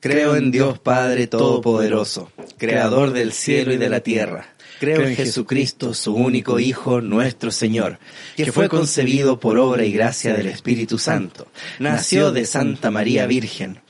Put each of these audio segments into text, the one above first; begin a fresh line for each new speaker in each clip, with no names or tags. Creo en Dios Padre Todopoderoso, Creador del cielo y de la tierra. Creo en Jesucristo, su único Hijo, nuestro Señor, que fue concebido por obra y gracia del Espíritu Santo. Nació de Santa María Virgen,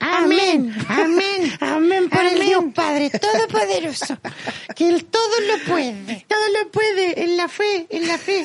Amén, amén, amén por el Dios Padre Todopoderoso, que Él todo lo puede, todo lo puede, en la fe, en la fe.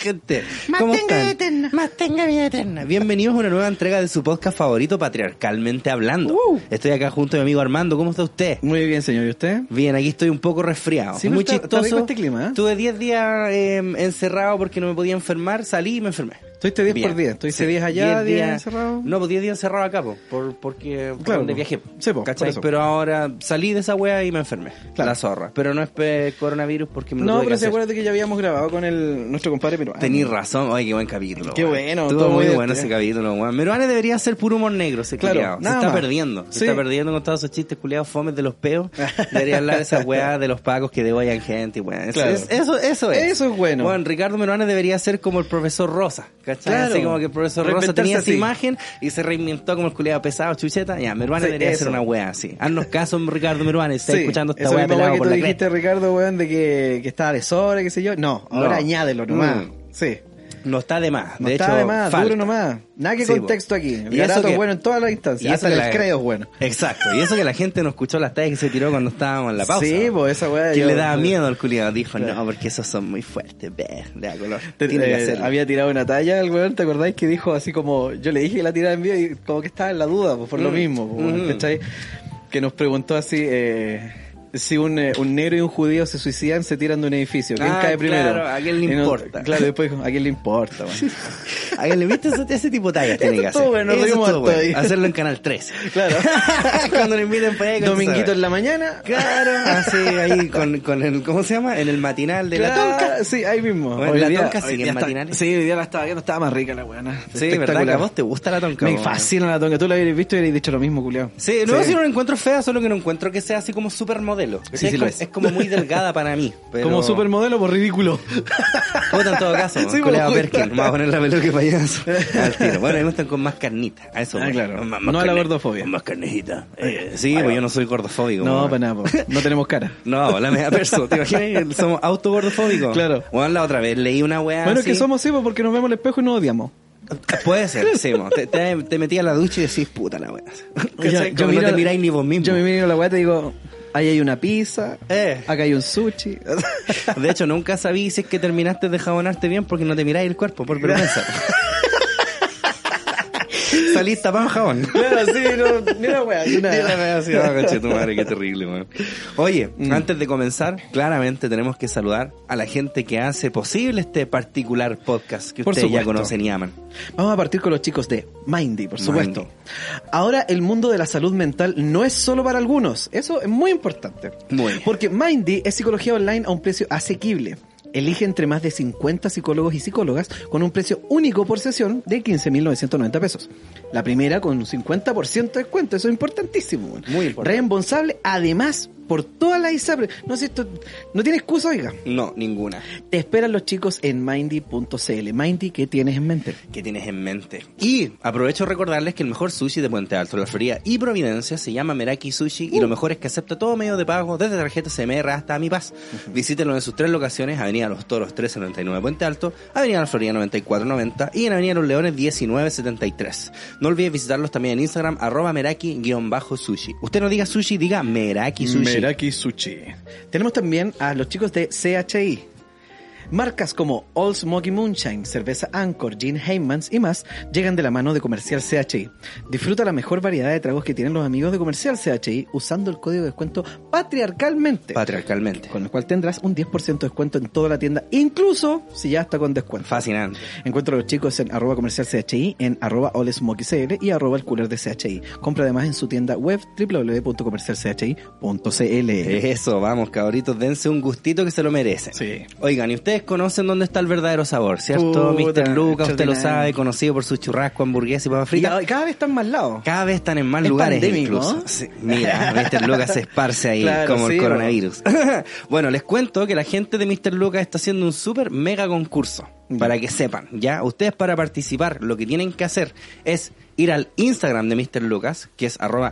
Gente,
Más
¿cómo
tenga este- vida
están?
eterna, más tenga vida eterna.
Bienvenidos a una nueva entrega de su podcast favorito, Patriarcalmente Hablando.
Uh.
Estoy acá junto a mi amigo Armando. ¿Cómo está usted?
Muy bien, señor. ¿Y usted?
Bien, aquí estoy un poco resfriado.
Sí,
Muy
pero está- está
chistoso.
rico este clima, ¿eh?
Tuve 10 días eh, encerrado porque no me podía enfermar. Salí y me enfermé.
Estuviste 10
Bien.
por 10. Estuviste
Sí,
10 allá, 10
10 días-
encerrado.
No, pues 10 días encerrado acá, po, por, porque por
Claro,
donde
po.
viajé.
Sí, po,
¿cachai?
por eso.
Pero ahora salí de esa wea y me enfermé.
Claro.
La zorra. Pero no es pe- coronavirus porque me lo
No,
tuve que
pero se
hacer.
acuerda que ya habíamos grabado con el nuestro compadre peruano.
Tenís razón, ay, qué buen capítulo.
Qué
weón.
bueno,
Estuvo
todo
muy
muy
bueno
divertido.
ese capítulo, weón. Meruane debería ser puro humor negro, ese
Claro,
culiao. Se
nada
está
más.
perdiendo, se
Sí.
está perdiendo con todos esos chistes culiados fomes de los peos. Debería hablar de esa weá de los pagos que degollan gente, weón. Es-
Claro.
es- eso, eso es.
Eso es bueno.
Weón, Ricardo Meruane debería ser como el profesor Rosa, ¿cachai?
Claro.
Así como que el profesor Rosa
Reinventarse
tenía esa
así.
imagen y se reinventó como el culiado pesado, chucheta. Ya, Meruane
Sí,
debería
eso.
ser una weá así. Haznos caso, Ricardo Meruane, si está
Sí,
escuchando esta
esa
weá
misma
pelado
que
por
tú
la cresta.
dijiste, Ricardo, weón, de que, que estaba de sobra, qué sé yo. No, ahora
No.
añádelo nomás.
Mm.
Sí.
No está de más.
No
de
está
hecho,
de más,
falta.
duro nomás. Nada que
Sí,
contexto
po.
aquí.
Y eso
Garato
que-
es bueno en todas las
y
instancias.
eso
Hasta
que la-
el creo es bueno.
Exacto, y eso que la gente no escuchó las tags que se tiró cuando estábamos en la pausa.
Sí, pues esa weá.
Que
yo-
le daba miedo al culiado, dijo,
Claro.
no, porque esos son muy fuertes, ve, le da color.
Te-
Tiene que
eh,
hacerlo.
había tirado una talla el weón, ¿te acordáis? Que dijo así como, yo le dije que la tiraba en vivo y como que estaba en la duda, pues, por lo
Mm.
mismo, pues, weón,
Mm.
¿cachai? Que nos preguntó así, eh, si un, eh, un negro y un judío se suicidan, se tiran de un edificio, ¿quién
Ah,
cae primero?
claro, ¿a quién le
Y no-
importa?
claro, después dijo, ¿a quién le importa? weón?
¿A quién le viste ese, ese tipo de tallas tiene
Eso
que
estuvo
hacer.
bueno, nos
Eso
reímos
estuvo
harto
bueno.
ahí.
Hacerlo en Canal 3.
claro.
Cuando le inviten para allá.
Dominguito en la mañana.
Claro, así ahí con, con el, ¿cómo se llama? En el matinal de la
claro,
tonca.
Sí, ahí mismo.
Bueno, la tonca
hoy
sigue
día
en
está-
matinales.
Sí, hoy día la estaba viendo, estaba más rica la weona.
Sí, ¿verdad? Que a vos te gusta la tonca.
Me
weón?
fascina la tonca. Tú la habrías visto y habrías dicho lo mismo, culiao.
Sí, no, si no la encuentro fea, solo que no encuentro que sea así como supermodelo.
Sí, sí
es,
lo
como,
es.
es como muy delgada para mí. pero-
Como supermodelo, por ridículo.
pues, Puta, Pues en todo caso,
Sí, pues,
colega
po.
Perkin, vamos a poner la peluca y payaso al tiro. Bueno, me gustan con más carnita, a eso.
Ah,
voy.
claro.
Con más-
No
más
a la
carne-
gordofobia.
con Más carnejita. Eh, sí, pues yo no soy gordofóbico.
No,
weón.
para nada, po. no tenemos cara.
No, la media perso, ¿te imaginas que somos autogordofóbicos?
Claro.
Bueno, la otra vez leí una weá
Bueno,
así.
que somos sí, po, porque nos vemos al espejo y nos odiamos.
Puede ser, sí, mo. te, te, te metí a la ducha y decís, puta la weá. ¿Cachai? Como no
miro-
te miráis ni vos mismo.
Yo me miro la weá y te digo, ahí hay una pizza,
Eh.
acá hay un sushi.
De hecho, nunca sabí si es que terminaste de jabonarte bien porque no te miráis el cuerpo, por vergüenza. Salís tapado en jabón.
claro, sí, no, ni una weá, ni una-
Yo la veo así, ah, conche tu madre, Mm. qué terrible, man. Oye, antes de comenzar, claramente tenemos que saludar a la gente que hace posible este particular podcast que
Por
ustedes ya
supuesto.
conocen y aman.
Vamos a partir con los chicos de Mindy, por
Mindy.
supuesto. Ahora el mundo de la salud mental no es solo para algunos, eso es muy importante.
Muy bien.
Porque Mindy es psicología online a un precio asequible. Elige entre más de 50 psicólogos y psicólogas con un precio único por sesión de 15.990 pesos. La primera con un 50% de descuento, eso es importantísimo. weón.
Muy importante.
Reembolsable además por toda la ISAPRE. No, si esto, no tiene excusa, oiga.
No, ninguna.
Te esperan los chicos en mindy.cl. Mindy, ¿qué tienes en mente?
que tienes en mente. Y aprovecho de recordarles que el mejor sushi de Puente Alto, La Florida y Providencia se llama Meraki Sushi y lo mejor es que acepta todo medio de pago, desde tarjetas CMR hasta Mi Paz. Visítenlo en sus tres locaciones, Avenida Los Toros 379 Puente Alto, Avenida La Florida 9490 y en Avenida Los Leones 1973. No olvides visitarlos también en Instagram, arroba Meraki-sushi. Usted no diga sushi, diga Meraki Sushi.
Meraki Sushi. Tenemos también a los chicos de CHI. Marcas como Old Smoky Moonshine, cerveza Anchor, Gene Heymans y más llegan de la mano de Comercial CHI. Disfruta la mejor variedad de tragos que tienen los amigos de Comercial CHI usando el código de descuento patriarcalmente,
Patriarcalmente.
con el cual tendrás un 10% de descuento en toda la tienda, incluso si ya está con descuento.
Fascinante.
Encuentra a los chicos en arroba comercial CHI, en arroba olesmokycl y arroba el cooler de CHI. Compra además en su tienda web www.comercialchi.cl.
Eso, vamos, cabritos, dense un gustito que se lo merecen.
Sí.
Oigan, y ustedes conocen dónde está el verdadero sabor, ¿cierto?
Puta,
Mr. Luca, usted lo
extraordinario.
sabe, conocido por su churrasco, hamburguesa y papas
Y
fritas.
cada, cada vez están más lados.
Cada vez están en más
Es
lugares
pandémico,
incluso.
¿no?
Sí, mira, Mr. Lucas se esparce ahí
Claro,
como el
sí,
coronavirus. bueno, les cuento que la gente de Mr. Lucas está haciendo un super mega concurso.
Ya.
Para que sepan, ya, ustedes para participar lo que tienen que hacer es ir al Instagram de Mr. Lucas, que es arroba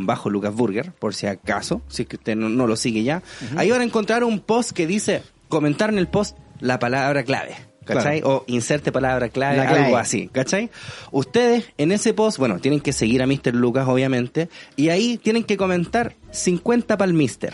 mr-lucasburger, por si acaso, si es que usted no, no lo sigue ya. Ahí van a encontrar un post que dice, comentar en el post la palabra clave. ¿Cachai? O inserte palabra clave,
La clave.
algo así, ¿cachai? Ustedes en ese post, bueno, tienen que seguir a Mr. Lucas, obviamente, y ahí tienen que comentar 50 para el Mister.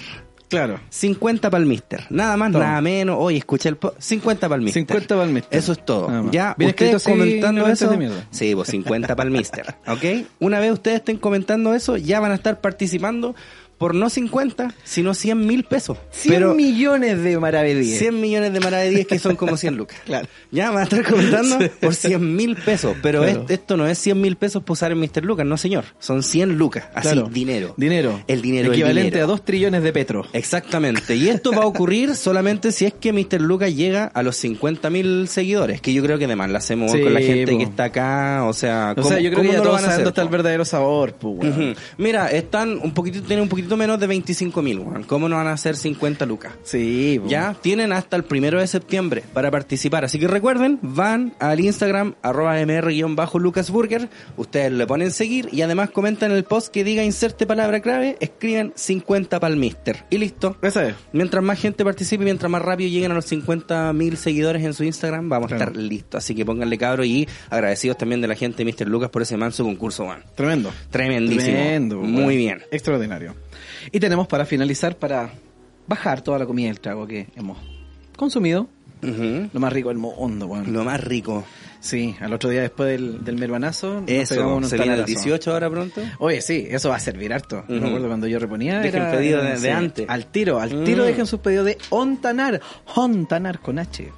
Claro.
50 para el Mister. Nada más,
Toma.
nada menos. Hoy escuché el po 50 para el Mister.
50 pa'l Mister.
Eso es todo.
Nada más.
Ya,
Bien escrito
ustedes
así,
este comentando
ignorantes
eso.
de mierda.
Sí, pues 50 para el Mister. ¿Ok? Una vez ustedes estén comentando eso, ya van a estar participando por no 50, sino 100 mil pesos.
100
Pero-
millones de maravedíes.
100 millones de maravedíes que son como 100 lucas.
Claro.
Ya van a estar comentando por 100 mil pesos. Pero
Claro.
es- esto no es 100 mil pesos por usar en Mr. Lucas, no señor. Son 100 lucas. Así,
Claro.
dinero.
Dinero.
El dinero. el
Equivalente
dinero. Eh,
a 2 trillones de petro.
Exactamente. Y esto va a ocurrir solamente si es que Mr. Lucas llega a los 50 mil seguidores. Que yo creo que además lo hacemos
Sí,
con la gente
po.
que está acá. O sea,
O sea, yo creo que ya
no
todos saben dónde está el
po?
verdadero sabor, pues, weón.
Ujú. Mira, están un poquitito, tienen un poquitito menos de 25 mil, ¿Cómo no van a hacer 50 lucas?
Sí, pues. po.
Ya tienen hasta el primero de septiembre para participar. Así que recuerden, van al Instagram, arroba mr-lucasburger. Ustedes le ponen seguir y además comentan el post que diga inserte palabra clave, escriben 50 pal mister. Y listo.
Esa es.
Mientras más gente participe, y mientras más rápido lleguen a los 50.000 seguidores en su Instagram, vamos a
Claro.
estar listos. Así que pónganle cabro y agradecidos también de la gente de Mr. Lucas por ese manso concurso, man.
Tremendo.
Tremendísimo. Muy bien.
Extraordinario. Y tenemos para finalizar, para bajar toda la comida y el trago que hemos consumido,
Ujú.
lo más rico del mundo, weón.
Lo más rico.
Sí, al otro día después del, del merbanazo, nos pegamos
Eso,
unos
se viene el
taladrazos.
18 ahora pronto.
Oye, sí, eso va a servir harto.
Ujú.
Me acuerdo cuando yo reponía.
Dejen
era-
pedido
era-
de-
sí,
de antes.
Al tiro, al
Mm.
tiro dejen sus pedidos de Ontanar. Ontanar con H.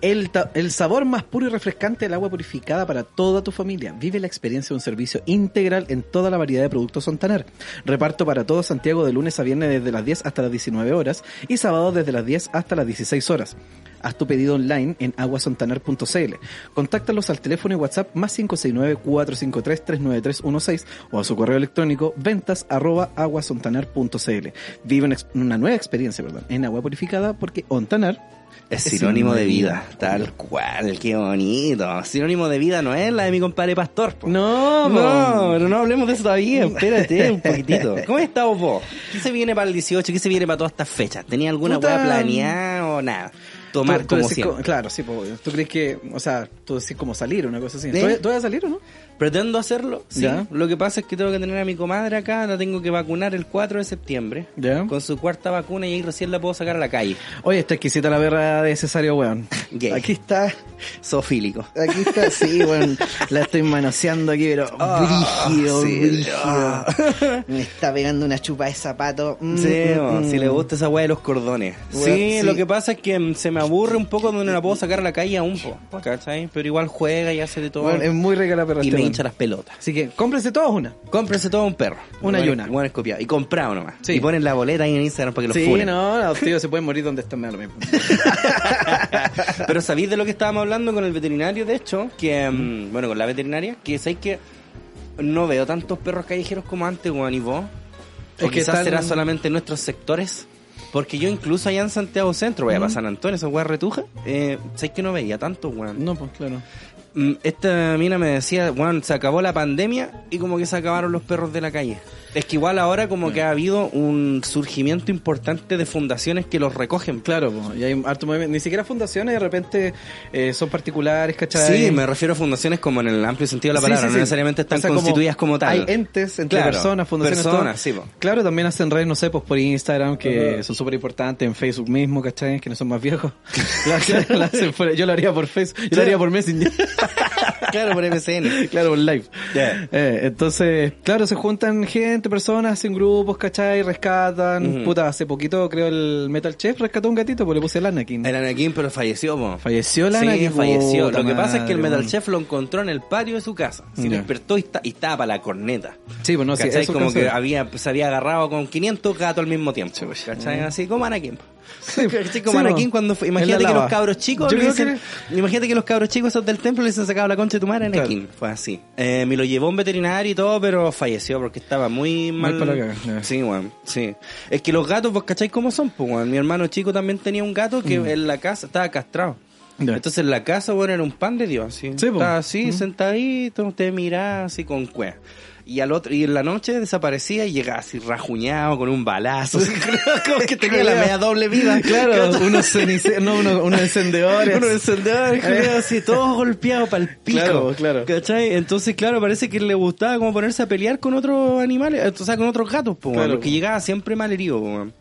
El, ta- el sabor más puro y refrescante del agua purificada para toda tu familia. Vive la experiencia de un servicio integral en toda la variedad de productos Ontanar. Reparto para todo Santiago de lunes a viernes desde las 10 hasta las 19 horas y sábado desde las 10 hasta las 16 horas. Haz tu pedido online en aguasontanar.cl. Contáctalos al teléfono y WhatsApp más 569-453-39316 o a su correo electrónico ventas arroba aguasontanar.cl. Vive una, ex- una nueva experiencia perdón, en agua purificada porque Ontanar
Es
Es
sinónimo
sinónimo
de
de
vida,
vida.
tal cual, qué bonito. Sinónimo de vida no es la de mi compadre Pastor. po.
No,
no, pero no hablemos de eso todavía, espérate un poquitito. ¿Cómo estás vos? ¿Qué se viene para el 18? ¿Qué se viene para todas estas fechas? ¿Tenía alguna
Puta.
hueá planeada o nada?
Tú-
Tomar
tú
como
decís
siempre.
co- Claro, sí, po, tú crees que, o sea, tú decís como salir, una cosa así.
¿Eh?
¿Tú, vas- tú vas a salir o no?
Pretendo hacerlo, sí.
Ya.
Lo que pasa es que tengo que tener a mi comadre acá, la tengo que vacunar el 4 de septiembre.
Ya.
Con su cuarta vacuna y ahí recién la puedo sacar a la calle.
Oye, está exquisita la berra de Cesario, weón.
Gay.
Aquí está,
Sofílico.
aquí está, sí, weón. La estoy manoseando aquí, pero
Ah,
brígido,
sí,
brígido.
ah.
Me está pegando una chupa de zapato. Mm,
Sí,
mm,
bueno,
mm.
si le gusta esa weá de los cordones.
Weá,
sí,
sí.
lo que pasa es que mm, se me aburre un poco donde no la puedo sacar a la calle aún, po, ¿cachai? Pero igual juega y hace de todo.
Weón, es muy rica la perra
y
este
me
weón.
hincha las pelotas.
Así que cómprense todos una.
Cómprense todo un perro.
Una y
Bueno,
una.
Bueno, es copiado. Y comprado nomás.
Sí.
Y ponen la boleta ahí en Instagram para que los
sí,
funen.
no, los tíos se pueden morir donde están, me da lo mismo.
Pero sabéis de lo que estábamos hablando con el veterinario, de hecho, que, mm, bueno, con la veterinaria, que sabéis que no veo tantos perros callejeros como antes, weón, y vos. O
Es que
quizás
están-
será solamente en nuestros sectores. Porque yo incluso allá en Santiago Centro, voy a
Mm.
pasar San Antonio, esa weá retuja, eh, sabéis que no veía tantos, weón.
No, pues claro.
mm, esta mina me decía, bueno, se acabó la pandemia y como que se acabaron los perros de la calle. Es que igual ahora como que ha habido un surgimiento importante de fundaciones que los recogen.
Claro, po, y hay harto movimiento. Ni siquiera fundaciones de repente eh, son particulares, ¿cachai?
Sí, me refiero a fundaciones como en el amplio sentido de la
Sí,
palabra,
sí,
no
sí.
necesariamente están
O sea, como
constituidas como, tal.
Hay entes entre
Claro,
personas, fundaciones.
personas,
todo.
sí, po.
Claro, también hacen redes, no sé, pues por Instagram, que son súper importantes, en Facebook mismo, ¿cachai? Que no son más viejos. La- la hacen por- yo lo haría por Facebook, yo lo
Claro.
haría por Messenger.
claro, por MCN.
Claro, por live.
Ya.
Eh, entonces, claro, se juntan gente, personas, hacen grupos, ¿cachai? Rescatan.
Ujú.
Puta, hace poquito creo el Metal Chef rescató un gatito, pues le puse el Anakin.
El Anakin, pero falleció, po.
Falleció el
Sí,
Anakin.
falleció.
puta
Lo que pasa es que el
madre,
Metal
weón.
Chef lo encontró en el patio de su casa. Se
Ya.
despertó y, esta- y estaba para la corneta.
Sí, pues no, sí,
¿Cachai?
eso
como
alcanzó.
que había, se había agarrado con 500 gatos al mismo tiempo. ¿Cachai? Así como Anakin.
pues, Sí,
¿Cachai? Como
sí,
Anakin
po.
cuando fue-
Él
Imagínate
la
que los
lava.
cabros chicos.
Yo
le
creo
dicen- Imagínate que los cabros chicos esos del templo les han sacado la concha de tu madre a
Claro.
Anakin. Fue así. Eh, me lo llevó a un veterinario y todo, pero falleció porque estaba muy
Mal
mal.
para la caga.
Sí, weón, sí. Es que los gatos, vos cacháis cómo son, pues, weón. Mi hermano chico también tenía un gato
Mm.
que en la casa estaba castrado.
Ya.
Entonces en la casa, bueno, era un pan de Dios, así.
Sí, po.
Estaba así, sentadito, te miraba así con cuea. Y al otro, y en la noche desaparecía y llegaba así rajuñado con un balazo. así, como que tenía la media doble vida.
Claro, unos ceniceros, no, unos, unos encendedores.
Unos encendedores, culiao, así, todos golpeados para el pico.
Eh. Claro, claro.
¿Cachai? Entonces, claro, parece que le gustaba como ponerse a pelear con otros animales, eh, o sea, con otros gatos, po,
Claro,
weón, porque
po.
llegaba siempre mal herido, po, weón.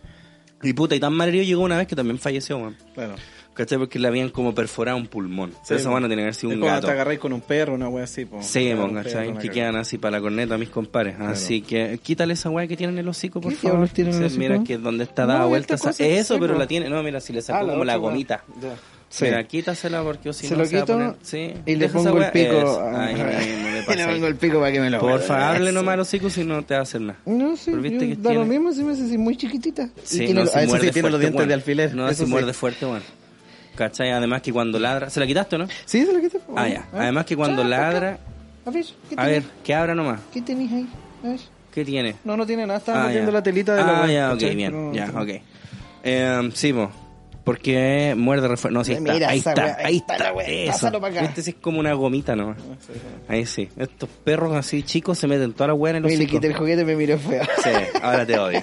Y puta, y tan mal herido llegó una vez que también falleció, weón.
Claro.
¿Cachai? Porque le habían como perforado un pulmón.
Sí,
Esa
po.
mano tiene que haber sido
Es
un
como
gato.
te agarráis con un perro, una wea así, po.
Sí,
Claro,
po,
un perro,
¿cachai?
una
Que
caga.
quedan así para la corneta, mis compadres. Así que quítale esa weá que tienen en el hocico, por
¿Qué
favor.
diablos tiene en el
Sí,
hocico?
Mira que donde está
No,
dada
esta
vuelta.
cosa
esa-
sí,
Eso,
sí,
pero
po.
la tiene. No, mira, si le sacó
Ah, la
como la
otra,
gomita.
ya. Sí.
Mira, quítasela porque o si
Se
no
lo
se va a
quito
poner- sí,
y le
deja
pongo
esa
el
weá.
pico.
Eso, ahí mismo, le
y le
pasa ahí.
pongo el pico para que me lo
Porfa,
Eso. Mm,
hable nomás los hocico si no te va a hacer nada.
No, sí,
Pero viste
yo-
que
da lo
tiene-
mismo, se me hace así muy chiquitita. Y
Sí,
tiene-
no, si
ah, eso
muerde
sí, tiene los
fuerte,
dientes
weón.
de alfiler.
No,
eso
si
sí.
muerde fuerte, bueno. ¿Cachai? Además que cuando ladra... ¿Se la quitaste o no?
Sí, se lo quité. po.
Ah, ya.
A ver.
Además que cuando
Ya, acá.
ladra...
A ver, ¿qué
A ver,
tenés?
que abra nomás.
¿Qué tenés ahí? A ver.
¿Qué tiene?
No, no tiene nada, estaba
Ah,
metiendo
ya.
la telita de la
Ah,
wea,
ya, ok,
¿cachai?
bien.
Pero-
ya, ok. Em, sí, po. Porque muerde refuerzo. No, sí está.
Mira
ahí,
esa
está
wea,
ahí
ahí
está.
está la wea,
Eso.
pásalo pa' acá.
Este sí es como una gomita nomás.
Sí,
Ahí sí. Estos perros así chicos se meten toda la hueá en el
Me le
hocico.
quité el juguete y me miró feo.
Sí, ahora te odio.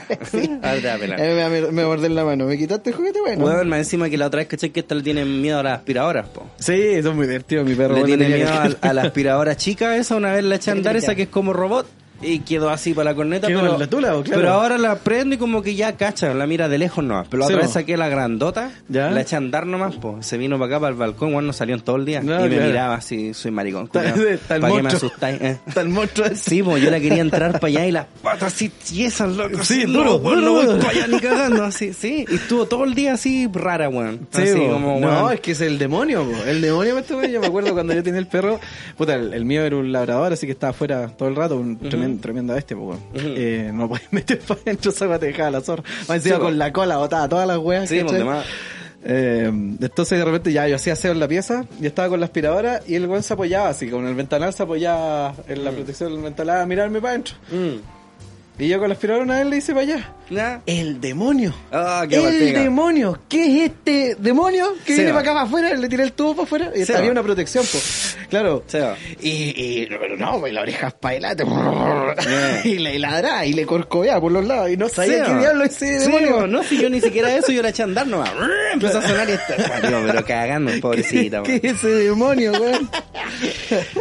Ahora te va a
A
pelar.
mí me, me, me mordí en la mano. ¿Me quitaste el juguete? Bueno.
Weón, más encima que la otra vez caché que esta le tienen miedo a las aspiradoras, po.
Sí, son muy divertidos, mi perro.
le
bueno,
tienen
tenía
miedo
que-
a, a la aspiradora chica esa, una vez la eché a andar esa que es como robot y quedó así para la corneta.
Quedó
Pero,
en la tula, po, claro.
pero ahora la prendo y como que ya cacha, la mira de lejos nomás. Pero la
Sí,
otra
po.
vez saqué la grandota,
¿Ya?
la eché a andar nomás, po. se vino para acá, para el balcón, bueno, no salió en todo el día
No,
y me
claro.
miraba así, soy maricón.
Está- está el
¿Para qué me
monstruo.
asustáis? eh?
Está el monstruo ese.
Sí, po, yo la quería entrar para allá y las patas así tiesas, loco.
Sí,
así,
duro,
no, weón,
duro.
No voy para allá ni cagando, así, sí. Y estuvo todo el día así rara, weón.
Sí,
así
bo.
como,
no,
weón.
es que es el demonio, bo. el demonio me estuvo, yo me acuerdo cuando yo tenía el perro, puta, el, el mío era un labrador, así que estaba afuera todo el rato, un tremendo, tremenda bestia, pues,
Ujú.
eh, no podía meter para adentro esa guata dejaba la zorra, más encima
Sí, bo.
con la cola botada, todas las weas,
Sí,
¿cachai?
donde más.
Eh, entonces de repente ya yo hacía aseo en la pieza y estaba con la aspiradora y el weón se apoyaba así, con el ventanal se apoyaba en la protección del ventanal a mirarme para adentro.
Mm.
Y yo con la aspiradora una vez le hice para allá.
Nah.
El demonio.
Ah, qué mal
el
pega.
demonio. ¿Qué es este demonio que
Seba.
viene para acá para afuera? Le tiré el tubo para afuera y
Seba.
había una protección, po. Claro.
Seba.
Y, y pero no, pues la oreja para adelante. Y le ladrá y le corcovea por los lados. Y no sabía
Seba.
qué diablo ese
Sí,
demonio.
bo, no, si yo ni siquiera eso, yo la eché a andar nomás. Empezó a sonar y está. Digo, pero cagando, pobrecita.
¿Qué
bo.
es ese demonio, weón?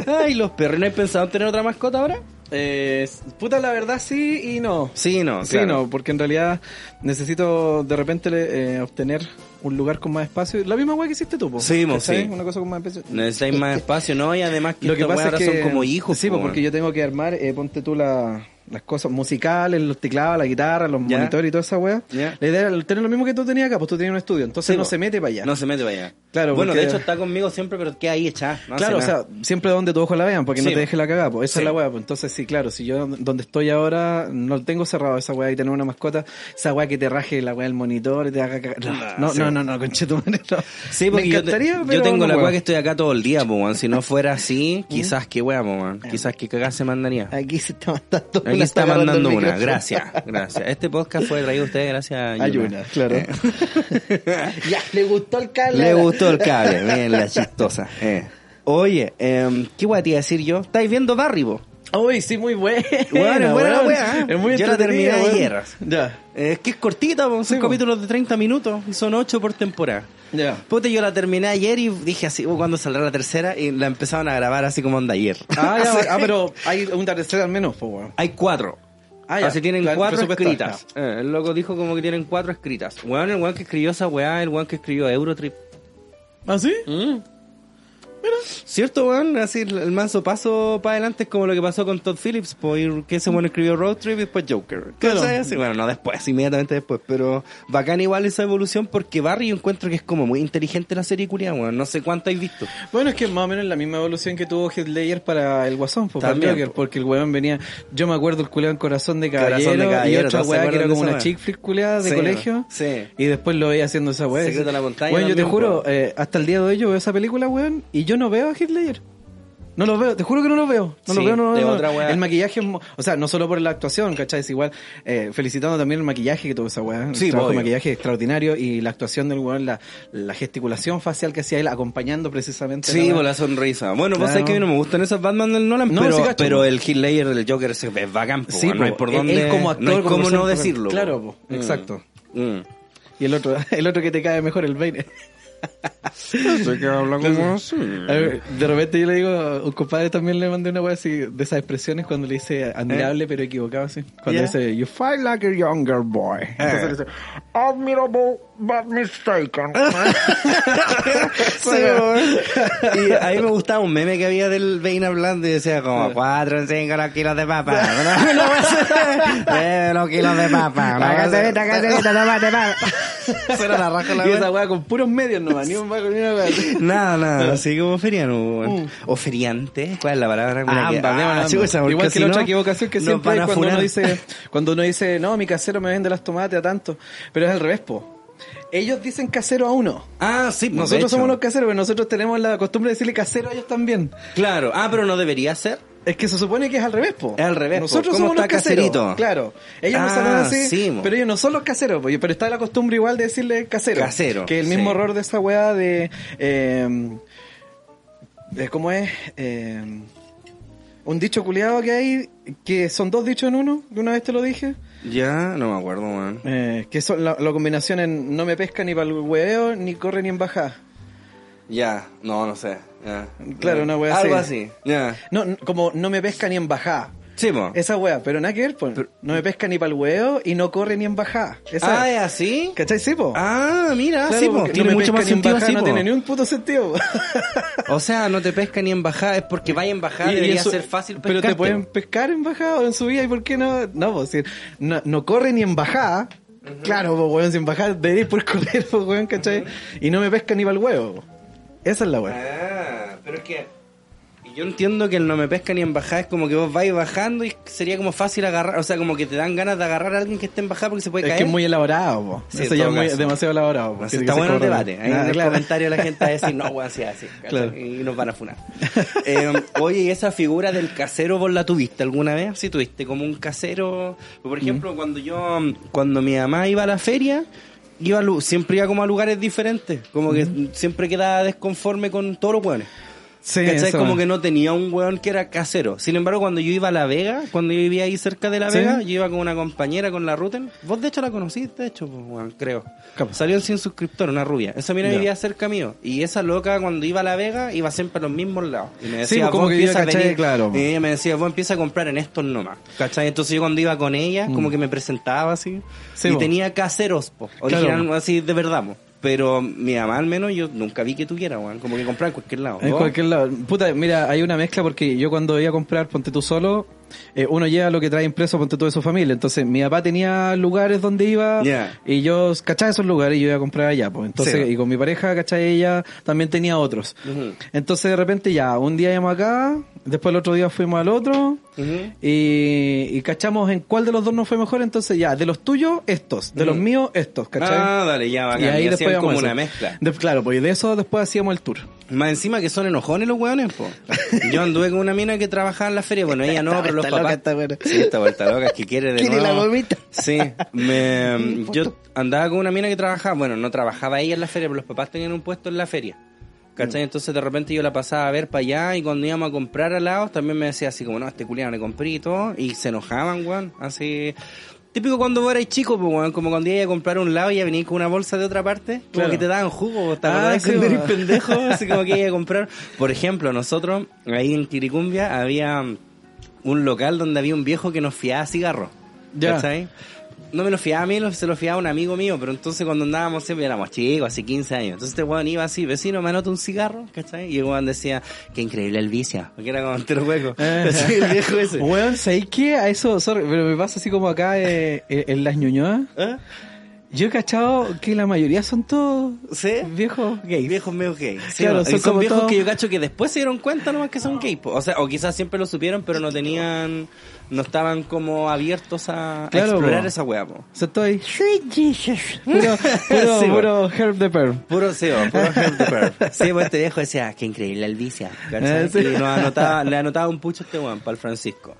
Ay, los perros, ¿no has pensado en tener otra mascota ahora?
Eh, puta, la verdad sí y no.
Sí, no.
Sí, no, porque en realidad necesito de repente eh, obtener un lugar con más espacio. La misma weá que hiciste tú, po.
Sí, mo,
¿Cachai?
sí.
Una cosa con más espacio.
Necesitáis más espacio, ¿no? Y además que
Lo que
estas
pasa es
weas
que
ahora son como hijos.
Sí,
po,
pues, porque yo tengo que armar, eh, ponte tú la- las cosas musicales, los teclados, la guitarra, los
Ya.
monitores y toda esa weá.
Ya.
La idea era tener lo mismo que tú tenías acá, pues tú tenías un estudio, entonces
Sí,
no
po.
se mete para allá.
No se mete para allá.
Claro,
Bueno,
porque-
de hecho está conmigo siempre, pero queda ahí echada. no hace
claro, o
nada.
sea, siempre donde tu ojo la vean, porque
Sí,
no te
po.
deje la cagada, pues
Sí.
esa es la weá. Pues. Entonces, sí, claro, si yo donde estoy ahora no tengo cerrado esa weá y tener una mascota, esa weá que te raje la weá del monitor y te haga cagar.
Ah,
No, no,
sí.
no, no, no, conchetumare, no.
Sí, porque
Me
yo te-
encantaría,
yo,
pero
tengo
no
la
puedo.
weá que estoy acá todo el día, po, weón. Si no fuera así, quizás que weá, po, weón. Quizás que cagás se mandaría.
Aquí se está mandando
Aquí está
agarrando
mandando
el
una,
micrófono.
gracias, gracias. Este podcast fue traído a ustedes gracias a
Ayuna, claro.
Ya, le gustó el cable.
Le gustó el cable, miren la chistosa. eh. Oye, em, ¿qué guay te iba a decir yo? ¿Estáis viendo Barry, vos?
Uy, sí, muy buena.
Buena, buena la wea, ¿eh?
Es muy
Yo la
entretenida,
terminé
weón.
ayer.
Ya,
Eh, Es que es cortita, po, son
Sí, po.
capítulos de 30 minutos y son 8 por temporada.
ya.
Puta, yo la terminé ayer y dije así, "Uh, ¿cuándo saldrá la tercera? Y la empezaron a grabar así como onda ayer.
Ah, ya,
Así-
ah, pero hay un tercera al menos, pues, weón.
Hay cuatro.
Ah, ya.
Así tienen
Claro,
cuatro
presupuestal,
escritas. Eh, el loco dijo como que tienen cuatro escritas. Weón, el weón que escribió esa weá, el weón que escribió Eurotrip.
¿Ah, sí?
¿Cierto, weón? Así el el manso paso para adelante es como lo que pasó con Todd Phillips, po, y que ese weón escribió Road Trip y después Joker.
Claro.
¿Cachai? Así, bueno, no después, inmediatamente después, pero bacán igual esa evolución porque Barry yo encuentro que es como muy inteligente la serie culia, weón. No sé cuánto has visto.
Bueno, es que más o menos la misma evolución que tuvo Headlayer para el Guasón, pues, para el
También,
Joker,
po.
porque el weón venía, yo me acuerdo el culeado en Corazón de Caballero,
Corazón de Caballero,
y otra
¿todos se
weá que era
acuerdan de
como
esa
una
weá?
chick flick culeada de
Sí,
colegio.
Sí.
Y después lo veía haciendo esa weá.
Secreto de la montaña
Weón, yo te
también,
juro,
po.
eh, hasta el día de hoy yo veo esa película, weón, y yo no veo a Hitler. No lo veo, te juro que no lo veo. No lo
Sí,
veo, no lo
de
veo.
otra weá.
El maquillaje, es mo- o sea, no solo por la actuación, ¿cachai? Es igual, eh, felicitando también el maquillaje que tuvo esa weá.
Sí,
el trabajo de
obvio.
maquillaje extraordinario y la actuación del weón, la, la gesticulación facial que hacía él acompañando precisamente.
Sí,
la
por
weá.
la sonrisa. Bueno, vos
Claro.
sabés que a mí no me gustan esos Batman del Nolan,
No,
pero,
sí, cacho.
pero el Heath Ledger del Joker es, es bacán, po,
Sí,
no hay
po.
por
Él-
dónde,
él como actor,
no hay
como
cómo
persona-
no decirlo.
Claro, po.
Mm.
Exacto.
Mm.
Y el otro, el otro que te cae mejor, el Bane. A ver, de repente yo le digo, a un compadre también le mandé una wea así de esas expresiones cuando le dice admirable pero equivocado así. Cuando
¿Eh? Ya.
dice you fight like a younger boy. Entonces le dice,
admirable but mistaken.
Sí, weón. y a mí me gustaba un meme que había del Bane hablando y decía como 4 o 5 los kilos de papa. Una- una cosa así. Eh, los kilos de papa. Una cacerita, cacerita, tomate papa. Suena la raja la
y
wea.
esa wea con puros medios nomás, ni un vago ni una wea.
Nada, nada, así como feriano, weón.
Mm.
O feriante, ¿cuál es la palabra? Una que-
Ambas, ambas, ambas.
chucha, porque
Igual
si
que la
no,
otra equivocación que
nos
siempre
van
hay
a
cuando uno
funar.
dice, cuando uno dice, no, mi casero me vende las tomates a tanto. Pero es al revés, po. Ellos dicen casero a uno.
Ah, sí, pues, de
Nosotros
hecho.
somos los caseros, pero nosotros tenemos la costumbre de decirle casero a ellos también.
Claro, ah, pero no debería ser.
Es que se supone que es al revés, po.
Es al revés, po.
Nosotros
¿Cómo
somos los
está
caseros.
caserito?
Claro. Ellos nos
Ah,
hablan así,
sí, mo.
pero ellos no son los caseros, po. Pero está la costumbre igual de decirle casero.
Casero,
Que el mismo
sí.
error de esa weá de... eh, de ¿Cómo es? Eh, un dicho culiado que hay, que son dos dichos en uno, que una vez te lo dije.
Ya, no me acuerdo, weón.
eh, que son la, la combinación en no me pesca ni para el hueveo, ni corre ni en bajada.
Ya, no, no sé. ya.
Claro, una wea
Algo
así.
así. Ya.
No, n- como no me pesca ni en bajada.
Sí, po.
Esa wea, pero nada que ver, pues.
Pero-
no me pesca ni para el huevo y no corre ni en bajada. Esa,
Ah, ¿es así?
¿Cachai, sí, po?
Ah, mira,
Claro,
sí, po.
porque
Tiene
no me
mucho
pesca
más
ni en
sentido
bajada
así,
No
po.
tiene ni un puto sentido. po.
O sea, no te pesca ni en bajada, es porque vaya en bajada
Y- y
debería
eso-
ser fácil
Pero te
pescarte,
pueden
po.
pescar en bajada o en subida y por qué no. No, po, si no, no corre ni en bajada. Claro, po, weón, sin bajar de ir por correr, po, weón, ¿cachai? Y no me pesca ni para el huevo. po. Esa es la wea.
Ah, pero es que... y Yo entiendo que el no me pesca ni en bajada es como que vos vais bajando y sería como fácil agarrar, o sea, como que te dan ganas de agarrar a alguien que esté en bajada porque se puede
Es
caer.
que es muy elaborado, po.
Sí,
Eso
en
ya es
todo
muy-
caso.
demasiado elaborado. po.
No sé,
Tiene que
está
ser
bueno el
como-
debate. Ahí
Ah,
en el
claro.
comentario la gente va a decir, no, weón, sea así. ¿cachai?
Claro.
Y nos van a funar. Eh, oye, ¿y esa figura del casero vos la tuviste alguna vez? Sí, tuviste como un casero. Por ejemplo,
Mm.
cuando yo, cuando mi mamá iba a la feria, iba a lu- siempre iba como a lugares diferentes. Como que
Mm.
siempre quedaba desconforme con todos los weones.
Sí,
¿Cachai?
eso.
Como que no tenía un weón que era casero. Sin embargo, cuando yo iba a La Vega, cuando yo vivía ahí cerca de La
Sí.
Vega, yo iba con una compañera, con la Ruten. Vos, de hecho, la conociste, de hecho, pues, weón, creo.
Capaz.
Salió en Sin Suscriptor, una rubia. Esa mina
Ya.
vivía cerca mío. Y esa loca, cuando iba a La Vega, iba siempre a los mismos lados. Y me
Sí,
decía,
pues, como
vos
que yo
empieza a
caché,
venir-
claro.
Y ella me decía, vos empieza a comprar en estos nomás. ¿Cachai? Entonces yo cuando iba con ella, como que me presentaba así.
Mm. Sí,
y
po.
tenía caseros, po.
Claro.
Original, así de verdad, po. Pero mi mamá al menos yo nunca vi que tuviera, weón. Como que compraba en cualquier lado. Oh,
En
¿Vos?
cualquier lado. Puta, mira, hay una mezcla porque yo cuando iba a comprar, ponte tú solo, eh, uno lleva lo que trae impreso, ponte tú de su familia. Entonces, mi papá tenía lugares donde iba
Ya.
y yo cachaba esos lugares y yo iba a comprar allá. Pues. Entonces,
Sí.
y con mi pareja, cachai, ella también tenía otros.
Ujú.
Entonces, de repente ya, un día íbamos acá, después el otro día fuimos al otro.
Ujú.
Y, y cachamos en cuál de los dos nos fue mejor, entonces ya, de los tuyos, estos, de los
Mm.
míos, estos, ¿cachai?
Ah, dale, ya, bacán.
y ahí
Y
después
hacían
íbamos
como
a eso.
una mezcla.
De- claro, pues y de eso después hacíamos el tour.
Más encima que son enojones los hueones, po. Yo anduve con una mina que trabajaba en la feria. Bueno, ella no,
Esta
pero los
vuelta loca,
papás...
esta buena.
Sí, esta vuelta loca, es que quiere de
Quiere la
nuevo.
gomita.
Sí, me, yo andaba con una mina que trabajaba... Bueno, no trabajaba ella en la feria, pero los papás tenían un puesto en la feria. ¿Cachai?
Mm.
Entonces de repente yo la pasaba a ver para allá y cuando íbamos a comprar helados también me decía así como, no, este culiano le compré y todo. Y se enojaban, weón. Así. Típico cuando vos erais chico, pues, weón. Como cuando ibas a comprar un lado y ya venís con una bolsa de otra parte. Como
Claro.
que te daban jugo. ¿Te
Ah,
acordás
sí,
cuando
weón.
erais pendejo? Así como que ibas a comprar. Por ejemplo, nosotros, ahí en Quiricumbia, había un local donde había un viejo que nos fiaba cigarros.
Ya.
¿Cachai? No me lo fiaba a mí, lo- se lo fiaba a un amigo mío, pero entonces cuando andábamos siempre éramos chicos, así 15 años. Entonces este weón iba así, vecino, me anota un cigarro, ¿cachai? Y el weón decía, qué increíble el vicia, porque era como entero hueco.
Eh.
Así, el viejo ese.
Weón, ¿sabéis qué? A eso, sorry, pero me pasa así como acá eh, eh, en las ñoñoas.
¿Eh?
Yo he cachado que la mayoría son todos
¿Sí?
viejos gays.
Viejos medio gay. Sí,
Claro,
no, y
son
son,
como
viejos
todo-
que yo cacho que después se dieron cuenta nomás que son gay. po. O sea, o quizás siempre lo supieron, pero no tenían, no estaban como abiertos a, a
Claro,
explorar
po.
esa hueá, po.
Son todos ahí,
Sweet Jesus.
puro, puro,
Sí,
puro Herb the Perm.
Puro SEO, puro help the perp. Sí, pues este viejo decía, qué increíble el vicia. ¿cachai?
Eh, sí.
Y nos anotaba, le anotaba un pucho a este weón para el Francisco.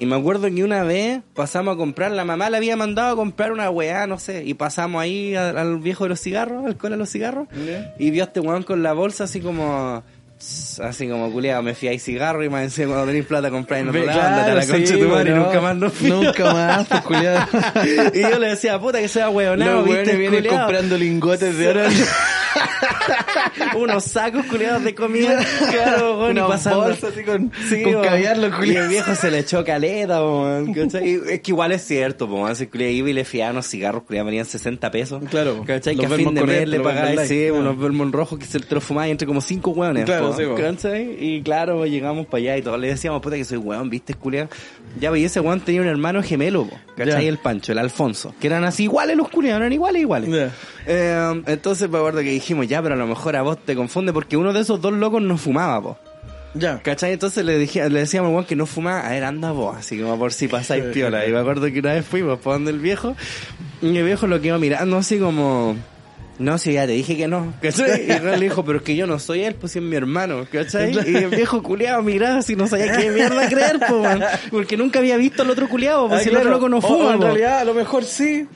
Y me acuerdo que una vez pasamos a comprar, la mamá le había mandado a comprar una weá, no sé, y pasamos ahí al, al viejo de los cigarros, al cola de los cigarros,
Ya.
y vio a este weón con la bolsa así como... tss, Así como, culiado, me fiáis cigarro y me decía, cuando tenéis plata compráis en otro lado, andate a la
Claro,
concha de tu
sí,
madre y
no.
nunca más nos fiamos.
Nunca más, pues culiado.
y yo le decía, puta que sea weonado,
Los
viste,
weones vienen
culiao?"
comprando lingotes de oro.
unos sacos culiados de comida, claro, weón, y
Una
pasando.
bolsa así con,
Sí,
con
weón.
caviar los
Y el
culiados.
viejo se le echó caleta, weón, ¿cachai? Y Es que igual es cierto, po, ese culiado iba y le fiaban unos cigarros, culiados venían 60 pesos.
Claro,
¿cachai? que
los
a fin
Belmont
de mes
Correcto,
le
los
pagaba
Belmont
sí,
Light,
unos Belmont rojos que se te lo fumaba entre como 5 weones,
Claro,
po,
sí, po.
¿cachai? Y claro, pues, llegamos para allá y todos le decíamos, puta que soy weón, viste, culiado. Ya, pues, y ese weón tenía un hermano gemelo, po, ¿cachai?
Ya.
El Pancho, el Alfonso, que eran así iguales los culiados, eran iguales, iguales.
Ya.
Eh, entonces me acuerdo que dijimos, ya, pero a lo mejor a vos te confunde porque uno de esos dos locos no fumaba, po.
Ya.
¿Cachai? Entonces le, dije, le decíamos al weón que no fumaba, a ver, anda vos, así como por si pasáis piola. Y me acuerdo que una vez fuimos por donde el viejo, y el viejo lo quedó mirando así como, no, si ya te dije que no, ¿cachai? Y el weón le dijo, pero es que yo no soy él, pues si es mi hermano, ¿cachai? Y el viejo culiado miraba si no sabía qué mierda creer, po, weón. porque nunca había visto al otro culiado, pues
Ah,
si el
claro. oh,
otro loco no
O-
fuma.
o en
po.
realidad, a lo mejor sí.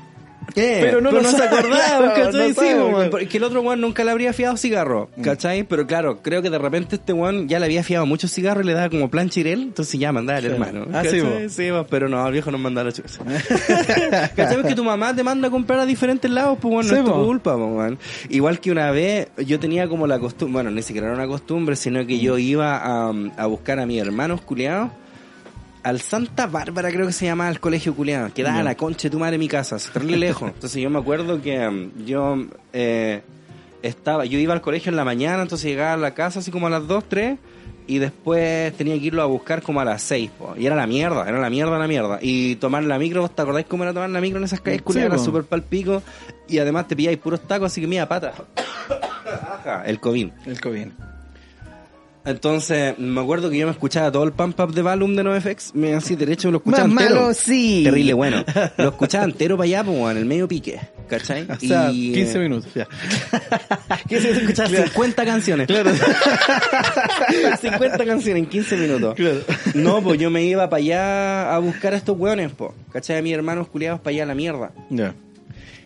Eh,
Pero no lo
se
sabe,
acordaba,
claro,
¿cachai?
no Mm.
Sí,
sabe,
weón,
claro.
porque el otro weón nunca le habría fiado cigarro, ¿cachai? Pero claro, creo que de repente este weón ya le había fiado muchos cigarros y le daba como plan chirel, entonces ya mandaba al
Claro.
hermano.
Ah, sí,
¿cachai?
vos.
sí, vos, pero no, el viejo nos mandaba la chucha. ¿Cachai? Porque tu mamá te manda a comprar a diferentes lados, pues bueno,
Sí,
no es tu
vos.
culpa, pues, weón. Igual que una vez yo tenía como la costumbre, bueno, ni siquiera era una costumbre, sino que yo iba a, a buscar a mis hermanos culiados al Santa Bárbara creo que se llamaba el colegio culiado, que daba la concha de tu madre en mi casa, se terrible lejos. Entonces yo me acuerdo que mm, yo eh, estaba, yo iba al colegio en la mañana, entonces llegaba a la casa así como a las 2, 3 y después tenía que irlo a buscar como a las 6, po. y era la mierda, era la mierda, la mierda. Y tomar la micro, ¿te acordáis cómo era tomar la micro en esas calles
Sí,
culiadas? era
po.
súper palpico y además te pilláis puros tacos, así que mía pata. Ajá, el covín.
El COVID.
Entonces, me acuerdo que yo me escuchaba todo el pump up de Valum de NoFX, me así derecho lo escuchaba
Más
entero.
malo, sí.
Terrible, bueno. Lo escuchaba entero para allá, pues, weón, en el medio pique, ¿cachai?
O sea,
Y, eh,
15 minutos. Ya.
15 minutos escuchaba 50 canciones. Claro. 50 canciones en 15 minutos.
Claro.
No, pues yo me iba para allá a buscar a estos weones, pues, ¿cachai? A mis hermanos culiados para allá a la mierda.
Ya.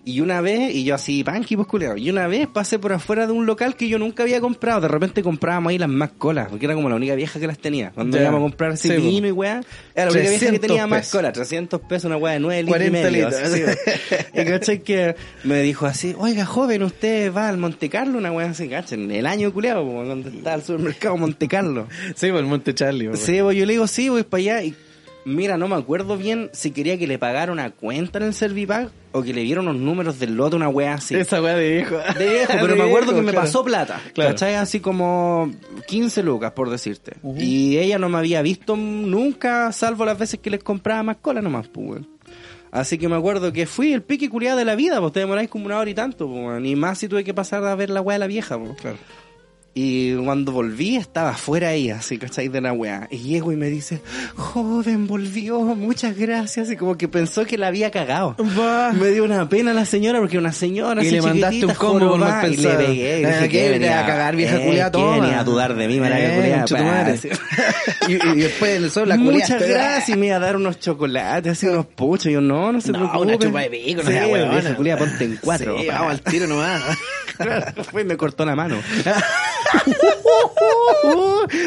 Y una vez, y yo así, panqui, pues culiao. Y una vez pasé por afuera de un local que yo nunca había comprado. De repente comprábamos ahí las más colas, porque era como la única vieja que las tenía. Cuando
Ya.
íbamos a comprar ese
Sí, po.
vino y weá, era la única vieja que
300
tenía más
pesos.
colas. 300 pesos, una weá de 9 litros y
40
medio.
litros.
así, sí, po. y cachai que me dijo así, oiga, joven, usted va al Monte Carlo, una weá así, cachen, el año culiao, po, cuando está el supermercado Monte Carlo.
Sí, por el Monte Charlie. por-
Sí, pues yo le digo, sí, voy para allá. Y mira, no me acuerdo bien si quería que le pagara una cuenta en el Servipack o que le dieron los números del lote, una wea así.
Esa weá de viejo.
De viejo, pero me acuerdo que me
claro.
pasó plata.
Claro.
¿Cachai? Así como 15 lucas, por decirte.
Ujú.
Y ella no me había visto nunca, salvo las veces que les compraba más cola nomás, pues, weón. Así que me acuerdo que fui el pique culiado de la vida, pues te demoráis como una hora y tanto, pues, weón. Y más si tuve que pasar a ver la wea de la vieja, pues.
Claro.
Y cuando volví estaba fuera ella, así, ¿cachai? De la weá. Y llego y me dice, joven, volvió, muchas gracias. Y como que pensó que la había cagado.
Va.
Me dio una pena la señora, porque una señora
Y
así
le mandaste
chiquitita,
un combo por
jorobada,
mal
Y le
pensado.
pegué. y
Ah,
dije,
¿qué?
"¿Qué
Venía a
venía-
cagar, vieja
eh,
culiá,
¿qué
toma?"
venía a dudar de mí, maraca
Eh,
culiá,
concha tu
pa?
madre.
Sí.
y, y después del sol la
Muchas
culiaste.
gracias. Y me iba a dar unos chocolates, así unos puchos. Yo, no, no se
No,
preocupe.
una chupa de pico, no
Sí,
sea
weón,
huevona.
vieja culiá, ponte en cuatro.
Sí,
pa.
vamos al tiro nomás.
Claro, fue y me cortó la mano.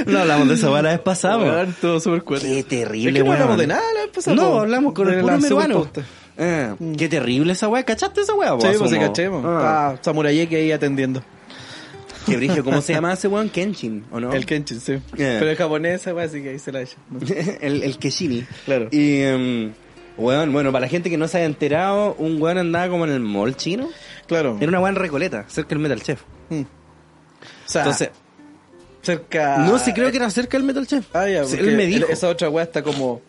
no hablamos de eso la vez pasada. weón.
Weón, todo súper cuento.
Qué terrible,
Es que no
weón.
hablamos de nada la vez pasada,
No,
po.
hablamos con el
De
puro
la
peruano.
superposta.
Eh, qué terrible esa weá. ¿Cachaste esa weá? po?
Sí, pues
Asumo.
se cachemos.
Ah,
Ah, Samurayé que ahí atendiendo.
Qué brillo. ¿Cómo se llama ese weón? Kenshin, ¿o no? Eh. Mm.
El Kenshin, sí.
Yeah.
Pero es japonesa, weón, así que ahí se la echa.
el, el Keshimi.
Claro.
Y, em, weón, bueno, para la gente que no se haya enterado, un weón andaba como en el mall chino.
Claro.
Era una weón recoleta, cerca del Metal Chef.
Mm. O sea,
Entonces,
cerca...
no sé, creo que era cerca del Metal Chef.
eh. Ah, ya,
Sí,
porque
él me dijo.
Esa otra weá está como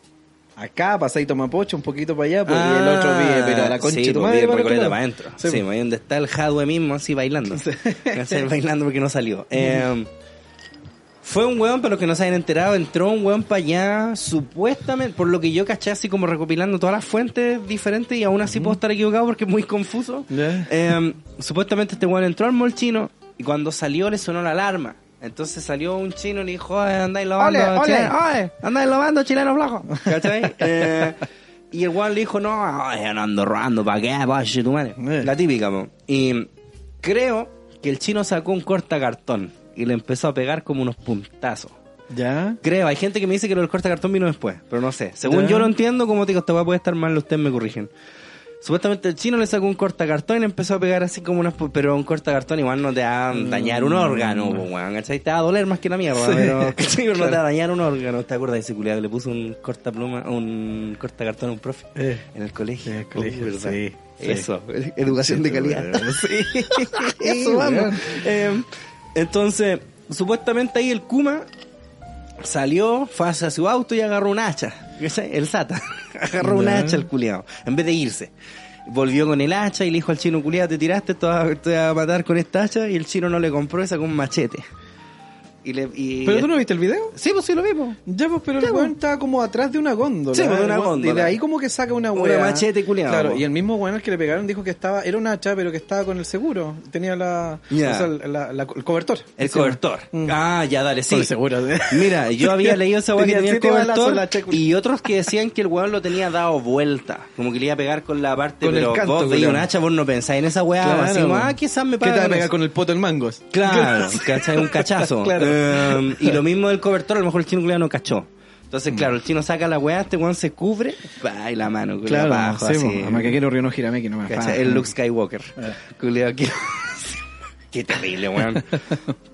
acá, pasadito Mapocho, un poquito para allá, pues, y el
Ah,
otro vive, pero a la concha
sí,
de tu
pues, vive
madre. para el otro
Recoleta
lado.
para adentro.
Sí,
Sí,
pues.
ahí donde está el Jadwe mismo, así bailando. Así, bailando porque no salió. Eh, fue un weón, para los que no se hayan enterado, entró un weón para allá, supuestamente, por lo que yo caché, así como recopilando todas las fuentes diferentes, y aún así puedo estar equivocado porque es muy confuso.
Ya.
Eh, supuestamente este weón entró al mall chino, y cuando salió le sonó la alarma. Entonces salió un chino y le dijo, "Oye, andáis lavando
Ole, ole,
chileno- oye, andáis lavando chileno flaco. ¿Cachai? Eh, y el weón le dijo, no, oye, no ando robando, ¿para qué? Pache, tu madre.
Eh.
La típica, po. Y creo que el chino sacó un cortacartón y le empezó a pegar como unos puntazos.
Ya.
Creo, hay gente que me dice que lo del cortacartón vino después, pero no sé. Según
Ya.
yo lo entiendo, como te digo, esta weá puede estar mal, ustedes me corrigen. Supuestamente el chino le sacó un cortacartón y le empezó a pegar así como unas... pu- Pero un cortacartón igual no te va a dañar un órgano, po, weón. ¿cachai? Te va a doler más que la mierda,
Mm. Sí.
pero, ¿cachai? Pero no te va a dañar un órgano. ¿Te acuerdas de ese culiado que le puso un cortapluma, un cortacartón a un profe?
Eh.
En el colegio.
En el colegio,
¿verdad?
sí, sí.
Eso, educación
Sí,
de calidad.
weón.
Sí. Eso, vamos.
weón.
Eh, entonces, supuestamente ahí el Kuma salió, fue hacia su auto y agarró un hacha. ¿cachai? El Sata. Agarró un
Ya.
hacha el culiado, en vez de irse. Volvió con el hacha y le dijo al chino, culiado, te tiraste, te vas te vas a matar con esta hacha. Y el chino no le compró y sacó un machete. Y le, y-
¿Pero tú no viste el video?
Sí, pues sí lo vimos.
Ya, pues, pero
Ya,
el weón estaba como atrás de una góndola.
Sí, pues, de una
El weón-
góndola.
Y de ahí como que saca una
Una
weá.
machete culiao, pues.
Claro,
po.
y el mismo weón al que le pegaron dijo que estaba, era una hacha, pero que estaba con el seguro. Tenía la,
Ya.
o sea, la- la- el cobertor.
El
Encima.
cobertor.
Mm.
Ah, ya, dale, sí.
Con el seguro. ¿eh?
Mira, yo había leído esa weá que tenía
Tenía
el
siete balazos
cobertor
la checu-
y otros que decían que el weón lo tenía dado vuelta. Como que le iba a pegar con la parte,
Con el
pero
canto,
vos veis
culiao.
un hacha, vos no pensáis en esa weá.
Claro,
así como, ah, quizás me
¿Qué te
paga
va a
con
pegar
eso.
con el poto en mangos?
Claro, ¿cachai? Un cachazo.
Claro.
Em, y lo mismo del cobertor, a lo mejor el chino culiao no cachó.
Mm.
Entonces, claro, el chino saca la weá, este weón se cubre, pa, y la mano, culiao, abajo,
sí,
así.
po. A Macaquero Río no girame que no me
¿Cachai?
apaga.
El Luke Skywalker.
Eh.
Culeado, qué... qué terrible, weón.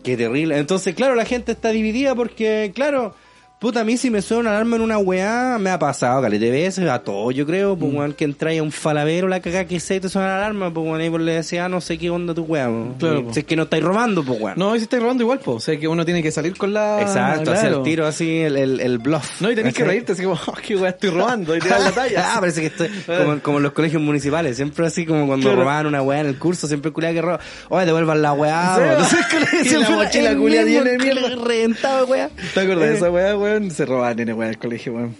Qué terrible. Entonces, claro, la gente está dividida porque, claro, puta, a mí si me suena una alarma en una weá, me ha pasado, calete veces, a todos yo creo,
Mm.
pues weón, que entra a un falavero, la caga que se te suena la alarma, pues weón, y pues le decía, ah, no sé qué onda tu weá, po.
Claro,
Y
po.
si es que no estáis robando, pues weón.
No, y si estáis robando igual, po. O sea, que uno tiene que salir con la...
Exacto, hacer
claro.
el tiro así, el, el, el bluff.
No, y tenés que
¿Cachai?
reírte, así como, oh, qué weá, estoy robando, y tirar la talla.
Ah, parece que estoy como, como en los colegios municipales, siempre así como cuando
Claro.
robaban una weá en el curso, siempre el culiao que roba, oye, devuelvan la weá.
Sí,
bo".
bo.
Entonces,
Y
siempre
la mochila
el
culiao
mismo
llena de mierda.
culiao Reventado, weá.
¿Te acuerdas
Eh,
de esa weá, weón? Se robaban nene, weá, el colegio, weón.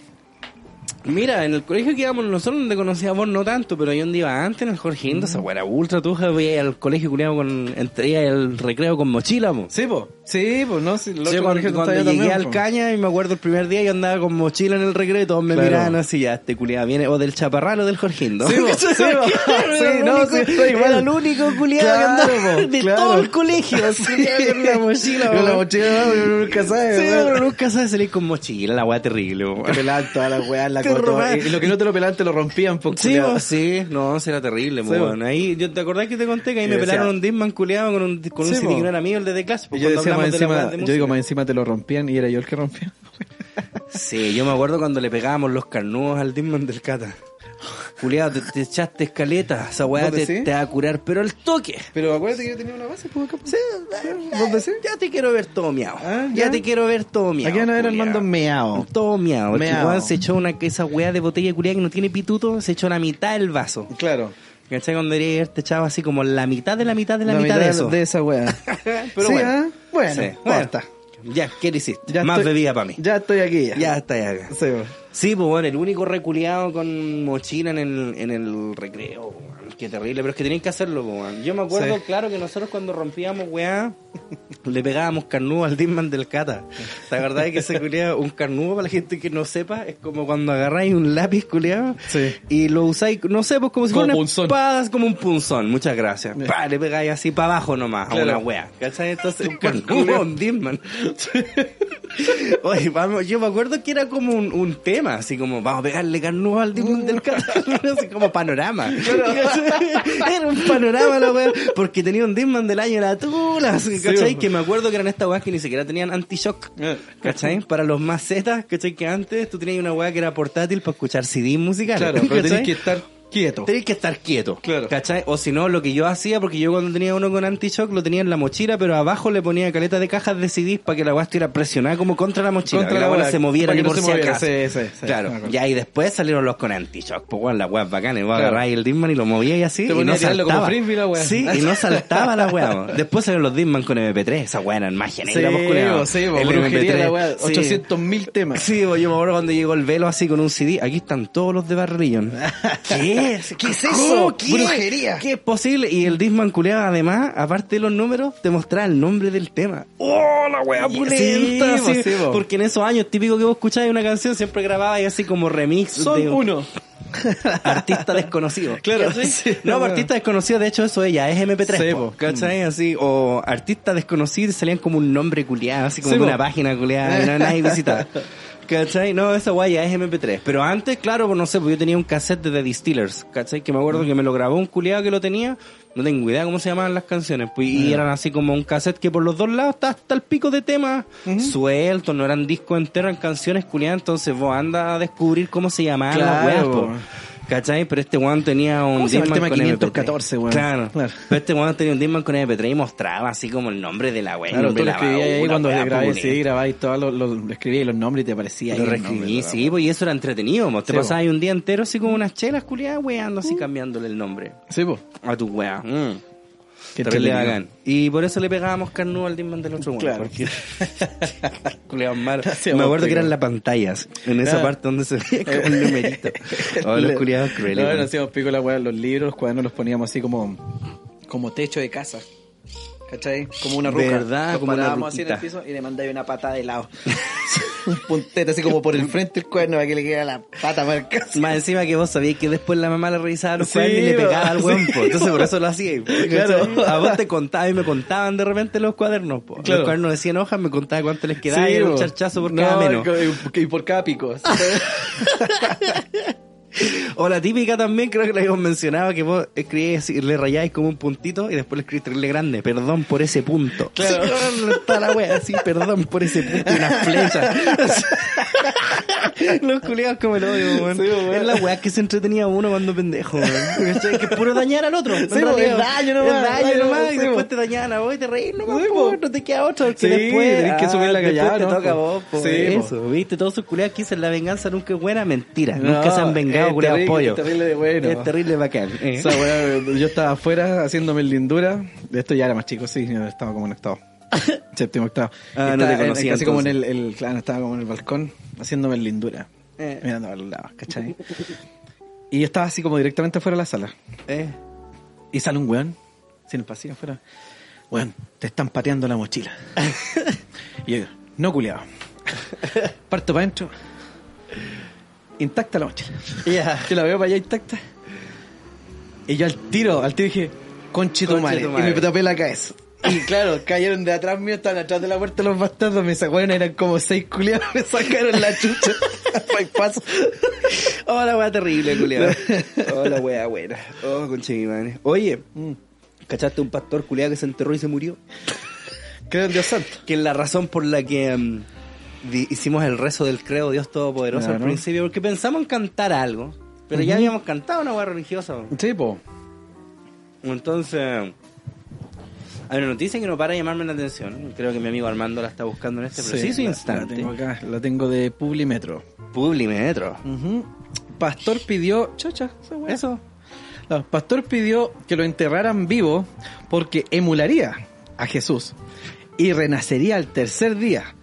Mira, en el colegio que íbamos nosotros donde conocíamos no tanto, pero yo donde iba antes, en el Jorge Indo, esa weá era ultra tuja, veía al colegio culiao con, entraía al recreo con mochila, mo.
Sí, po. Sí, po, no, sí, el
Yo
otro
cuando,
colegio
cuando
está allá
llegué
también,
al
po.
caña y me acuerdo el primer día yo andaba con mochila en el recreo y todos me
Claro.
miraban así, ya este culiado viene o del chaparral o del Jorgindo.
Sí, po, sí, po.
Era el
Sí, no,
único-
sí, estoy igual.
Era el único culiado
Claro,
que andaba
po,
de
claro.
todo el colegio. así, con la mochila.
Con la
po.
mochila, weón, uno nunca sabe,
Sí,
weón.
pero nunca sabes salir con mochila, la weá terrible. po.
Te pelaban todas las weas, la
Te
coto.
robaban.
Y, y lo que no te lo pelaban, te lo rompían, po,
Sí,
culiao.
po, sí, no, será terrible, po,
Sí, po.
weón. Ahí, yo te acordás que te conté que ahí
Y
me
decía-
pelaron un Disman culiado con un, con un
Sí,
CD
po.
que no era mío, el de The Clash. po,
Y yo
cuando
decía más
hablamos de la weá
encima,
de
yo
música.
digo más encima te lo rompían y era yo el que rompía.
Sí, yo me acuerdo cuando le pegábamos los carnudos al Disman del Cata. Juliado, te, te echaste escaleta, esa weá
¿Vos
te,
decís?
te va a curar, pero el toque.
Pero acuérdate que yo tenía una base, pues acá.
Sí,
¿Vos decís?
Ya te quiero ver todo miau.
Ah,
ya.
ya.
te quiero ver todo miau.
Aquí van a ver
culiao.
Armando meao.
Todo miau. El
Meao.
Juan se echó una, esa weá de botella culiada que no tiene pituto, se echó la mitad del vaso.
Claro.
¿Cachai? Cuando debería haberte echado así como la mitad de la mitad de la, mitad, de eso.
esa wea.
Pero
sí,
bueno.
¿ah? bueno,
Sí,
corta.
Ya, ¿qué le hiciste?
Ya
Más
estoy-
bebida para mí.
Ya estoy aquí. Ya.
Ya, está ya.
Sí, bueno.
Sí, pues bueno, el único reculeado con mochila en el, en el recreo, pues, bueno. Qué terrible, pero es que tenían que hacerlo, pues, bueno. Yo me acuerdo,
Sí.
claro, que nosotros cuando rompíamos weá, le pegábamos carnudo al Disman del Cata. ¿Te acordás de que se culeaba un carnudo para la gente que no sepa? Es como cuando agarráis un lápiz culeado
Sí.
y lo usáis, no sé, pues como si
Como
fuera una
punzón.
espada, como un punzón. Muchas gracias.
Ya.
Pa, le pegáis así para abajo nomás
Claro.
a una weá. ¿Cachai? Entonces, un carnudo, un Disman. Oye, vamos, yo me acuerdo que era como un, un tema, así como, vamos a pegarle carnudo al Disman
Mm.
del Cata. así como panorama. era un panorama la weá, porque tenía un Disman del año, la tula, así, ¿cachai?
po.
que me acuerdo que eran estas weas que ni siquiera tenían anti-shock.
Eh,
¿Cachai? Para los más zetas, ¿cachai? Que antes tú tenías una weá que era portátil para escuchar CD musical.
Claro, pero tenés
¿cachai?
que estar quieto.
Tenés que estar quieto.
Claro.
¿Cachai? O si no, lo que yo hacía, porque yo cuando tenía uno con anti-shock lo tenía en la mochila, pero abajo le ponía caleta de cajas de CDs para que la weá estuviera presionada como contra la mochila.
Contra
y
la
la weá
bola,
se moviera
para que
ni
no
por
se
si
moviera,
acaso.
sí, sí, sí, me
claro.
acuerdo.
Ya, y después salieron los con anti-shock. Pues weón, la weá es bacana. Y vos
Claro.
agarráis el Disman y lo movías y así.
Te
y
ponía
no
a tirarlo como
saltaba.
frisbee la weá.
Sí, y no saltaba la weá. weón. Después salieron los Disman con MP3. Esa weá era magia negra, pues, culiao.
sí, po,
El
brujería
MP3.
la weá,
Sí.
800 mil temas.
Sí, bo, yo me acuerdo cuando llegó el velo así con un CD. Aquí están todos los de Barrillon. ¿Qué es? ¿Qué es eso? ¿Qué?
Brujería.
¿Qué es posible? Y el Disman culeado, además, aparte de los números, te mostraba el nombre del tema.
¡Oh, la weá
Sí,
pulenta!
bo,
sí,
sí,
bo.
porque en esos años típico que vos escuchabas una canción, siempre grababas así como remix
Son
de
uno.
artista desconocido.
Claro,
¿Cachai?
sí,
no,
bueno.
artista desconocido, de hecho, eso ella es MP3.
Sí,
po, Mm.
po.
¿Cachai? Así, o artista desconocido y salían como un nombre culiado, así como
Sí,
de
po.
una página culiada, y no nadie visitaba. ¿Cachai? No, esa guay ya es MP3. Pero antes, claro, pues no sé, pues yo tenía un cassette de The Distillers, ¿cachai? Que me acuerdo que me lo grabó un culiado que lo tenía. No tengo idea cómo se llamaban las canciones. Pues, y eran así como un cassette que por los dos lados está hasta el pico de temas sueltos, no eran discos enteros, eran canciones culiadas. Entonces vos anda a descubrir cómo se llamaban las
Claro,
weas, Ah, po.
po.
¿Cachai? Pero este weón tenía un
¿Cómo se llama el
Discman
tema
con
514,
MP3.
weón?
Claro.
Claro.
Pero este weón tenía un Disman con MP3 y mostraba así como el nombre de la wea.
Claro, tú lo escribías ahí cuando
le
grabáis, sí, grabáis todo, lo, lo- lo escribíais los nombres y te aparecía ahí.
Lo
el
reescribí,
nombre,
sí, pues, y eso era entretenido. mo. Te
Sí, Mm.
pasabas ahí un día entero así como unas chelas culiadas, weando, así cambiándole el nombre
Sí, pues.
a tu wea. Mm.
Qué
Terrible
entretenido.
bacán. Y por eso le pegábamos carnudo al Disman del otro weón.
Claro.
porque- Culeado malo.
Hacíamos
Me acuerdo que
pico.
eran las pantallas. En esa
Claro.
parte donde se veía como el numerito. Oh, los culiados crueles.
No,
weón.
no hacíamos pico la weá, los libros, los cuadernos los poníamos así como, como techo de casa. ¿Cachai? Como una ruca.
¿Verdad?
Los
Como una
parábamos así en el
ruquita.
piso y le mandáis una pata de lado. Un puntete así como por el frente del cuaderno para que le queda la pata marcada.
Más encima que vos sabías que después la mamá le revisaba los
Sí,
cuadernos y le pegaba al
sí,
hueón, po. Entonces por eso lo hacía. po.
Claro.
¿Cachai? A vos te contaba y me contaban de repente los cuadernos, po.
Claro.
Los cuadernos de 100 hojas me contaba cuánto les quedaba y era un
po.
charchazo por
No,
cada menos.
Y, y por cada pico.
O la típica también, creo que la habíamos mencionado, que vos escribíais así, le rayáis como un puntito y después le escribís terrible grande. Perdón por ese punto.
Claro.
Sí, weón, está la wea así, perdón por ese punto y unas flechas. Los culiados como el odio, weón.
Sí, weón.
Es la wea que se entretenía uno cuando pendejo, weón. ¿Cachai? Que es puro dañar al otro. en
weón,
realidad.
es daño nomás,
Es daño
daño
nomás
nomás,
y
sí,
después
weón.
te dañan a vos y te reís nomás,
Sí,
po,
weón.
no te queda otro. porque
Sí,
después, ah,
tenés que subir la
después
callada,
te
¿no?
toca a vos, po,
Sí,
eso. Viste, todos esos culiados que dicen la venganza nunca es buena, mentira.
No,
Nunca se han vengado,
es
culiados
terrible,
pollo. Este
es terrible de bueno.
Es terrible bacán. eh.
Esa weá, yo estaba afuera haciéndome lindura. Esto ya era más chico, sí, yo estaba como en octavo. Séptimo, octavo.
Ah, no
Y
te
estaba en-
conocía,
Casi como en el,
entonces.
el- claro, estaba como en el balcón haciéndome lindura.
Eh.
Mirando para los lados, ¿cachai? Y yo estaba así como directamente afuera de la sala.
Eh.
Y sale un weón, sin el pasillo afuera. Weón, te están pateando la mochila. y yo, no culiado. Parto para adentro. Intacta la mochila. Yo la veo para allá intacta. Y yo al tiro, al tiro dije, conchito madre. Y
Conchetumare.
me tapé la cabeza. Y claro, cayeron de atrás mío, estaban atrás de la puerta los bastardos, me sacaron, eran como seis culiados, me sacaron la chucha. Pa' el paso.
Oh, la wea terrible, culiado. Oh, la wea buena. Oh, conche mi madre. Oye, ¿cachaste un pastor culiado que se enterró y se murió?
Creo en Dios santo.
Que es la razón por la que mm, di- hicimos el rezo del credo Dios Todopoderoso al
Claro.
principio, porque pensamos en cantar algo, pero ya
Ujú.
habíamos cantado una wea religiosa. po.
Sí, po.
Entonces, hay una noticia que no para de llamarme la atención. Creo que mi amigo Armando la está buscando en este preciso
la-
instante.
La tengo acá, la tengo de Publimetro.
Publimetro.
Ujú. Pastor pidió. Chacha, esa weá.
Eso.
No, Pastor pidió que lo enterraran vivo porque emularía a Jesús y renacería al tercer día.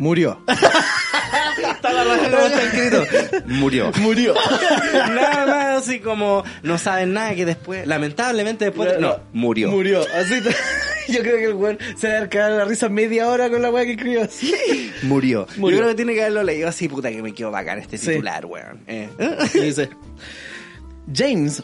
Murió.
Está la raja como está escrito. Murió.
Murió.
Nada más así como no saben nada que después, lamentablemente después, no, murió.
Murió. Así te- Yo creo que el weón se va a cagar la risa media hora con la weá que escribió así.
Murió.
Murió.
Yo creo que tiene que haberlo leído así, puta que me quedo bacán este
Sí.
titular, weón. Eh.
Y dice, James,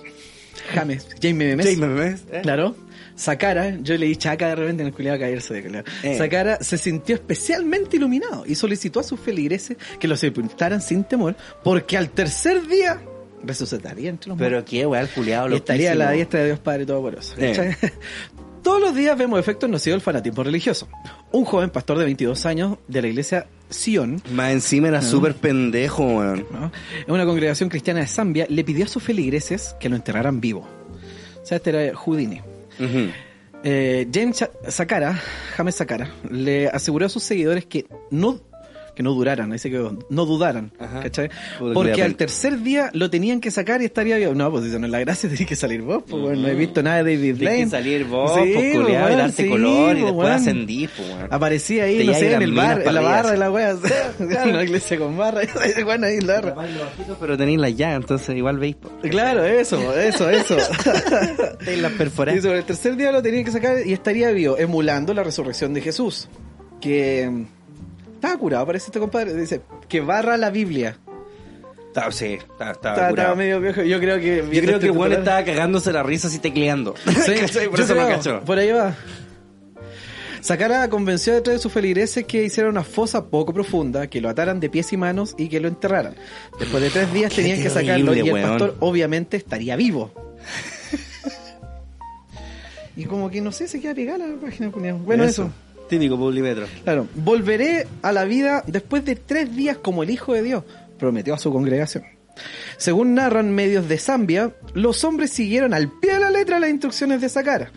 James, James Memes.
James Memes, eh.
Claro. Sakara, yo leí Chaca de repente en el culiado caerse de culiao.
Eh.
Sakara se sintió especialmente iluminado y solicitó a sus feligreses que lo sepultaran sin temor, porque al tercer día resucitaría entre los
Pero qué weón, culiado,
y
lo
estaría a la diestra de Dios Padre Todopoderoso.
Eh.
¿cachai? Todos los días vemos efectos nocivos del fanatismo religioso. Un joven pastor de 22 años de la iglesia Sion,
Más encima
Ah.
era súper pendejo, weón.
¿no? en una congregación cristiana de Zambia, le pidió a sus feligreses que lo enterraran vivo. O sea, este era Houdini.
Ujú.
Eh, James Cha- Sakara, James Sakara, le aseguró a sus seguidores que no que no duraran, ahí se quedó, no dudaran,
Ajá.
¿cachai?
Puta,
Porque
cuidado.
al tercer día lo tenían que sacar y estaría vivo. No, pues si no es la gracia, tenés que salir vos, pues bueno, no he visto nada de David
Tienes
Blaine.
que salir vos,
Sí,
pues,
pues,
culiao, y
weón,
darte
sí,
color y
pues,
después
weón.
ascendí, pues, weón.
Aparecía ahí,
Te
no
ya
sé,
eran
en el
minas
bar, en la
para
barra,
arriba,
en la wea, así, en la iglesia con barra, ese weón ahí en la barra.
Tapáis los ojitos, pero tenéis las llagas, entonces igual veis, pues, po.
Claro, eso, eso, eso.
Tenéis las
Y
perforadas.
sobre el tercer día lo tenían que sacar y estaría vivo, emulando la resurrección de Jesús. Que mm, estaba curado, parece este compadre. Dice que barra la Biblia.
Está- sí, está- estaba
Estaba,
curado.
estaba medio viejo. Yo creo que.
Yo creo que el weón estaba cagándose la risa así tecleando. ¿Cachai? por
Yo
eso no
creo,
cachó.
Por ahí va. Sakara convenció a tres de sus feligreses que hicieran una fosa poco profunda, que lo ataran de pies y manos y que lo enterraran. Después de tres días
Qué
tenían que sacarlo y
terrible,
el
weón.
pastor obviamente estaría vivo. y como que no sé, se queda pegada la página. culiao. Bueno, eso.
Típico Publimetro.
Claro, volveré a la vida después de tres días como el Hijo de Dios, prometió a su congregación. Según narran medios de Zambia, los hombres siguieron al pie de la letra las instrucciones de Sakara.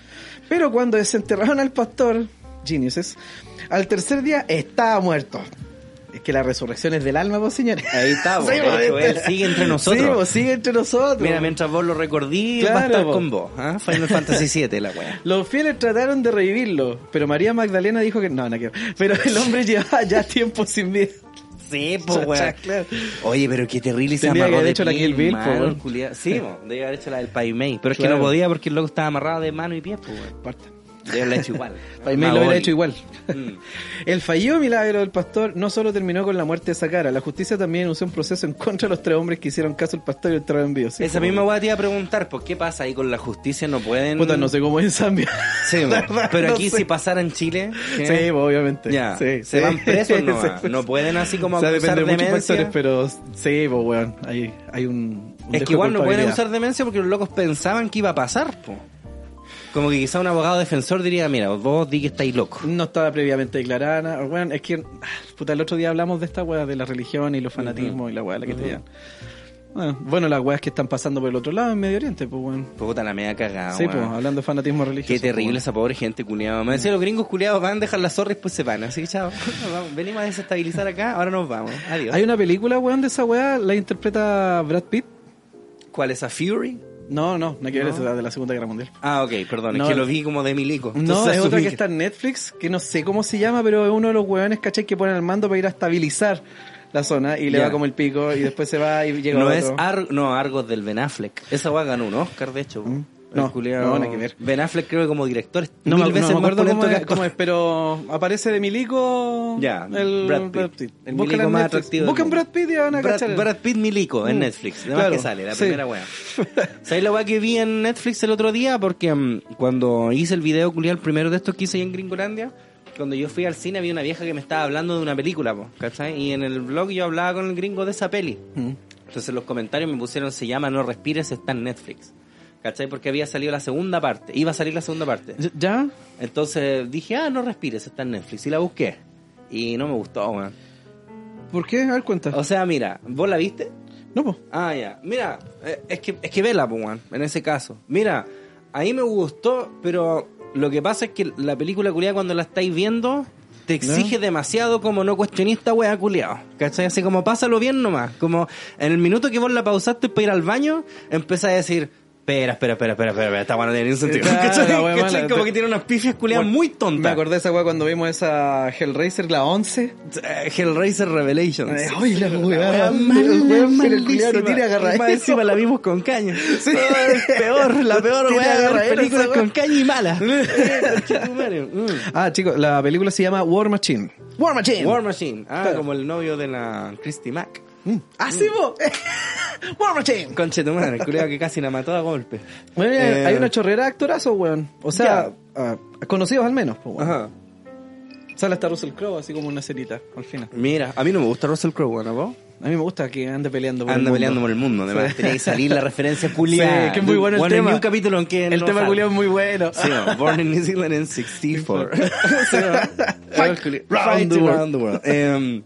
Pero cuando desenterraron al pastor, geniuses, al tercer día estaba muerto. Es que la resurrección es del alma, vos señores.
Ahí está,
Sí,
weón.
vos,
De hecho,
¿viste?
él sigue entre nosotros.
Sí, vos, sigue entre nosotros.
Mira, mientras vos lo recordís,
Claro,
va a estar
po.
con vos. ¿ah? Final Fantasy VII, la weá.
Los fieles trataron de revivirlo, pero María Magdalena dijo que no, no quiero. Pero el hombre llevaba ya tiempo sin vida.
Sí, po,
Cha-
weón.
cha, claro.
Oye, pero qué terrible y se
Tendría que
amarró
haber
de
hecho la
pie
Kill Bill,
mano,
po, weón.
culiao. Sí, po, debe haber hecho la del Pai Mei. Pero es que
Claro.
no podía porque el loco estaba amarrado de mano y pie, po, weón.
Parta.
Debe haberla hecho igual.
Paimé lo
Mahoney.
hubiera hecho igual.
Mm.
El fallido milagro del pastor no solo terminó con la muerte de Sakara, la justicia también anunció un proceso en contra de los tres hombres que hicieron caso al pastor y el trago en vivo. Sí,
Esa
como-
misma weá te iba a preguntar, ¿por qué pasa ahí con la justicia? No pueden.
Puta, no sé cómo es en Zambia.
Sí,
La
po.
verdad,
pero
no
aquí
sé.
si pasara en Chile.
Sí,
¿qué?
pues, obviamente.
Ya, se
Sí, sí.
van presos nomás.
Sí, sí.
No pueden así como
o sea,
acusar
depende de muchos
demencia.
factores, pero sí, pues, weón. Hay, hay un. un
es
dejo
que igual no
de
pueden
culpabilidad.
acusar demencia porque los locos pensaban que iba a pasar, po. Como que quizá un abogado defensor diría, mira, vos di que estáis loco.
No estaba previamente declarada. nada. Weón, es que. ah, Puta, el otro día hablamos de esta weá, de la religión y los fanatismos y la weá, la que te llevan. Bueno, bueno, las weas que están pasando por el otro lado en Medio Oriente, pues, weón.
Puta la media cagada,
sí, pues,
Ah, weón.
hablando de fanatismo religioso.
Qué terrible
pues,
esa pobre gente culiada. Me decía, los gringos culiados van, dejan las zorras y pues se van. Así que chao, nos vamos. venimos a desestabilizar acá, ahora nos vamos. Adiós.
Hay una película, weón, de esa weá, la interpreta Brad Pitt.
¿Cuál es a Fury?
No, no, no hay que ver
No.
esa de la Segunda Guerra Mundial.
Ah, ok, perdón,
No,
es que
el-
lo vi como de milico.
no,
Entonces
es otra
asumí
que está en Netflix, que no sé cómo se llama, pero es uno de los weones, ¿cachai? Que ponen al mando para ir a estabilizar la zona y le
Ya.
va como el pico y después se va y llega
No
otro.
es Ar- no, Argos del Ben Affleck. Esa va ganó un Oscar, de hecho.
Mm.
El
No,
culiao-
no, nada que ver.
Ben Affleck creo que como director es
No,
mil
me,
veces
no me
más
acuerdo cómo
polento
es,
que
cómo es, pero aparece de Milico
Ya,
el
Brad Pitt. El
Busquen
milico
en
más
Netflix.
atractivo del
Busquen
mundo.
Brad Pitt y van a cachar.
Brad,
el-
Brad Pitt Milico en
Mm.
Netflix, además
Claro,
que sale, la
sí.
primera wea. ¿Sabes la wea que vi en Netflix el otro día? Porque mm, cuando hice el video culiado, el primero de estos que hice ahí en Gringolandia, cuando yo fui al cine había una vieja que me estaba hablando de una película, po, ¿cachai? Y en el blog yo hablaba con el gringo de esa peli.
Mm.
Entonces los comentarios me pusieron, se llama No Respires, está en Netflix. ¿Cachai? Porque había salido la segunda parte, iba a salir la segunda parte.
¿Ya?
Entonces dije, ah, No Respires, está en Netflix. Y la busqué. Y no me gustó, weón.
¿Por qué? A ver, cuenta.
O sea, mira, ¿vos la viste?
No, pues.
Ah, ya. Mira, eh, es que, es que vela, po, weón, en ese caso. Mira, a mí me gustó, pero lo que pasa es que la película culiada cuando la estáis viendo te exige demasiado como no cuestionista, weá, culiado. ¿Cachai? Así como pásalo bien nomás. Como en el minuto que vos la pausaste para ir al baño, empezás a decir... Espera, espera, espera, espera, espera, espera, esta weá no tiene ningún sentido.
Está
¿Cachai?
la weá
¿Cachai?
mala.
Como que tiene unas pifias culiadas muy
Me
tontas.
acordé de esa weá cuando vimos esa Hellraiser, la 11.
Eh, Hellraiser Revelations.
Eh, ¡Ay, la
Weá
weá!
mala,
Pero el
malísima.
culiao no tiene
Y Más
agarradero.
encima la vimos con caña. Ay, peor, la peor
Tiene
weá de ver
agarradero
películas
esa weá.
con caña y mala. Eh, Conchetumare. Mm.
Ah, chicos, la película se llama War Machine. ¡War Machine!
War Machine. Ah,
Claro.
como el novio de la Christy Mack.
¡Ah, sí, po! ¡War Machine!
Conche tu madre, culiao que casi la mató a golpe.
Bueno,
Eh,
hay una chorrera de actorazos, weón. O sea, ah, conocidos al menos, po, weón.
Ajá.
Sale hasta Russell Crowe, así como una cerita, al final.
Mira, a mí no me gusta Russell Crowe, ¿no? ¿Vos?
A mí me gusta que ande peleando por
Anda
el mundo.
peleando por el mundo, además.
Sí.
Tiene que salir la referencia culiada.
Sí, que es muy bueno el
no hay
tema.
ni un capítulo en que
El
no
tema
sale.
culiao es muy bueno.
Sí, no, Born in New Zealand en 64. Sí, no.
Fight
Fight
round the world.
around the world. Em,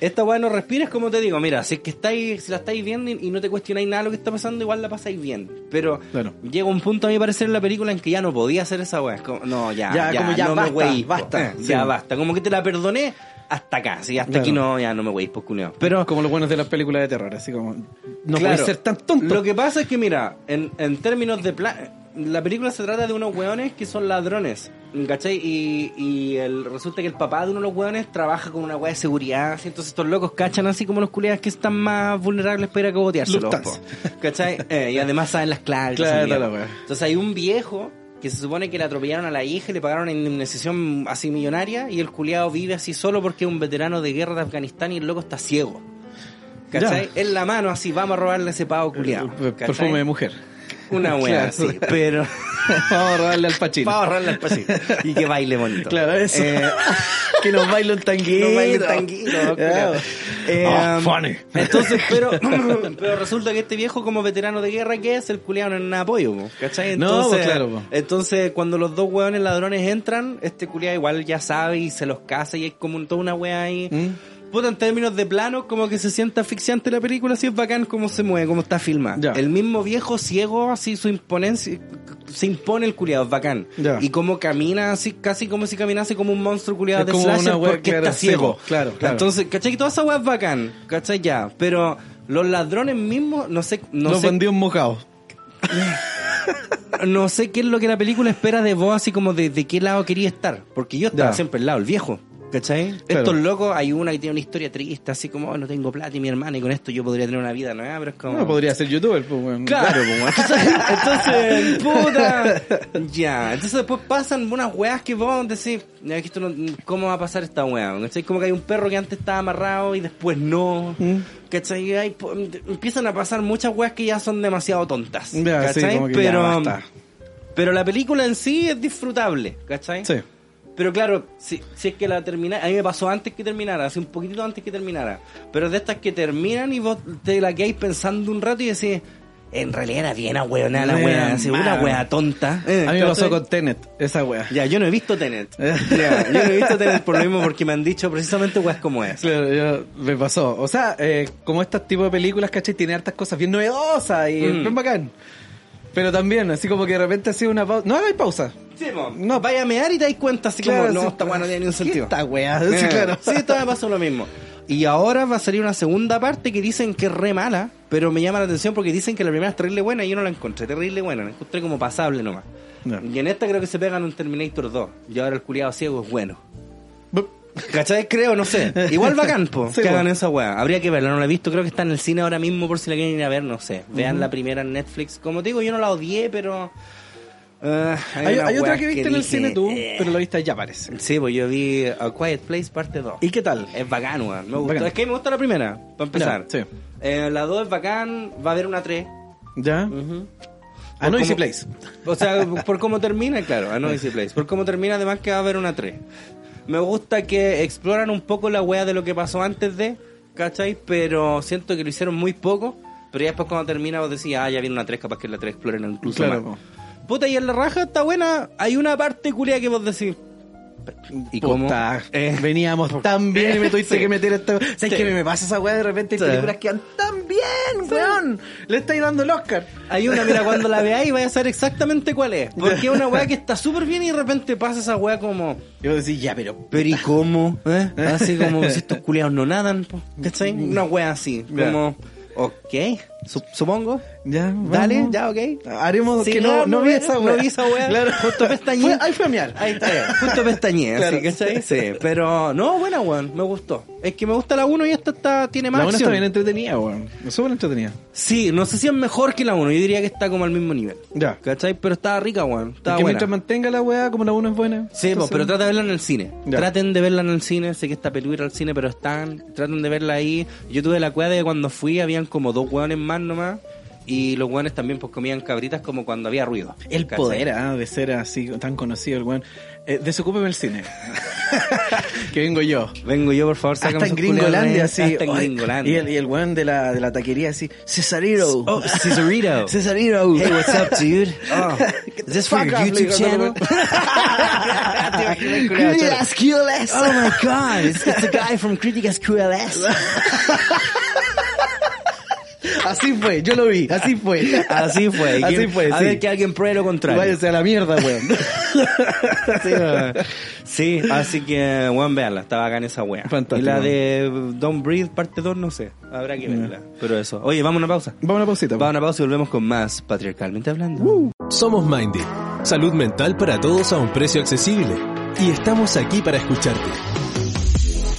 esta weá no respiras como te digo, mira, si es que estáis, si la estáis viendo y, y no te cuestionáis nada de lo que está pasando, igual la pasáis bien. Pero
Claro.
llega un punto a mi parecer en la película en que ya no podía hacer esa weá. Es como, no, ya, ya,
Ya, como ya
no
basta,
me weís, po.
basta.
Eh, Ya
Sí.
basta. Como que te la perdoné hasta acá. Sí, hasta
Claro.
aquí no, ya no me weís, pues culiao.
Pero como los buenos de las películas de terror, así como no
Claro.
puedes ser tan tonto.
Lo que pasa es que, mira, en, en términos de plan. La película se trata de unos hueones que son ladrones, ¿cachai? Y, y el, resulta que el papá de uno de los hueones trabaja con una hueá de seguridad, ¿sí? entonces estos locos cachan así como los culiados que están más vulnerables para cagoteárselos, po,
Lufthansa.
¿cachai? Eh, y además saben las claves.
Claro,
esa mierda.
la hueá.
entonces hay un viejo que se supone que le atropellaron a la hija y le pagaron una indemnización así millonaria y el culiado vive así solo porque es un veterano de guerra de Afganistán y el loco está ciego. ¿Cachai? En la mano, así, vamos a robarle ese pavo culiado.
P- Eh, Perfume de mujer.
Una wea
Claro.
así, pero
Vamos a robarle al pachino.
para ahorrarle al pasito. Y que baile bonito.
Claro, eso. que nos baila un tanguito.
No bailen tanguito, culiao. Eh,
Ah, funny.
Entonces, pero, pero resulta que este viejo, como veterano de guerra que es, el culiado no es nada apoyo, po, ¿cachai?
No,
Entonces,
pues, claro, po.
entonces, cuando los dos hueones ladrones entran, este culiado igual ya sabe y se los casa y es como un- toda una wea ahí.
¿Mm?
Puta, en términos de plano, como que se siente asfixiante la película, así es bacán cómo se mueve, cómo está filmada.
Ya.
El mismo viejo ciego, así su imponencia, se impone el culiado, es bacán.
Ya.
Y cómo camina, así casi como si caminase como un monstruo culiado
Es
de
como
slasher
una wea,
porque
claro,
está ciego.
ciego, claro, claro.
Entonces, ¿cachai? Que toda esa weá es bacán, ¿cachai? Ya, pero los ladrones mismos, no sé, no
Los
sé
bandidos mojados.
no sé qué es lo que la película espera de vos, así como de, de qué lado quería estar. Porque yo estaba
Ya.
siempre al lado, el viejo. ¿Cachai?
Claro.
Estos locos, hay una que tiene una historia triste, así como, "Oh, no tengo plata y mi hermana, y con esto yo podría tener una vida nueva, pero es como.
No, podría ser youtuber, pues, weón.
Claro, po, weón. entonces, puta. Ya, entonces después pasan unas weas que vos decís, "Ya, que esto no- ¿cómo va a pasar esta wea? ¿Cachai? Como que hay un perro que antes estaba amarrado y después no.
Mm.
¿Cachai? Y hay po- empiezan a pasar muchas weas que ya son demasiado tontas.
Ya, sí,
¿cachai?
como que ya
pero,
basta.
pero la película en sí es disfrutable, ¿cachai?
Sí.
Pero claro, si, si es que la termina, a mí me pasó antes que terminara, hace un poquitito antes que terminara. Pero de estas que terminan y vos te la quedáis pensando un rato y decís, en realidad era bien ahueonada la
Bien,
wea, así, una
man.
wea tonta. Eh,
A mí me pasó
¿cachai?
con Tenet, esa wea.
Ya, yo no he visto Tenet. Ya, yo no he visto Tenet por lo mismo porque me han dicho precisamente weas como es.
Claro, yo- me pasó. O sea, eh, como este tipo de películas, ¿cachai? Tiene hartas cosas bien novedosas y
Mm.
bien bacán. Pero también, así como que de repente ha sido una pausa. No hagáis pausa.
no, vaya a mear y te das cuenta así como, no,
así-
esta wea no tiene ningún
¿Qué
sentido.
Esta wea,
Eh,
sí, claro.
Sí, esto me pasó lo mismo. Y ahora va a salir una segunda parte que dicen que es re mala, pero me llama la atención porque dicen que la primera es terrible buena y yo no la encontré terrible buena, la encontré como pasable nomás.
Ya.
Y en esta creo que se pegan un Terminator 2 y ahora el culiado ciego es bueno. ¿Cachai? Creo, no sé. Igual bacán, po,
Sí,
que
po.
hagan esa weá. Habría que verla, no la he visto, creo que está en el cine ahora mismo por si la quieren ir a ver, no sé. Vean la primera en Netflix. Como te digo, yo no la odié, pero... eh, hay
Hay,
una
hay otra
weá
que viste en el
dije,
cine tú,
eh.
pero la viste allá, parece.
Sí, pues yo vi A Quiet Place parte 2.
¿Y qué tal?
Es bacán, weón. Me gustó.
Bacán.
Es que me gustó la primera, para empezar.
Ya, sí.
Eh, la 2 es bacán, va a haber una 3.
¿Ya? A
Por
Noisy
cómo-
Ah, Place.
O sea, por cómo termina, claro, a Noisy Place. Por cómo termina, además que va a haber una 3. Me gusta que exploran un poco la wea de lo que pasó antes de, ¿cachai? Pero siento que lo hicieron muy poco. Pero ya después cuando termina vos decís, ah, ya viene una 3, capaz que en la 3 exploren incluso
Claro,
más.
po.
Puta, y en la raja está buena. Hay una parte culia que vos decís... ¿Y cómo?
Puta,
Eh.
veníamos tan bien y me tuviste
Sí.
que meter esta. ¿Sabes
Sí.
que me pasa esa weá de repente? Hay
Sí.
películas que van tan bien, weón. Le estáis dando el Oscar.
Hay una, mira, cuando la veáis vais a saber exactamente cuál es. Porque es una weá que está súper bien y de repente pasa esa weá como...
Yo decía, ya, pero.
Pero ¿y cómo? ¿Eh? Así como si estos culiados no nadan, po, ¿cachai? Una weá así,
Ya.
como... Ok, Sup- Supongo.
Ya,
Dale,
vamos.
ya, ok.
Haremos
Sí,
que no,
claro,
no vi
bueno,
esa wea.
No vi esa wea.
Claro.
Justo pestañé.
Fue- ahí fue a mear.
Ahí está, justo pestañé,
Claro.
así, ¿cachai? Sí, pero no, buena, weón, me gustó. Es que me gusta la 1 y esta está, tiene más
La una está
acción.
bien entretenida, weón. Es súper entretenida.
Sí, no sé si es mejor que la 1, yo diría que está como al mismo nivel.
Ya.
¿Cachai? Pero está rica, weón, está
Porque
buena.
mientras mantenga la weá, como la una es buena.
Sí, pues,
entonces-
pero trata de verla en el cine.
Ya.
Traten de verla en el cine. Sé que está peluda al cine, pero están. Traten de verla ahí. Yo tuve la cueva de que cuando fui habían como dos hueones más nomás. Y los hueones también pues comían cabritas como cuando había ruido.
El
¿Cachai?
poder ah, de ser así, tan conocido el weón. Eh, desocúpeme el cine. que vengo yo.
Vengo yo, por favor, sácame
Hasta en
esos culeros de ahí.
Gringolandia, así.
Hasta en
Ay,
Gringolandia.
Y el, y el weón de la, de la taquería, así. Cesariro.
Oh, Cesarito.
Cesariro.
Hey, what's up, dude? Oh, is this for
Fuck
your
up,
YouTube
le digo,
channel?
no,
Te imaginas el culiao, choro. Oh my god, it's, it's the guy from Críticas QLS.
Así fue, yo lo vi, así fue.
Así fue. y
Así
que-
fue,
A
sí.
ver que alguien pruebe lo contrario.
Váyase a la mierda, weón.
Sí, weón. Sí, así que, weón, veanla, estaba acá en esa wea.
Fantástico.
Y la de Don't Breathe, parte 2, no sé, habrá que verla. Pero eso. Oye, vamos a una pausa.
Vamos a una pausita. pues.
Vamos a una pausa y volvemos con más Patriarcalmente Hablando.
Uh.
Somos Mindy, salud mental para todos a un precio accesible. Y estamos aquí para escucharte.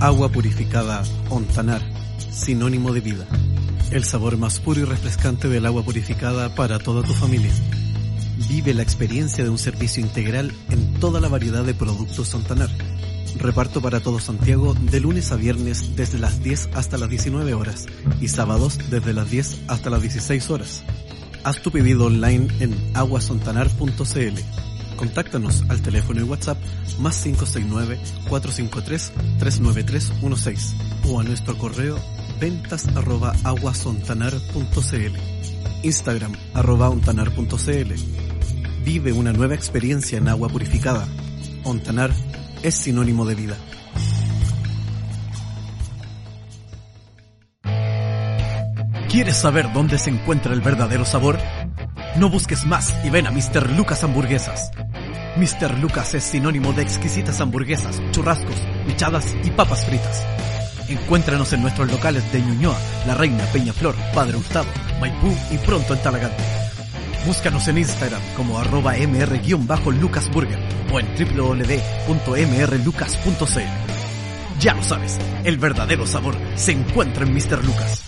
Agua purificada Ontanar, sinónimo de vida. El sabor más puro y refrescante del agua purificada para toda tu familia. Vive la experiencia de un servicio integral en toda la variedad de productos Ontanar. Reparto para todo Santiago de lunes a viernes desde las 10 hasta las 19 horas y sábados desde las 10 hasta las 16 horas. Haz tu pedido online en aguasontanar.cl. Contáctanos al teléfono y WhatsApp más 569-453-39316 o a nuestro correo ventas arroba aguasontanar.cl, Instagram arroba ontanar.cl. Vive una nueva experiencia en agua purificada. Ontanar es sinónimo de vida. ¿Quieres saber dónde se encuentra el verdadero sabor? No busques más y ven a Mr. Lucas Hamburguesas. Mr. Lucas es sinónimo de exquisitas hamburguesas, churrascos, michadas y papas fritas. Encuéntranos en nuestros locales de Ñuñoa, La Reina, Peñaflor, Padre Hurtado, Maipú y pronto en Talagante. Búscanos en Instagram como arroba mr-lucasburger o en www.mrlucas.cl. Ya lo sabes, el verdadero sabor se encuentra en Mr. Lucas.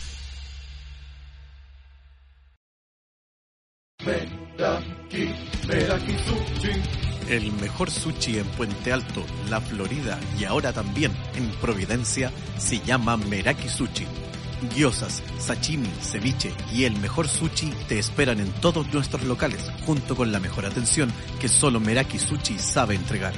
El mejor sushi en Puente Alto, La Florida y ahora también en Providencia se llama Meraki Sushi. Gyozas, sashimi, ceviche y el mejor sushi te esperan en todos nuestros locales junto con la mejor atención que solo Meraki Sushi sabe entregar.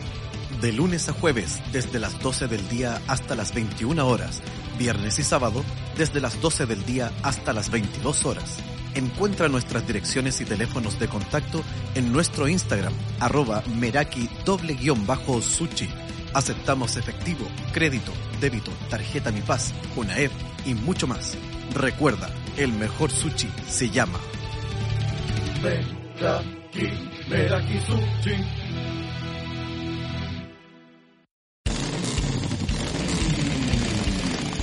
De lunes a jueves desde las 12 del día hasta las 21 horas. Viernes y sábado desde las 12 del día hasta las 22 horas. Encuentra nuestras direcciones y teléfonos de contacto en nuestro Instagram, arroba meraki doble guión bajo sushi. Aceptamos efectivo, crédito, débito, tarjeta Mi Paz, UNAEP y mucho más. Recuerda, el mejor sushi se llama.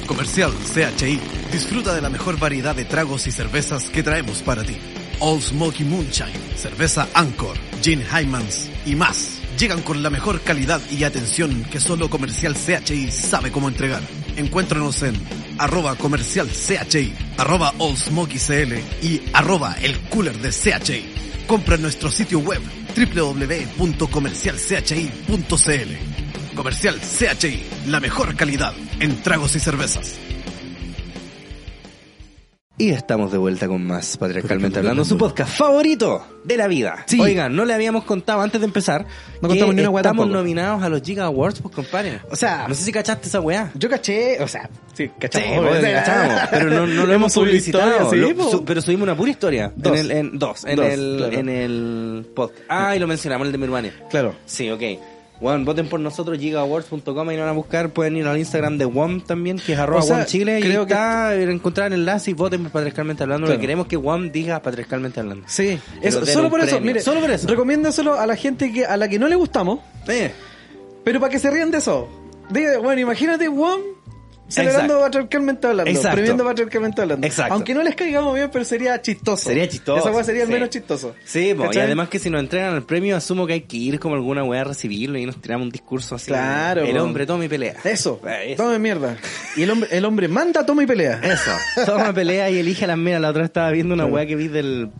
Comercial CHI. Disfruta de la mejor variedad de tragos y cervezas que traemos para ti. All Smoky Moonshine, cerveza Anchor, Gin Hymans y más. Llegan con la mejor calidad y atención que solo Comercial CHI sabe cómo entregar. Encuéntranos en arroba comercial CHI, arroba All Smoky CL y arroba el cooler de CHI. Compra en nuestro sitio web www.comercialchi.cl. Comercial CHI, la mejor calidad en tragos y cervezas.
Y estamos de vuelta con más Patriarcalmente Hablando, su podcast favorito de la vida.
Sí.
Oigan, no le habíamos contado antes de empezar
No
que
contamos ni una
estamos
weá tampoco.
nominados a los Giga Awards, pues compadre.
O sea-
no sé si cachaste esa weá.
Yo caché, o sea, sí, cachamos.
Sí, bueno,
O sea,
cachamos, pero no, no lo hemos
hemos subido
publicitado,
historia, sí,
lo-
po.
su- pero subimos una pura historia.
Dos.
En el, en, dos, en
Dos,
el,
claro.
en el podcast. Ah, y lo mencionamos, el de Mirvania.
Claro.
Sí, ok. Bueno, voten por nosotros, gigaawards.com y nos van a buscar. Pueden ir al Instagram de WOM también, que es arroba
O sea,
WOM Chile.
creo
Creo
que-
que está, encontrar el enlace y voten por Patriarcalmente Hablando.
Claro.
Porque queremos que WOM diga Patriarcalmente Hablando.
Sí,
Que
eso,
nos den
solo
un
por eso,
premio.
mire,
Solo por eso.
Recomiéndaselo a la gente que, a la que no le gustamos,
Eh,
pero para que se rían de eso. Diga, bueno, imagínate WOM celebrando
Exacto.
patriarcalmente hablando,
Exacto.
premiando patriarcalmente hablando.
Exacto.
Aunque no les caigamos bien, pero sería chistoso.
Sería chistoso,
Esa cosa sería al
sí.
menos chistoso.
sí, po, y
¿Cachai?
además que si nos entregan el premio, asumo que hay que ir como alguna weá a recibirlo y nos tiramos un discurso así.
Claro,
El
po.
hombre toma y pelea.
Eso,
Eh, eso. Eh.
tome mierda. Y el hombre, el hombre manda, toma y pelea.
Eso. Toma pelea y elige a las minas. La otra vez estaba viendo una weá que vi del.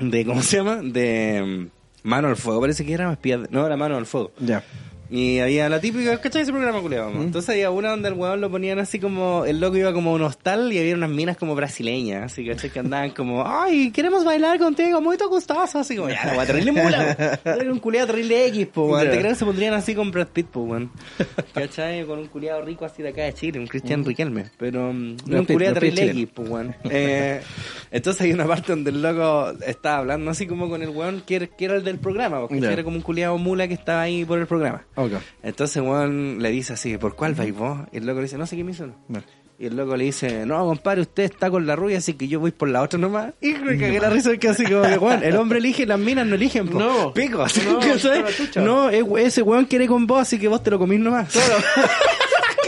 de ¿Cómo se llama? De. mm, Mano al fuego, parece que era espía. de- No, era mano al fuego.
Ya.
Y había la típica, ¿cachai? Ese programa culiado. Entonces había una donde el weón lo ponían así como. El loco iba como a un hostal y había unas minas como brasileñas. Así, ¿cachai? Que andaban como. ¡Ay, queremos bailar contigo! Muy gustoso. Así como, ya, la weá, terrible mula. weón. Era un culiado terrible X, po, weón.
Ya.
Te creo que se pondrían así con Brad Pitt, po, weón. ¿cachai? Con un culiado rico así de acá de Chile, un Cristian Riquelme. Pero. mm,
Lo
no,
pi-
culia
lo
terrible
pichileno.
X, pues, weón. Eh, entonces hay una parte donde el loco estaba hablando así como con el weón que, era- que era el del programa, porque
Ya.
era como un culiado mula que estaba ahí por el programa.
Ok.
Entonces weón le dice así, ¿por cuál vais vos? Y el loco le dice, no sé qué me hizo. no".
Vale.
Y el loco le dice, no, compadre, usted está con la rubia, así que yo voy por la otra nomás. Y me cagué la risa que así como que, weón, el hombre elige, las minas no eligen, po.
No.
Pico, así,
No,
¿cachai?
está la chucha.
No, e- ese weón quiere con vos, así que vos te lo comís nomás.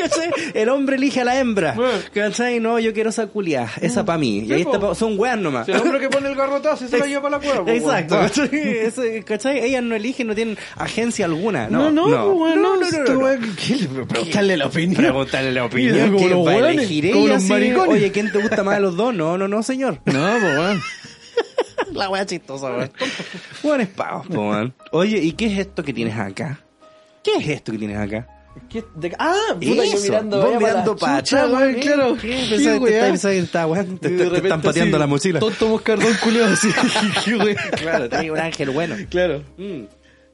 ¿Cachai? El hombre elige a la hembra. ¿Cachai? No, yo quiero esa culia.
Mm.
Esa para mí. Y ahí está pa- son weas nomás.
El hombre que pone el garrotazo y se lo lleva para la cueva. po, weón.
Exacto. ¿Cachai? Eso, ¿Cachai? Ellas no eligen, no tienen agencia alguna.
No,
No,
no, po, weón, no,
no, no,
tú,
no.
weón, ¿qué le- Preguntarle la opinión.
Preguntarle la opinión.
Como
¿Qué
los
va a
hueones,
elegir
como
ella,
los
sí?
maricones.
Oye, ¿quién te gusta más de los dos? No, no, no, señor.
No, pues weón.
La wea chistosa, weón. Weón es pavo, po, weón. Oye, ¿y qué es esto que tienes acá? ¿Qué es esto que tienes acá?
¿Qué- de- Ah, puta, yo
Eso,
mirando,
vos
vaya pa'
mirando
la
pa'
chucha,
atrás,
weón,
¿eh?
claro.
¿Qué?
Sí,
Pensaba que te
weón.
estáis- está, weón, te-
Y
te-
de
te
repente
están pateando
así,
la mochila.
Tonto moscardón culiado así. Qué weón.
Claro, trae un ángel bueno.
Claro.
Mm.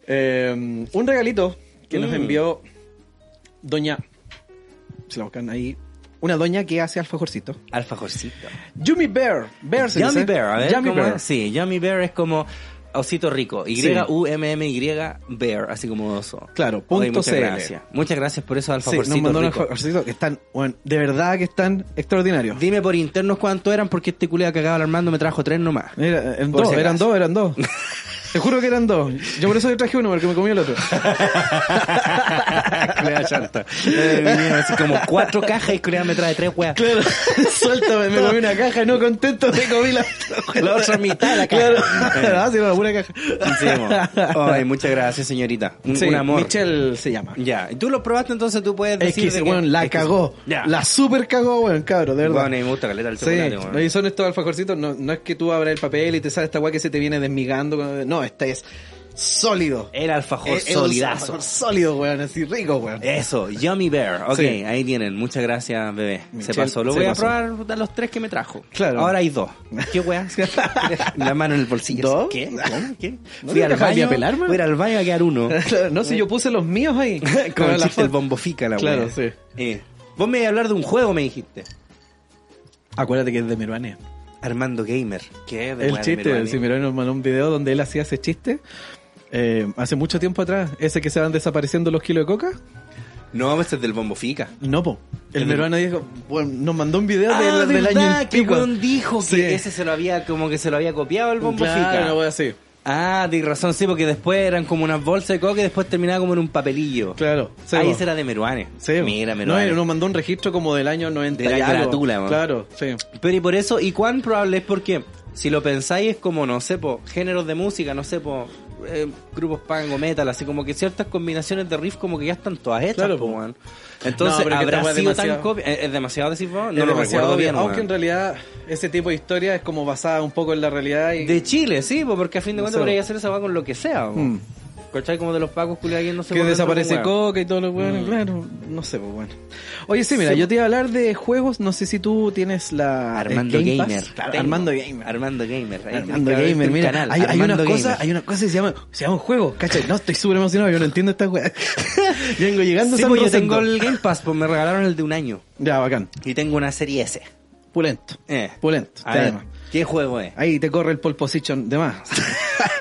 Eh, un regalito que nos
Mm.
envió Doña. Se la buscan ahí. Una doña que hace alfajorcito.
Alfajorcito.
Yumi Bear. Bear se
Yummy
dice.
Bear, a ver.
¿eh? Yummy
¿cómo
Bear.
es? Sí, Yummy Bear es como osito rico. Y-U-M-M-Y Bear, así como oso.
Claro, punto
Oye, muchas
CL.
gracias. Muchas gracias por eso,
Sí,
alfajorcito
nos mandó un
rico.
alfajorcito que están, bueno, de verdad que están extraordinarios.
Dime por internos cuánto eran, porque este culiao que acaba de Armando me trajo tres nomás.
Era- eran
Por
dos,
si acaso.
eran dos, eran dos. Te juro que eran dos. Yo por eso yo traje uno, porque me comí el otro.
Culiao chanta. Eh, vinieron así como cuatro cajas y culiao me trae tres weas.
Claro, suéltame, me comí una caja, no contento, me comí la,
La otra mitad de la caja.
Claro, ah, sí, no, una caja.
Sí, mo. Ay, muchas gracias, señorita. Un,
Sí,
un amor.
Michelle se llama.
Ya, y tú lo probaste, entonces tú puedes
Es
decir.
que ese
de que-
weón la
es que-
cagó.
Ya.
La super cagó, weón, cabrón, de verdad.
Bueno, y me gusta caleta el
Sí,
chocolate,
no, y
weón.
son estos alfajorcitos, no, no es que tú abras el papel y te sale esta weá que se te viene desmigando. cuando- No, esta es sólido.
Eh, El alfajor
Es- es un
solidazo.
alfajor Sólido, weón, así rico, weón.
Eso, Yummy Bear. Ok,
Sí.
ahí tienen. Muchas gracias, bebé.
Michelle,
se pasó. Lo
se
voy
pasó.
a probar a los tres que me trajo.
Claro.
Ahora hay dos. ¿Qué weas? La mano en el bolsillo.
¿Dos?
¿Qué? ¿Cómo? ¿Qué?
¿No te dejas de apelar, man?
voy a ir al baño a quedar uno.
no sé, yo puse los míos ahí.
Como
Con
el
la
chiste del
foto.
bombofica, la
Claro,
wea.
sí.
Eh, Vos me ibas a hablar de un juego, me dijiste.
Acuérdate que es de Meruane.
Armando Gamer. ¿Qué? De
El
wea de
chiste,
Meruane.
si Meruane nos mandó un video donde él hacía ese chiste. eh, hace mucho tiempo atrás, ese que se van desapareciendo los kilos de coca.
No, este es del bombofica.
No, po. El
El-
Meruane dijo, bueno, nos mandó un video de- del, año y
Ah, que
pico.
weón dijo que
Sí.
ese se lo había, como que se lo había copiado el bombofica.
Claro, una wea así.
Ah, tienes razón, sí, porque después eran como unas bolsas de coca y después terminaba como en un papelillo.
Claro. sí,
Ahí
po.
ese era de Meruane.
Sí, po.
Mira,
No,
Meruane.
él nos mandó un registro como del año 90
De la
y algo.
carátula, man.
Claro, sí.
Pero y por eso, ¿y cuán probable es? Porque si lo pensáis es como, no sé, po, géneros de música, no sé, po, eh, grupos punk o metal, así como que ciertas combinaciones de riff como que ya están todas hechas,
Claro,
po,
po.
weón. Entonces,
No, pero que
¿habrá
esta
sido
weá
tan
demasiado-
copia? Eh, ¿Es, es demasiado decir vos? No
Es
lo
demasiado
recuerdo
obvio,
bien,
Aunque
weón.
en realidad ese tipo de historia es como basada un poco en la realidad y...
De Chile, sí, po, porque a fin de
No
cuentas
sé,
podría
po.
hacer esa va con lo que sea, po.
Mm.
¿Cachai? Como de los pacos culiados que no se
que
vuelven
desaparece
tan weón.
Coca y todo lo bueno,
Mm.
claro. No sé, pues bueno. Oye, sí, mira,
Sí,
yo te iba a hablar de juegos. No sé si tú tienes la. el
Armando
Game Pass.
Gamer.
Claro,
Tengo.
Armando Gamer.
Armando Gamer. ahí
Armando
acaba de abrirte
Gamer,
un
mira,
canal,
hay, hay
Armando
una cosa,
Gamer.
hay una cosa que se llama, se llama un juego, ¿cachai? No, estoy súper emocionado, yo no entiendo esta weá. Vengo llegando
Sí,
San
pues yo
Rosendo.
tengo el Game Pass, pues me regalaron el de un año.
Ya, bacán.
Y tengo una serie S.
Pulento.
Eh.
Pulento.
A
te
ver,
además.
¿qué juego es?
Ahí te corre el pole position de más.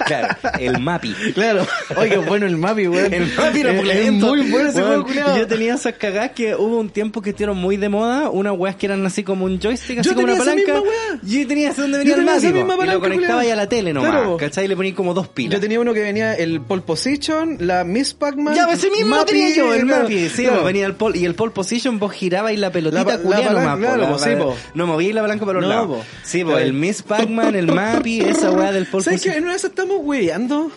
Claro, el Mapi.
claro. Oye, bueno el Mapi, weón. Eh,
El Mapi era
Es- es
pulento.
muy bueno ese
Weón,
juego, culiao.
Yo tenía esas cagadas que hubo un tiempo que estuvieron muy de moda, unas weas que eran así como un joystick, así
Yo
como una
tenía esa
palanca.
misma wea.
Yo tenía ese donde
Yo
venía el
tenía
Mapi.
esa misma
po, Y lo
palanca,
conectaba
culiao.
ahí a la tele nomás.
Claro, po.
¿Cachai? Y le ponía como dos pilas.
Yo tenía uno que venía el pole position, la Miss Pac-Man.
Ya, ese mismo
Mappy,
tenía yo, el
claro,
mapi. Sí,
claro.
pues, venía el pole, y el pole position, vos girabas y la pelotita
La pa- la
culiá
palanca,
nomás, po,
claro,
la-
po, sí, po.
No moví la palanca para los
No,
lados.
po.
Sí, pues,
Claro.
el Miss Pac-Man, el mapi, esa weá del pole
¿Sabes qué?
position.
En una de esas estamos hueveando.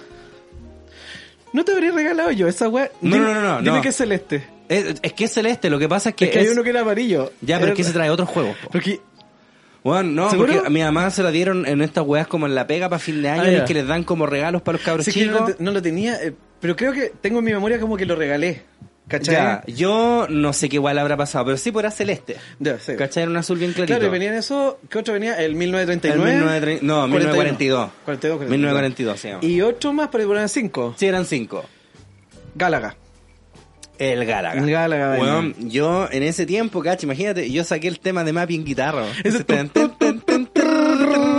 No te habría regalado yo esa weá.
No,
Dime-
no, no, no,
Dime
no.
que es celeste.
Es, es que es celeste, lo que pasa es que,
Es que hay
es-
uno que era amarillo.
Ya, pero es
Era-
que se trae otros juegos, po.
Porque
Bueno, no,
¿Seguro?
porque a mi mamá se la dieron en estas weas como en la pega para fin de año,
Ah,
en
ya.
el que les dan como regalos para los cabros
sí, que yo no,
chicos.
lo te- no lo tenía, eh, pero creo que tengo en mi memoria como que lo regalé. ¿Cachai?
Ya, yo no sé qué igual habrá pasado, pero sí, por era celeste.
Ya, sí.
¿Cachai? Era un azul bien clarito.
Claro, y venían eso. ¿Qué otro venía? El
El
1939.
1930 no, 1942.
42, 42.
1942 se llama.
Y otro más, pero eran cinco.
Sí, eran cinco.
Gálaga.
El Gálaga.
El Gálaga,
Weón, yo en ese tiempo, cacho, imagínate, yo saqué el tema de Mappy en guitarra.
Ese-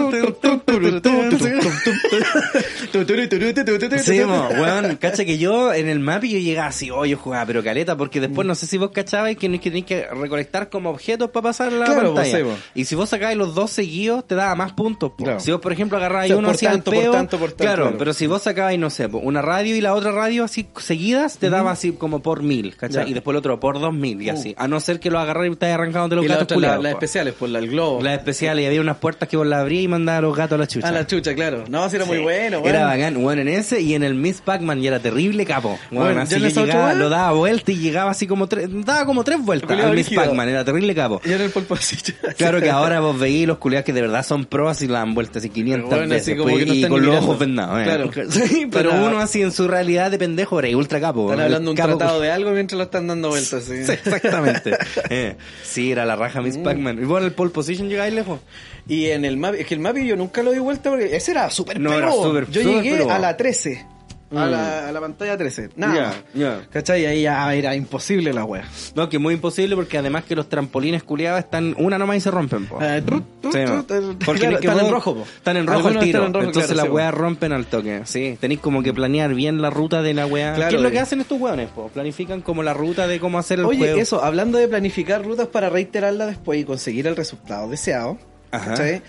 Sí, mo, weón, cacha que yo en el Mappy yo llegaba así, oh, yo jugaba pero caleta, porque después no sé si vos cachabais que, no- que tenías que recolectar como objetos para pasar la
Claro,
pantalla.
vos, sí, vos.
y si vos sacabais los dos seguidos, te daba más puntos. po.
Claro.
Si vos, por ejemplo, agarrabais
O sea,
uno
por
así al
tanto, por
peo,
tanto, por tanto,
claro,
claro.
pero si vos sacabais, no sé, po, una radio y la otra radio así seguidas, te daba así como por mil, ¿cachai?
Ya. Uh.
Y después el otro por dos mil y así. A no ser que lo agarrar y te arrancado de los
Y la
gatos
otra, la-
culiados,
las
po.
especiales, por la, el globo.
Las especiales, y había unas puertas que vos la abrías y mandabas a los gatos a la chucha.
Ah, la chucha, claro. No, sí, era muy
Sí.
bueno, weón.
Era bacán, weón, en ese y en el Miss Pac-Man y era terrible capo. Weón,
Bueno,
así
¿ya
que
en esa otra
llegaba,
weá?
lo daba vuelta y llegaba así como tres, daba como tres vueltas
Culeado
al Miss
brígido.
Pac-Man, era terrible capo.
Y era el polpacito.
Claro que ahora vos veís los culiados que de verdad son pros y la han vuelto así 500
Pero bueno,
veces
así como
pues,
que no
y
están
con
ni
los
mirando.
ojos vendados. eh.
Claro.
Sí, pero
Están a-
uno así en su realidad de pendejo era ultra capo.
Están
el
hablando un
capo
tratado de algo mientras lo están dando vueltas. Sí.
Sí, Exactamente. Eh, sí, era la raja
Mm.
Miss Pac-Man. Y bueno, el pole position llegáis lejos.
Y en el map, es que el map yo nunca lo di vuelta porque ese era súper
No,
pego.
era súper-
Yo
súper
llegué
pego.
a la 13. A, la, a la pantalla 13. Nada.
Ya, ya.
¿Cachai? Ahí ya era imposible la wea.
No, que muy imposible porque además que los trampolines culiados están una nomás y se rompen. Po.
Eh, rut, rut,
Sí,
rut,
po.
eh,
Porque tenés
claro,
que
están en
vos-
rojo. po.
Están en rojo al
Algunos
tiro.
están en rojo,
Entonces
claro,
las
sí, po.
weas rompen al toque. Sí, tenéis como que planear bien la ruta de la wea.
Claro,
¿Qué es lo
eh.
que hacen estos weones? Po? Planifican como la ruta de cómo hacer el
Oye,
juego.
eso, hablando de planificar rutas para reiterarla después y conseguir el resultado deseado.
Ajá.
¿cachai?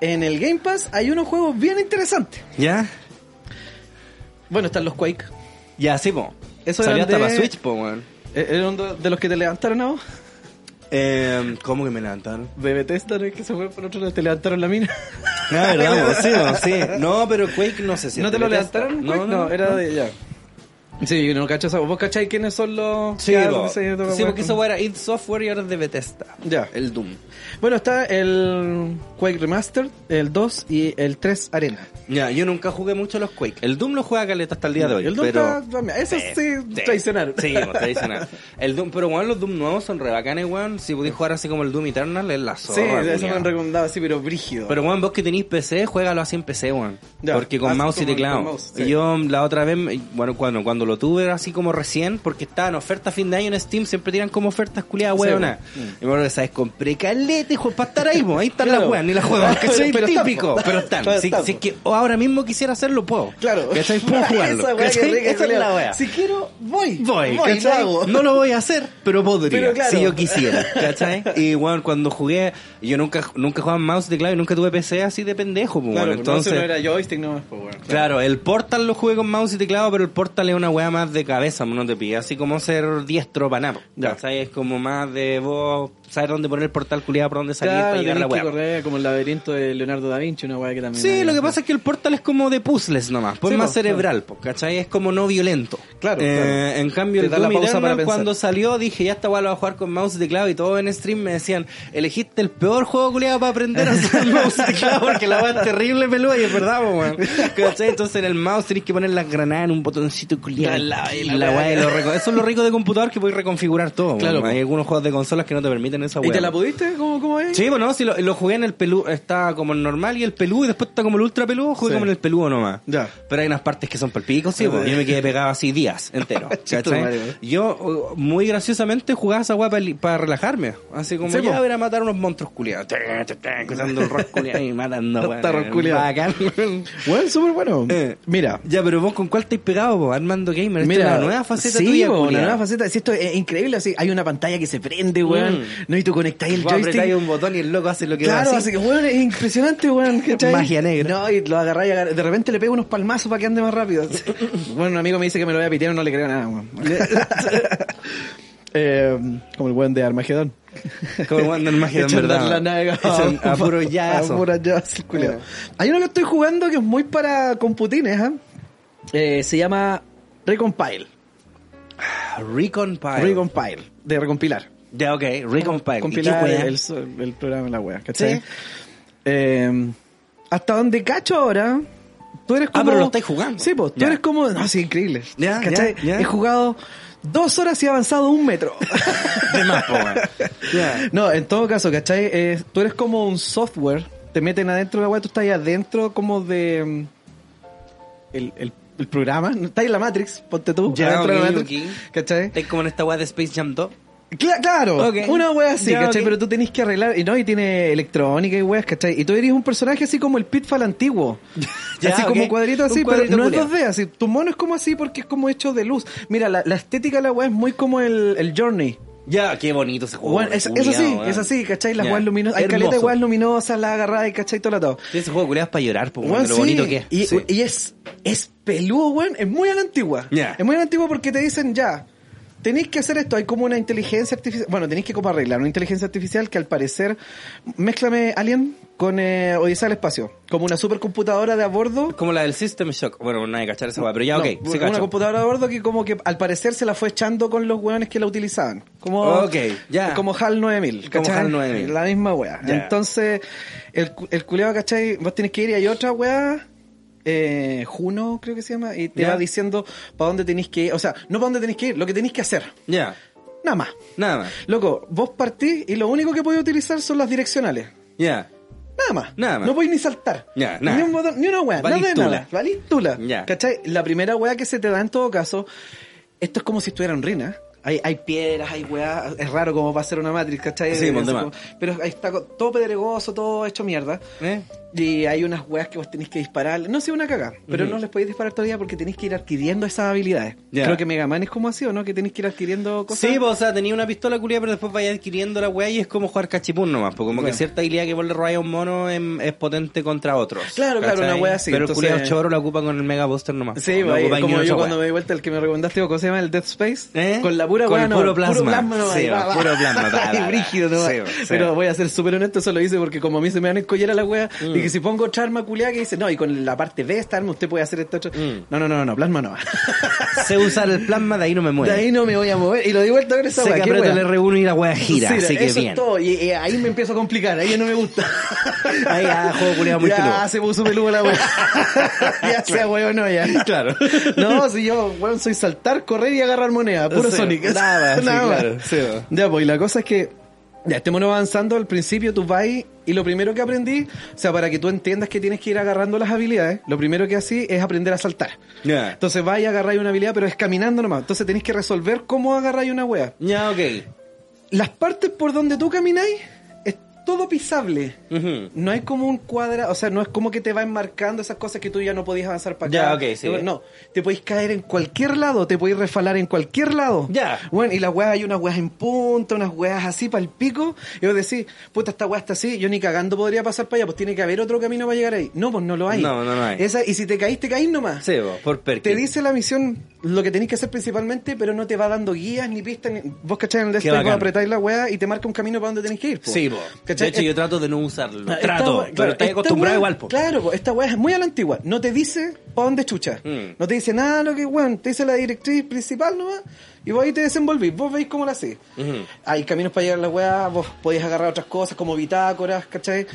En el Game Pass hay unos juegos bien interesantes.
¿Ya?
Bueno, están los Quake.
Ya, sí, po.
Eso
Salió
eran
hasta
de-
para Switch, po, weón.
Eh, ¿Era uno de los que te levantaron a vos? Em,
Eh, ¿Cómo que me levantaron?
De Bethesda, ¿no es que se fue por otro lado? ¿Te levantaron la mina?
Ah, verdad, po, sí, po, sí. No, pero Quake no sé si.
¿No
es de
te lo
Bethesda.
levantaron? Quake? No, era de ya. Sí, yo no cacho esa. ¿Vos cacháis quiénes son los
Sí,
que
po.
hacen esa-
sí, porque esa wea era id Software y ahora es de Bethesda.
Ya.
El Doom.
Bueno, está el Quake Remastered, el 2 y el 3 Arena.
Ya, yo nunca jugué mucho los Quake. El Doom lo juega caleta hasta el día de hoy.
el 2
pero...
está- también- Esos sí,
Sí.
traicionaron.
Sí, pues, traicionaron. El Doom, pero weón, los Doom nuevos son re bacanes, weón. Si podéis jugar así como el Doom Eternal, es la
Sí,
zorra.
eso me
culiao.
han recomendado así, pero brígido.
pero weón, vos que tenéis PC, juégalo así en PC, weón.
Ya,
porque con
así
mouse y
como con
teclado.
mouse, sí.
Yo la otra vez, me- bueno, cuando, cuando lo tuve era así como recién, porque estaba en oferta fin de año en Steam, siempre tiran como ofertas culiadas,
Sí, Mm.
weón. Y bueno, sabes, compré calete, hijo, para estar ahí, po. ahí están
Claro.
las weas, ni las juegas,
Pero-
¿cachai?
pero están,
típico,
po.
pero están.
Pero
si,
están,
si es
po.
que o ahora mismo quisiera hacerlo, puedo.
Claro.
¿Cachai? Puedo jugarlo.
Esa weá que
¿cachai? Esa
rica,
es la
culiao.
wea.
Si quiero, voy.
Voy,
voy
¿cachai?
lo hago.
No lo voy a hacer, pero podría,
Pero claro.
si yo quisiera, ¿cachai? Y bueno, cuando jugué, yo nunca, nunca jugaba en mouse de clave, nunca tuve PC así de pendejo, pues,
Claro,
bueno, entonces...
entonces no era joystick nomás, pues bueno.
Claro, el Portal lo jugué con mouse y teclado, pero el Portal es una pues, weá más de cabeza, no te pide así como ser diestro para nada.
Ya.
¿Cachai? Es como más de vos saber dónde poner el portal culiado por dónde salir para
Claro,
llegar a la
tenés que
weá. pues.
correr como el laberinto de Leonardo da Vinci, una weá que también...
Sí, lo que pasa es que el portal es como de puzzles nomás, pues
Sí,
es más
po,
cerebral, po, ¿cachai? Es como no violento.
Claro,
Eh,
claro.
En cambio,
Te
el
da la
Doom
pausa
Eternal,
para pensar.
cuando salió, dije, ya esta weá la voy a jugar con mouse y teclado y todo en stream me decían, elegiste el peor juego culiado para aprender a usar mouse y teclado porque la weá es terrible peluda y es verdad, po, weón. ¿Cachai? Entonces en el mouse tenés que poner las granadas en un botoncito culiado.
Al lado, y
Y
la
la
weá.
weá, y lo reco- Eso es lo rico de computador que podéis reconfigurar todo.
Claro,
Claro. Hay algunos juegos de consolas que no te permiten esa
¿Y
weá.
te la pudiste? ¿Cómo, cómo es?
Sí, bueno, si lo, lo jugué en el pelú, está como el normal y el pelú, y después está como el ultra pelú, jugué
Sí.
como en el pelú nomás.
Ya.
Pero hay unas partes que son palpicos, sí, po. yo me quedé pegado así días enteros.
Chito,
¿cachai?
Mario, eh.
Yo, eh, muy graciosamente, jugaba esa weá para relajarme. Así como,
Sí,
ya
po.
voy a ir a matar unos monstruos culiados. Cruzando el rock culiado y matando, weón.
Hasta rock culiado.
Bacán.
Bueno, súper bueno.
Eh.
Mira,
Ya, pero vos con cuál te has pegado, po? Armando Gamer. Esta es una nueva faceta
sí,
tuya,
po, una
culiao.
nueva faceta. Sí, esto es increíble. Así, hay una pantalla que se prende, weón.
Mm.
No, y tú conectáis el
Vos apretáis
joystick.
un botón y el loco hace lo que
Claro,
va
así que, weón, es impresionante, weón. ¿cachai?
Magia negra.
No, y lo agarráis y agarráis. De repente le pego unos palmazos para que ande más rápido. bueno, un amigo me dice que me lo voy a pitear, no le creo nada, weón. Eh, como el weón de Armagedón.
Como en magia, en
Echando
verdad.
la nave
Echan A puro
A
yazo. Eh.
puro yazo, culiao. Hay uno que estoy jugando que es muy para computines, ¿ah? Eh, se llama Recompile.
Recompile.
Recompile. De recompilar.
Ya, ok. Recompile. ¿Y
Compilar
qué wea?
el, el programa de la wea, ¿cachai?
Sí.
Eh, hasta donde cacho ahora, tú eres como...
Ah, pero lo estáis jugando.
Sí, pues, tú
Ya.
eres como... No, sí, increíble.
Ya,
¿Cachai?
ya, ya.
He jugado dos horas y he avanzado un metro.
De más, po, wea. Ya.
No, en todo caso, ¿cachai? Eh, tú eres como un software, te meten adentro de la web, tú estás ahí adentro como de... mm, El, el, el programa, no, estás en la Matrix, ponte tú.
Ya,
adentro de
ok,
la Matrix,
ok.
¿Cachai?
Estáis como en esta wea de Space Jam 2.
Cla- claro,
Ok.
una wea así,
Ya,
¿cachai?
ok.
Pero tú tenés que arreglar, y no, y tiene electrónica y weas, ¿cachai? Y tú eres un personaje así como el Pitfall antiguo.
Ya,
así
ok.
como cuadrito así,
Un cuadrito
pero no
culiao.
es 2D, así. Tu mono es como así porque es como hecho de luz. Mira, la, la estética de la wea es muy como el, el Journey.
Ya, qué bonito ese juego.
Bueno, es, es así, es así, ¿cachai? Las weas luminosas, hay caleta de weas luminosas, la agarrada y ¿cachai? Todo la todo.
Sí, Ese juego culiado es para llorar, po, wea,
Weón,
de lo
sí.
bonito que es.
Y,
Sí.
y es, es peludo, weón. Es muy a la antigua.
Ya.
Es muy a la antigua porque te dicen ya. Tenéis que hacer esto, hay como una inteligencia artificial, bueno, tenéis que como arreglar una inteligencia artificial que al parecer, mézclame Alien con eh, Odisea del Espacio, como una supercomputadora de a bordo,
Como la del System Shock. Bueno, nadie cachar esa wea, pero ya,
No,
ok.
una
Sí, cacho.
computadora de a bordo que como que al parecer se la fue echando con los weones que la utilizaban, como,
Ok, ya.
como HAL 9000,
Como
¿cachai?
HAL 9000.
la misma wea.
Ya.
Entonces, el, cu- el culiao, ¿cachai? Vos tenés que ir y hay otra wea, eh, Juno creo que se llama, y te
Ya.
va diciendo para dónde tenés que ir, o sea, no para dónde tenés que ir, lo que tenés que hacer,
Ya.
nada más.
Nada más.
Loco, vos partís y lo único que podés utilizar son las direccionales.
Ya.
Nada más.
Nada más.
No podéis ni saltar.
Ya, nada.
Ni un botón, ni una weá. Nada de
Valistula.
nada. Valistula.
Ya.
¿Cachai? La primera weá que se te da en todo caso, esto es como si estuviera en Rina. Hay, hay piedras, hay weá. Es raro como va a ser una Matrix, ¿cachai?
Sí,
Es
monte
como-
más.
pero ahí está co- todo pedregoso, todo hecho mierda.
¿Eh?
Y hay unas weas que vos tenés que disparar. No sé, una caga. Pero
Ujú.
no les podéis disparar todavía porque tenés que ir adquiriendo esas habilidades.
Ya.
Creo que Mega Man es como así, ¿o no? Que tenés que ir adquiriendo cosas.
Sí, pues, o sea, tenía una pistola culiada, pero después vaya adquiriendo la weá y es como jugar cachipún nomás, porque como
Bueno.
que cierta habilidad que vos le robáis a un mono em, es, potente contra otros.
Claro, claro, una weá así,
Pero
entonces-
el culiado choro la ocupa con el mega booster nomás.
Sí,
no
ahí,
ocupa ni
como
una
yo
otra
cuando
weá.
me di vuelta el que me recomendaste, ¿cómo se llama? El Dead Space.
¿Eh?
Con la pura
Con
weá,
el
no.
puro plasma.
Puro plasma, no,
Sí,
ahí,
va,
va,
puro
va.
plasma, va, va,
Ay,
va.
brígido, no.
Sí, pues,
va.
sí.
Pero voy a ser súper honesto, eso lo hice porque como a mí se me dan escollera la weá,
Mm.
dije, si pongo otra arma culiada que dice, no, y con la parte B de esta arma usted puede hacer esto, esto.
Mm.
No, no, no, no, plasma no. va.
Sé usar el plasma, de ahí no me
de
mueve.
ahí no me voy a mover. Y lo di vuelta con esa
sé
weá.
que
qué
aprieto el
weá.
R1 y la weá gira,
Sí,
así que
eso
bien.
es todo. Y, y ahí me empiezo a complicar, ahí ya no me gusta.
Ahí ya, juego culiado muy
Ya,
peludo.
se puso peludo la weá. ya sea weón no ya.
Claro.
No, si yo, weón, soy saltar, correr y agarrar moneda, puro
Sí,
Sonic.
nada más, sí,
Nada
claro,
más.
sí, va.
Ya, pues, y la cosa es que, ya, este mono va avanzando, al principio tú vas y y lo primero que aprendí, o sea, para que tú entiendas que tienes que ir agarrando las habilidades, lo primero que así es aprender a saltar.
Ya.
Entonces vas y agarráis una habilidad, pero es caminando nomás. Entonces tenés que resolver cómo agarráis una wea.
Ya, ok.
Las partes por donde tú camináis es- todo pisable. No hay como un cuadra, o sea, no es como que te va enmarcando esas cosas que tú ya no podías avanzar para
Ya,
acá.
ok, sí.
Te- No, te podéis caer en cualquier lado, te podéis refalar en cualquier lado.
Ya.
Bueno, y las weas hay unas weas en punta, unas weas así para el pico. Y vos decís, puta, esta wea está así, yo ni cagando podría pasar para allá, pues tiene que haber otro camino para llegar ahí. No, pues no lo hay.
No, no, no hay.
Esa, y si te caís, te caís nomás.
Sí, vos, por Perkin.
Te dice la misión lo que tenés que hacer principalmente, pero no te va dando guías ni pistas. Ni... Vos, ¿cachai? En el Death Stranding,
bacán.
vos apretáis la weá y te marca un camino para donde tenés que ir. po.
Sí, po. De
¿Cachai?
hecho, yo
Esta-
trato de no usarlo.
esta
trato,
weá-
pero
claro,
estás
esta
acostumbrado
weá-
igual, po.
Claro, po, esta weá es muy a la antigua. No te dice para dónde chucha.
Mm.
No te dice nada lo que, weón. Te dice la directriz principal nomás. Y vos ahí te desenvolvís. Vos veis cómo la hacés.
Ujú.
Mm. Hay caminos para llegar a la weá. Vos podéis agarrar otras cosas como bitácoras, ¿cachai?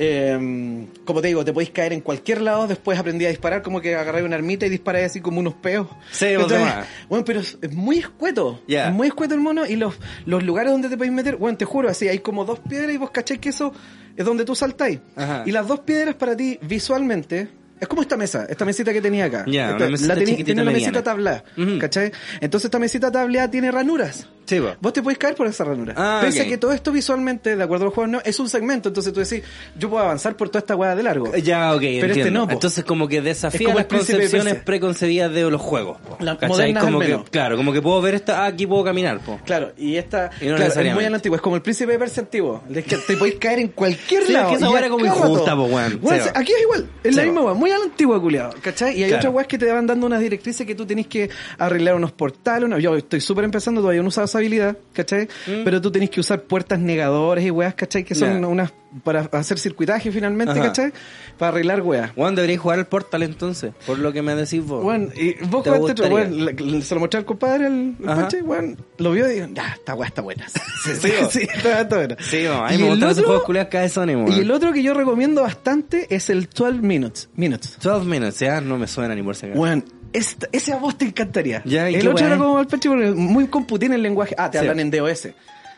Eh, como te digo, te podéis caer en cualquier lado, después aprendí a disparar, como que agarráis una armita y disparáis así como unos peos.
Sí, vos
¿Cachai?
nomás.
Bueno, pero es es muy escueto.
Ya.
Es muy escueto el mono y los, los lugares donde te podéis meter, bueno, te juro, así hay como dos piedras y vos cacháis que eso es donde tú saltáis.
Ajá.
Y las dos piedras para ti visualmente... Es como esta mesa, esta mesita que tenía acá.
Ya,
Esta-
una mesita
la teni-
chiquitita
tiene una
mediana.
mesita tablada,
Ujú.
¿cachai? Entonces esta mesita tablada tiene ranuras.
Sí, po.
Vos te podés caer por esa ranura.
Ah,
Pese
ok.
a que todo esto visualmente, de acuerdo al juego, no, es un segmento. Entonces tú decís, yo puedo avanzar por toda esta hueá de largo.
Eh, Ya, ok,
Pero
entiendo.
este no, po.
Entonces como que desafía
Es como el
las
príncipe de
concepciones
Persia.
preconcebidas de los juegos. po,
La-
¿cachai?
modernas al
como que,
menos.
claro, como que puedo ver esta, ah, aquí puedo caminar, po.
Claro, y esta
Y no
claro, es
necesariamente.
muy antiguo, es como el príncipe de Persia antiguo. Es que te podéis caer en cualquier
Sí, es
lado.
que esa
y
hueá
a
era como
cada
injusta,
rato.
po, weón.
Weón,
Sí,
aquí es igual, es la
Sí,
misma
po.
hueá, muy a la antigua, culiado. ¿Cachai? Y hay
Claro.
otras weas que te van dando unas directrices que tú tenés que arreglar unos portales. una- Yo estoy súper empezando, todavía no usaba esa habilidad, ¿cachai? Pero tú tenés que usar puertas negadoras y weas, ¿cachai? Que son
Mm. Ya.
unas para hacer circuitaje finalmente,
Ajá.
¿cachai? Para arreglar weas.
Juan, deberíais jugar al Portal entonces, por lo que me decís vos.
Weón, y vos
¿Te
jugaste otro,
gustaría?
weón, la- la- se lo mostré al compadre, el, el
Ajá.
Pache, weón, lo vio y dijo, ya, esta weá está buena. Sí,
sí, weón.
esta weá está buena.
Sí, po, a mí
Y
me
el
gustan esos
otro-
juegos culiados cabezones, weón.
Y el otro que yo recomiendo bastante es el 12 Minutes. Minutes.
12 Minutes, ya no me suena ni por si acaso.
Weón, esta- ese a vos te encantaría.
Ya, ¿y
el
qué
otro
weá
era
es?
como el Pache, porque muy computín el lenguaje. Ah, te
Sí.
hablan en DOS.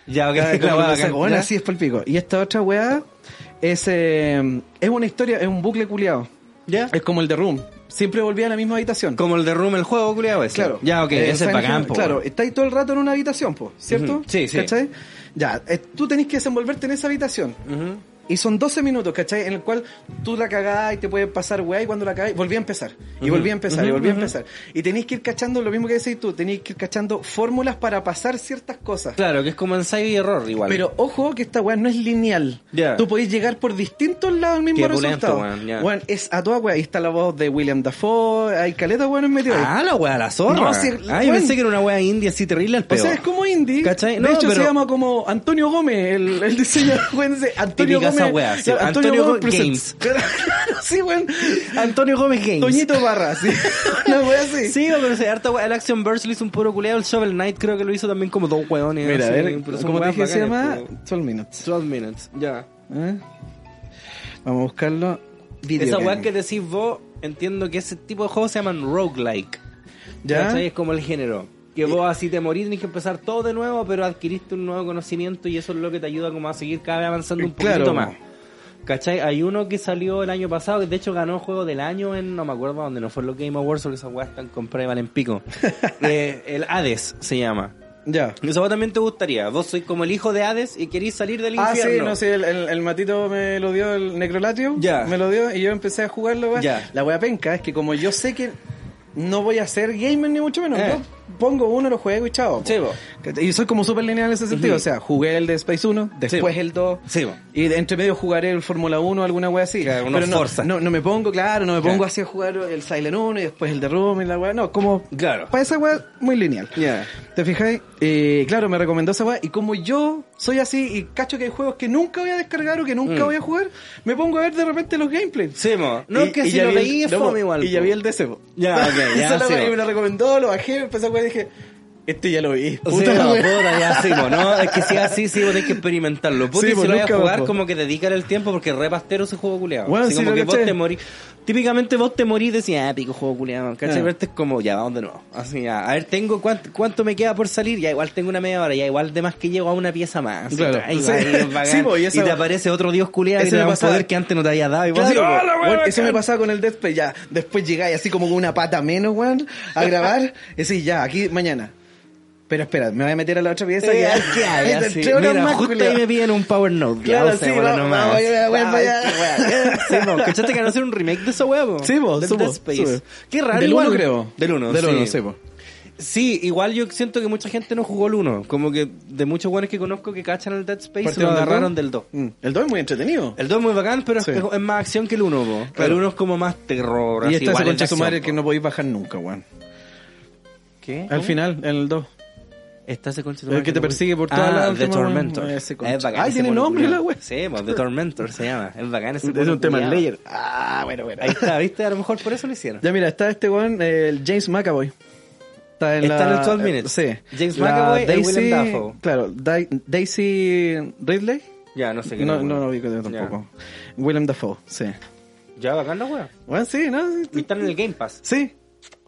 Ya, ok,
Claro,
la weá
como lo
bacán,
saco, bueno,
ya.
así es palpico. Y esta otra weá es, eh, es una historia, es un bucle culiado.
Ya.
Es como el de Room. Siempre volvía a la misma habitación.
Como el de Room, el juego culiado ese.
Claro.
Ya, ok,
Eh,
ese es
Silent
bacán,
Hill,
po,
Claro,
weón.
estáis todo el rato en una habitación, po, ¿cierto?
Ujú. Sí, sí.
¿Cachai? Ya, eh, tú tenés que desenvolverte en esa habitación.
Ujú.
Y son 12 minutos, ¿cachai? En el cual tú la cagás y te puede pasar, weá, y cuando la cagás, volví a empezar. Y volví a empezar, y volví a empezar. Y tenéis que ir cachando lo mismo que decís tú, tenéis que ir cachando fórmulas para pasar ciertas cosas.
Claro, que es como ensayo y error igual.
Pero ojo que esta weá no es lineal.
Ya.
Tú podés llegar por distintos lados al mismo
Qué pulento,
resultado.
weón, ya.
Weón, es a toda weá. Ahí está la voz de William Dafoe, hay caleta weón en medio. ahí.
Ah, la weá, la zorra.
No, sí,
ah, yo
weón.
pensé que era una weá india así terrible al
O
peor.
sea, es como indie.
¿Cachai? No,
de hecho,
pero-
se llama como Antonio Gómez, el, el diseñador. weón, de Antonio
Típica esa
Gómez.
wea, sí.
Claro,
Antonio Gómez
presents. sí, weón.
Antonio Gómez Games.
Toñito Barra, sí. Una wea así.
Sí, pero se harta weá. El Action Verse lo hizo un puro culeado. El Shovel Knight creo que lo hizo también como dos weones.
Mira, a
así,
ver,
pero son
como te
weas
dije, se llama
bacanes, po.
12 Minutes.
12 Minutes, ya.
¿Eh? Vamos a buscarlo. Video
Esa
game.
weá que decís vos, entiendo que ese tipo de juegos se llaman roguelike.
¿Ya?
¿Cachai? Es como el género. Que vos así te morís, tenés que empezar todo de nuevo, pero adquiriste un nuevo conocimiento y eso es lo que te ayuda como a seguir cada vez avanzando un poquito
Claro.
más. ¿Cachai? Hay uno que salió el año pasado, que de hecho ganó Juego del Año en, no me acuerdo dónde, no fue en los Game Awards, porque esas weas están compradas y valen pico. Eh, el Hades se llama.
Ya.
Eso a vos también te gustaría. Vos sois como el hijo de Hades y querís salir del
Ah,
infierno.
sí, no sé, el, el- el matito me lo dio el Necrolatio.
Ya.
Me lo dio y yo empecé a jugarlo, weá.
Ya.
La wea penca es que como yo sé que no voy a ser gamer ni mucho menos,
Eh.
yo pongo uno, lo juego y chao. po.
Sí, po.
¿Cachai? Y soy como súper lineal en ese sentido. O sea, jugué el de Space 1, después
po.
el 2.
Sí, po.
Y de entre medio jugaré el Fórmula 1 o alguna wea así.
Claro, uno
Pero no,
Forza.
no, no me pongo, claro, no me pongo
Claro.
así a jugar el Silent 1 y después el de Room y la wea. No, como.
Claro.
Para esa wea, muy lineal.
Ya.
¿Te fijáis? Eh, claro, me recomendó esa weá. Y como yo soy así y cacho que hay juegos que nunca voy a descargar o que nunca
Mm.
voy a jugar, me pongo a ver de repente los gameplays.
Sí, mo. No,
Y-
que
y
si
ya
lo
vi el-
veí es
no, po,
fome igual.
Y ya
po.
vi el DC. po.
Ya, ok, ya,
Esa es la
sí,
weá,
po.
y me lo recomendó, lo bajé, empecé a jugar y dije, este ya lo vi.
O
Puta
sea,
la
no,
weá.
puta, ya, sí, po, no, es que si es así, sí, vos tenés que experimentarlo. Puta,
Sí,
y si
po,
lo vas a
nunca,
jugar,
po.
como que dedicar el tiempo, porque re pastero ese juego culeado.
Bueno,
así
sí,
como
lo
que vos
caché.
te morís. Típicamente vos te morís y decís, ah, pico juego culeado, ¿cachai?
Ah.
Pero este es como, ya, vamos de nuevo. Así, ya, a ver, tengo cuánto, cuánto me queda por salir, ya igual tengo una media hora, ya igual de más que llego a una pieza más.
Claro.
Ay,
Sí.
ay, es bacán.
Sí, po,
y,
y esa-
te aparece otro dios culeado y
Ese
te
me
da un
pasaba-
poder que antes no te había dado. Y vos
Claro,
así,
po.
¡ah, la
Weón, eso me pasaba con el Death Space, ya. Después llegáis así como con una pata menos, weón, a grabar. Y decís, ya, aquí mañana. Pero espera, me voy a meter a la otra pieza.
Eh,
que-
¿qué hay?
Entre
Así,
horas
Mira,
más,
justo
culiao.
ahí me piden un Power Note.
Claro,
ya, o sea,
sí,
bueno,
vamos,
nomás.
vamos, ya, bueno,
Ah,
vaya.
qué wea. Sí, po, ¿Cachaste que van a hacer un remake de esa wea, po?
Sí, po,
Del
supo,
Dead Space.
supo.
Qué raro
Del
igual.
uno, creo.
Del 1,
Del
sí.
uno, sí, po.
Sí, igual yo siento que mucha gente no jugó el 1. Como que de muchos weones que conozco que cachan el Dead Space se lo
Partieron del
agarraron
dos.
del 2.
Mm, El 2 es muy entretenido.
El 2 es muy bacán, pero es-
Sí.
es, es más acción que el 1, po.
Claro.
El 1 es como más terror.
y
así,
esta es
igual
concha
es
su
de
madre
acción,
que
po.
no podéis bajar nunca, weón.
¿Qué?
Al final, en el 2.
Esta se concha su
El
madre
que te
no-
persigue por toda
Ah,
la
The
última, weón.
Tormentor.
Ese concha.
Es bacán
Ay,
ese
tiene
mono
nombre
culiao.
la wea.
Sí, po, The Tormentor se llama. Es bacán ese
Es
mono
un tema
culiao.
Slayer. Ah, bueno, bueno.
Ahí está, ¿viste? A lo mejor por eso lo hicieron.
Ya mira, está este weón, el James McAvoy. Está en,
Está
la-
en el 12 Minutes.
Sí.
James
La
McAvoy y
Daisy,
Willem Dafoe.
Claro, Dai- Daisy Ridley.
Ya, no sé qué.
No,
era,
no
weón.
lo vi tampoco. Willem Dafoe, sí.
Ya, bacán la wea.
Bueno, sí, ¿no? Sí.
Y están en el Game Pass.
Sí,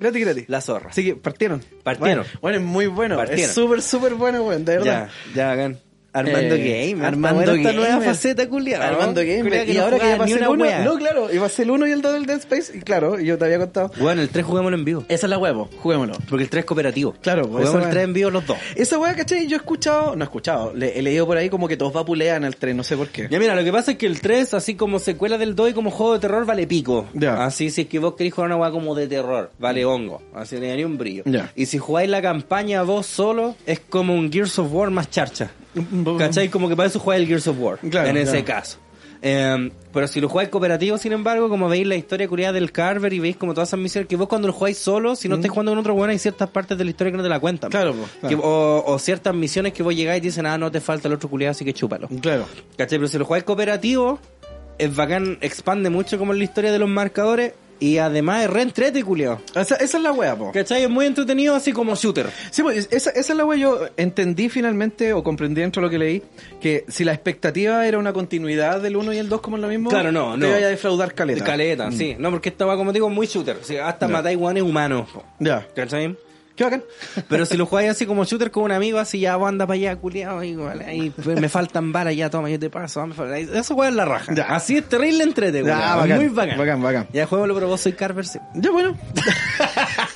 gratis, gratis.
La zorra.
Así que partieron.
Partieron.
Bueno, bueno, es muy bueno.
Partieron.
Es súper, súper bueno, weón, de verdad.
Ya, ya, bacán. Armando
Eh,
Gamer.
Armando
Armando Gamer. Esta
Gamer.
nueva faceta, culiada.
Armando Gamer. Y ahora que ya pasé el uno- No, claro, iba a ser el 1 y el 2 del Dead Space. Y claro, yo te había contado.
Bueno, el 3 juguémoslo en vivo.
Esa es la huevo, juguémoslo.
Porque el 3 es cooperativo.
Eh, Claro, pues,
Juguemos
esa
el 3 en vivo los dos.
Esa weá, ¿cachai? Yo he escuchado, no he escuchado, le- he leído por ahí como que todos vapulean al tren, no sé por qué.
Ya mira, lo que pasa es que el 3, así como secuela del 2 y como juego de terror, vale pico.
Ya.
Así si es que vos querés jugar una weá como de terror, vale hongo. Así le daría un brillo.
Ya.
Y si jugáis la campaña vos solo, es como un Gears of War más charcha. ¿Cachai? Como que para eso juega el Gears of War.
Claro,
en ese
claro.
caso. Eh, pero si lo jugáis cooperativo, sin embargo, como veis la historia curiosa del Carver y veis como todas esas misiones, que vos cuando lo jugáis solo, si no estáis jugando con otro bueno, hay ciertas partes de la historia que no te la cuentan.
Mm. Claro, pues, claro.
Que- o, o ciertas misiones que vos llegáis y dicen, ah, no te falta el otro culiado, así que chúpalo.
Claro.
¿Cachai? Pero si lo jugáis cooperativo, es bacán, expande mucho como la historia de los marcadores y además es re entrete, culiao.
Esa, esa es la weá, po.
¿Cachai? Es muy entretenido así como shooter.
Sí, pues, esa, esa es la weá, yo entendí finalmente, o comprendí dentro de lo que leí, que si la expectativa era una continuidad del 1 y el 2 como lo mismo,
Claro, no, no.
te vaya a defraudar caleta. Mm.
Caleta, sí. No, porque esta va, como digo, muy shooter. O sea, hasta matáis guanes humanos. po.
Ya.
¿Cachai?
Qué bacán.
Pero si lo jugáis así como shooter con un amigo, así ya vos anda para allá, culiado, igual, ahí pues, me faltan balas, ya toma, yo te paso, ah, me falta- ahí, eso juega en la raja.
Ya.
Así es terrible entrete,
Ya,
culiao,
bacán,
muy bacán.
bacán, bacán.
Ya juego pero vos soy Carver, sí.
Ya bueno.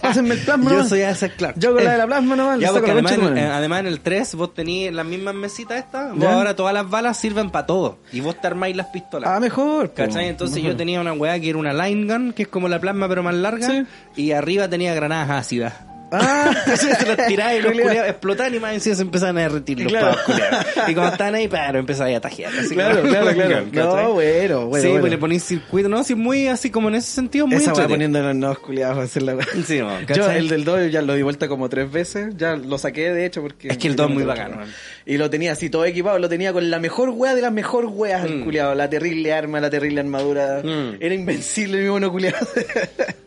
Pásenme el plasma.
Yo
nomás.
soy ese Clark. Eh,
Yo con la de la plasma nomás. le
Ya,
saco
porque
la concha
además,
de tu
en,
madre.
eh, además en el 3 vos tenías las mismas mesitas estas, vos
Ya.
ahora todas las balas sirven para todo y vos te armáis las pistolas.
Ah, mejor. po.
¿Cachai? Entonces yo tenía una weá que era una line gun, que es como la plasma pero más larga,
Sí.
y arriba tenía granadas ácidas.
Ah,
Entonces se las tiraba y los
Culiao.
culiados explotaban y más encima se empezaban a derretir los
Claro.
pavos culiados. Y como estaban ahí, claro, empezaban a tajear. así
Claro,
como-
claro, claro.
¿cachai?
No, bueno, bueno.
sí,
bueno.
pues le ponís circuito, no, sí, muy así como en ese sentido, muy
Esa weá
entretenido.
poniendo los nodos culiados a hacer la weá.
Sí, no,
Yo
¿cachai?
el del 2 ya lo di vuelta como tres veces, ya lo saqué de hecho porque...
Es que el 2 es muy
porque-
bacano, man.
Y lo tenía así todo equipado, lo tenía con la mejor wea de las mejor weas, el
Mm.
culiado, la terrible arma, la terrible armadura,
Mm.
era invencible mi mono culiado.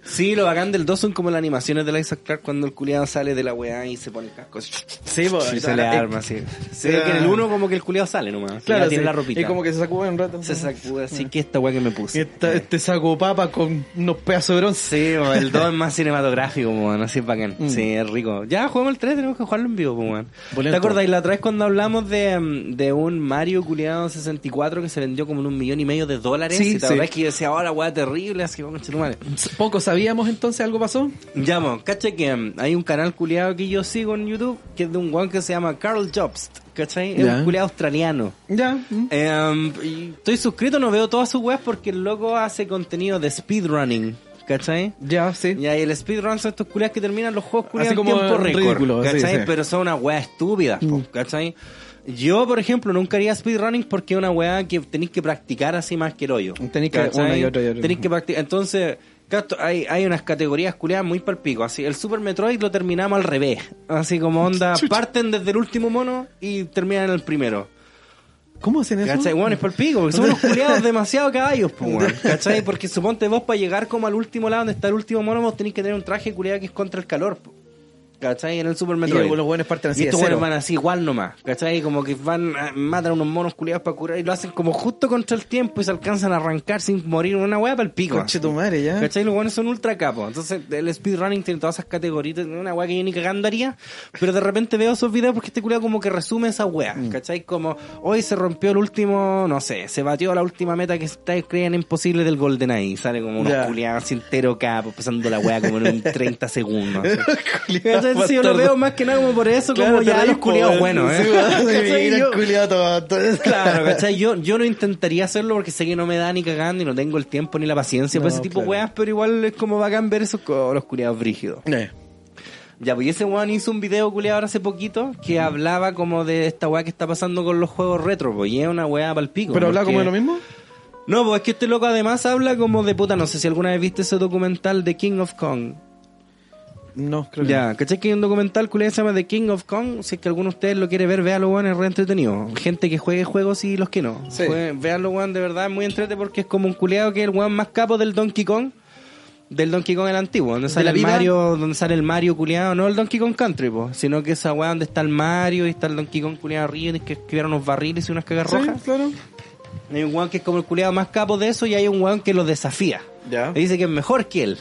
Sí, lo bacán del 2 son como las animaciones de la Isaac Clark cuando el culiado sale de la weá y se pone el casco. así,
sí, pues,
Y se le
eh,
arma, sí. Sí, que en el 1 como que el culiado sale nomás. Claro,
Claro,
tiene
sí.
la ropita.
Y como que se sacude un rato.
se sacude así que esta weá que me puse. Eh,
Esta- este saco papa con unos pedazos de bronce.
Sí, po, el 2 es más cinematográfico, po, weón, así es bacán.
Mm.
Sí, es rico. Ya jugamos el 3, tenemos que jugarlo en vivo, po, weón. ¿Te
Volento.
acordáis la otra vez cuando hablamos de, mm, de un Mario culiado 64 que se vendió como en un millón y medio de dólares?
Sí,
y te
sí.
acordás que yo decía, ahora weá terrible, así vamos a madre.
Poco sabíamos entonces, algo pasó.
Ya, mo, caché que mm, hay un canal culiado que yo sigo en YouTube que es de un guan que se llama Carl Jobst, ¿cachai? Es
Ya.
un culiado australiano.
Ya. mm.
Em, y estoy suscrito, no veo todas sus webs porque el loco hace contenido de speedrunning, ¿cachai?
Ya, sí.
Ya, y el speedrun son estos culiados que terminan los juegos culiados
Así
en
como
tiempo récord.
ridículo, sí,
¿cachai?
sí. Mm.
Pero son una weas estúpidas, po, ¿cachai? Yo, por ejemplo, nunca haría speedrunning porque es una wea que tenéis que practicar así más que el hoyo.
Tenéis que-
¿cachai?
una y otra y otra.
Tenéis que practicar. Entonces, gasto, hay, hay unas categorías culiadas muy palpico. Así, el Super Metroid lo terminamos al revés. Así como onda, parten desde el último mono y terminan en el primero.
¿Cómo hacen eso?
¿Cachai? Bueno, es por pico, porque son unos culiados demasiado caballos, po, weón. ¿Cachai? Porque suponte vos para llegar como al último lado donde está el último mono, vos tenés que tener un traje culiado que es contra el calor, po. ¿Cachai? En el Super Metroid.
Y los buenos parten así
Y
de
estos
cero.
buenos van así igual nomás. ¿Cachai? Como que van, a- matan a unos monos culiados para curar y lo hacen como justo contra el tiempo y se alcanzan a arrancar sin morir una weá para el pico.
Conche tu madre, ya.
¿Cachai? Los buenos son ultra capos. Entonces, el speedrunning tiene todas esas categorías. tiene Una weá que yo ni cagando haría. Pero de repente veo esos videos porque este culiao como que resume esa weá. ¿Cachai? Como hoy se rompió el último, no sé, se batió la última meta que ustedes creían imposible del GoldenEye. Y Sale como unos
Ya.
culiados así entero capos, pasando la weá como en un 30 segundos. así. ¿Cachai? Entonces, si yo lo veo más que nada como por eso, como ya los culiados buenos, ¿eh? ¿Cachai?
Mira,
Yo-
el culiao tonto.
Claro, ¿cachai? Yo, yo no intentaría hacerlo porque sé que no me da ni cagando y no tengo el tiempo ni la paciencia para
No,
ese tipo de
claro.
weas, pero igual es como bacán ver esos co- los culiados brígidos.
Eh,
Ya, pues y ese weón hizo un video culiado ahora hace poquito que hablaba como de esta wea que está pasando con los juegos retro, pues, y es una wea pa'l pico.
¿Pero habla como de
porque-
lo mismo?
No, pues es que este loco además habla como de puta, no sé si alguna vez viste ese documental de King of Kong.
No, creo que
Ya, ¿cachai que hay un documental culiado que se llama The King of Kong? Si es que alguno de ustedes lo quiere ver, véalo, weón, es re entretenido. Gente que juegue juegos y los que no.
Sí.
Jue- véalo, weón, de verdad es muy entretenido porque es como un culiado que es el weón más capo del Donkey Kong. Del Donkey Kong el antiguo, donde sale
la
el
vida?
Mario, donde sale el Mario culiado, no el Donkey Kong Country, po, sino que esa weá donde está el Mario y está el Donkey Kong culiado arriba y que escribieron unos barriles y unas cagas rojas.
Sí, claro.
Hay un weón que es como el culiado más capo de eso y hay un weón que lo desafía.
Ya.
Y dice que es mejor que él.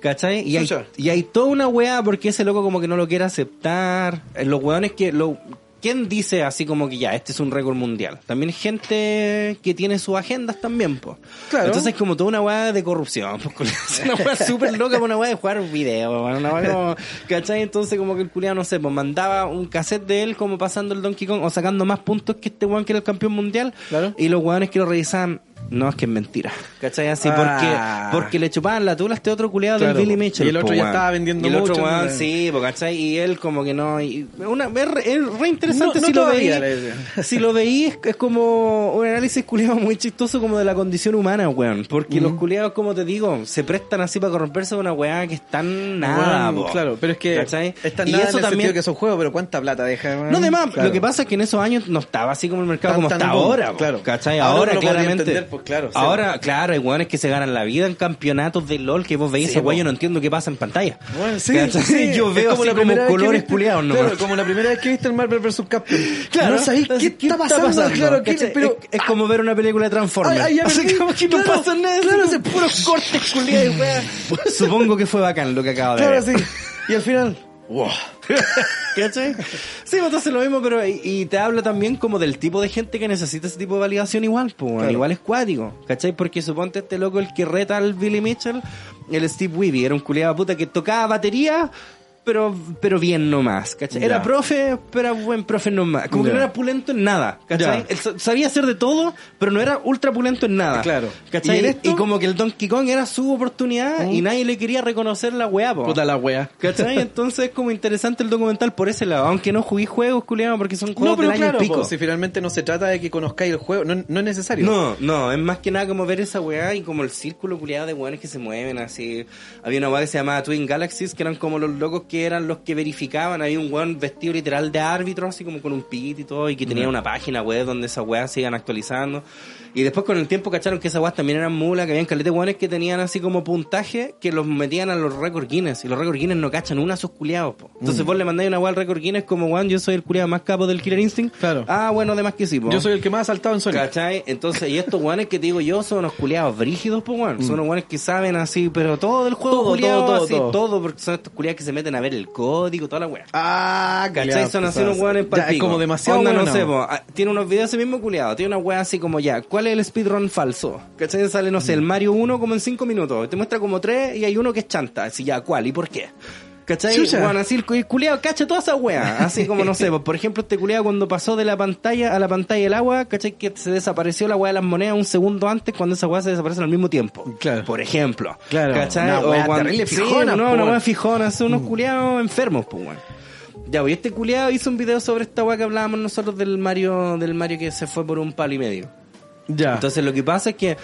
¿Cachai? Y hay,
Chucha.
y hay toda una weá porque ese loco como que no lo quiere aceptar. Eh, Los weones que... Lo, ¿Quién dice así como que ya, este es un récord mundial? También gente que tiene sus agendas también, po.
Claro.
Entonces es como toda una weá de corrupción, po, culiao. Es una weá súper loca, una weá de jugar video, weón. una weá como... ¿Cachai? Entonces como que el culiado, no sé, pues mandaba un cassette de él como pasando el Donkey Kong o sacando más puntos que este weón que era el campeón mundial.
Claro.
Y los weones que lo revisaban... No, es que es mentira. ¿Cachai? Así
Ah.
porque, porque le chupaban la tula a este otro culiado
Claro,
del Billy
po.
Mitchell.
Y el otro
po,
ya
weón.
estaba vendiendo
Y el
mucho,
otro weón,
weón.
sí, po, ¿cachai? Y él como que no... y una, es, re, es re interesante
No- no
si, lo veí,
todavía, la idea.
si lo veí. es, es como un análisis culiado muy chistoso como de la condición humana, weón. Porque los culiados, como te digo, se prestan así para corromperse de una weá que están nada,
Bueno,
po.
claro, pero es que
¿Cachai?
está
Y
nada
eso
en
también-
el sentido que son juegos, pero cuánta plata deja. weón?
No, de más,
Claro.
lo que pasa es que en esos años no estaba así como el mercado
Tan-
como
tan
está
boom,
ahora, po,
claro.
¿cachai?
Ahora uno
Ahora,
lo podría
claramente.
entender, pues, claro, sí.
ahora, claro, hay weones que se ganan la vida en campeonatos de LOL que vos veis, ese weón, yo no entiendo qué pasa en pantalla.
Bueno, sí,
¿Cachai?
sí,
Yo
es
veo como, así como
primera vez que
colores
viste-
culiados nomás.
Claro, como la primera vez que viste el Marvel vs. Capcom.
Claro,
no sabéis qué,
entonces,
está pasando, claro, que,
¿Cachai?
pero... ah,
es, es como ver una película de Transformers.
Ay, ay, ya
Así
perdí.
como que no
Claro,
pasa nada.
claro,
así
ese
como- Supongo que fue bacán lo que acabo de
Claro,
ver.
sí. Y al final... ¡Wow!
¿Cachai? Sí, pues, entonces lo mismo, pero y, y te habla también como del tipo de gente que necesita ese tipo de validación igual, pues, weón, igual es cuático, ¿cachai? Porque suponte este loco el que reta al Billy Mitchell, el Steve Weeby, era un culiado puta que tocaba batería, pero, pero bien nomás, ¿cachai? Era
Ya.
profe, pero era buen profe nomás. Como
Ya.
que no era pulento en nada, ¿cachai?
Ya.
Él sa- sabía hacer de todo, pero no era ultra pulento en nada.
Claro.
¿Cachai?
¿Y
¿Y,
en esto?
como que el Donkey Kong era su oportunidad y nadie le quería reconocer la weá, po.
Puta la wea.
¿Cachai? Entonces es como interesante el documental por ese lado, aunque no jugué juegos, culiado, porque son
No,
juegos
pero
del año
claro,
pico.
po, si finalmente no se trata de que conozcáis el juego, no, no es necesario.
No, no, es más que nada como ver esa weá y como el círculo culiado de weones que se mueven así. Había una weá que se llamaba Twin Galaxies, que eran como los locos que eran los que verificaban. Había un weón vestido literal de árbitro, así como con un pit y todo, y que tenía una página web donde esas weas se iban actualizando. Y después con el tiempo cacharon que esas weas también eran mulas, que habían calete weones que tenían así como puntaje que los metían a los récord Guinness. Y los récord Guinness no cachan una a sus culiados, po.
Mm.
Entonces vos le mandáis una wea al récord Guinness como weón, yo soy el culiado más capo del Killer Instinct.
Claro.
Ah, bueno, además que sí, po.
Yo soy el que más ha saltado en Sonic.
¿Cachai? Entonces, y estos guanes que te digo yo son unos culiados brígidos, pues, weón. Son unos guanes que saben así, pero todo del juego,
Mm. Todo,
culiado,
todo, todo,
así,
todo.
todo. porque son estos culiados que se meten a ver el código, toda la weá.
Ah,
¿Cachai?
ya,
son
pues,
así unos
ya,
guanes
ya, Es como demasiado
Onda, no
bueno.
sé, po, ah, Tiene unos videos ese mismo culiado. Tiene una weá así como ya. ¿Cuál es el speedrun falso? ¿Cachai? Sale, no sé,
Mm.
el Mario 1 como en 5 minutos. Te muestra como 3 y hay uno que es chanta. Así ya, ¿cuál? ¿Y por qué? ¿Cachai?
Chucha.
Bueno, así el cu- el culiado cacha toda esa weá. Así como, no sé, po, por ejemplo, este culiado cuando pasó de la pantalla a la pantalla del agua, ¿cachai? Que se desapareció la weá de las monedas un segundo antes cuando esa weá se desaparece al mismo tiempo.
Claro.
Por ejemplo.
Claro,
¿Cachai?
una
O
weá
cuando-
terrible
Sí,
fijona,
no,
po,
una
weón.
weá fijona. Son unos culiados enfermos, pues, weón. Ya, pues este culiado hizo un video sobre esta weá que hablábamos nosotros del Mario, del Mario que se fue por un palo y medio.
Ya.
Entonces lo que pasa es que,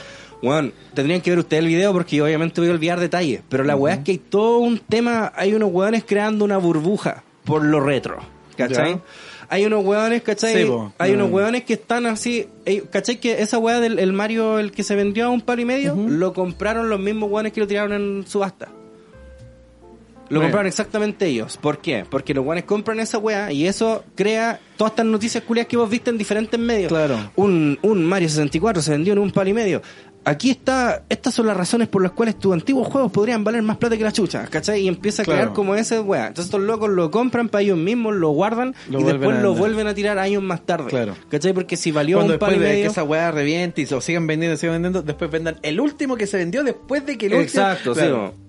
weón, tendrían que ver ustedes el video porque yo obviamente voy a olvidar detalles. Pero la weá es que hay todo un tema, hay unos weones creando una burbuja por lo retro. ¿Cachai?
Ya.
Hay unos weones, ¿cachai?
Sí, po.
hay unos
Mm.
weones que están así, ey, ¿cachai? Que esa weá del el Mario, el que se vendió a un palo y medio, lo compraron los mismos weones que lo tiraron en subasta. Lo
Bueno.
compraron exactamente ellos. ¿Por qué? Porque los guanes compran esa weá y eso crea todas estas noticias culias que vos viste en diferentes medios.
Claro.
Un, un Mario 64 se vendió en un palo y medio. Aquí está, estas son las razones por las cuales tus antiguos juegos podrían valer más plata que la chucha, ¿cachai? Y empieza a
Claro.
crear como ese weá. Entonces estos locos lo compran para ellos mismos, lo guardan
Lo
y
vuelven
después
a
lo
vender.
vuelven a tirar años más tarde.
Claro.
¿Cachai? Porque si valió
Cuando
un palo
después
y
de que
medio.
esa weá reviente y lo sigan vendiendo, sigan vendiendo, después vendan el último que se vendió después de que el último.
Exacto, sí,
Claro.
po.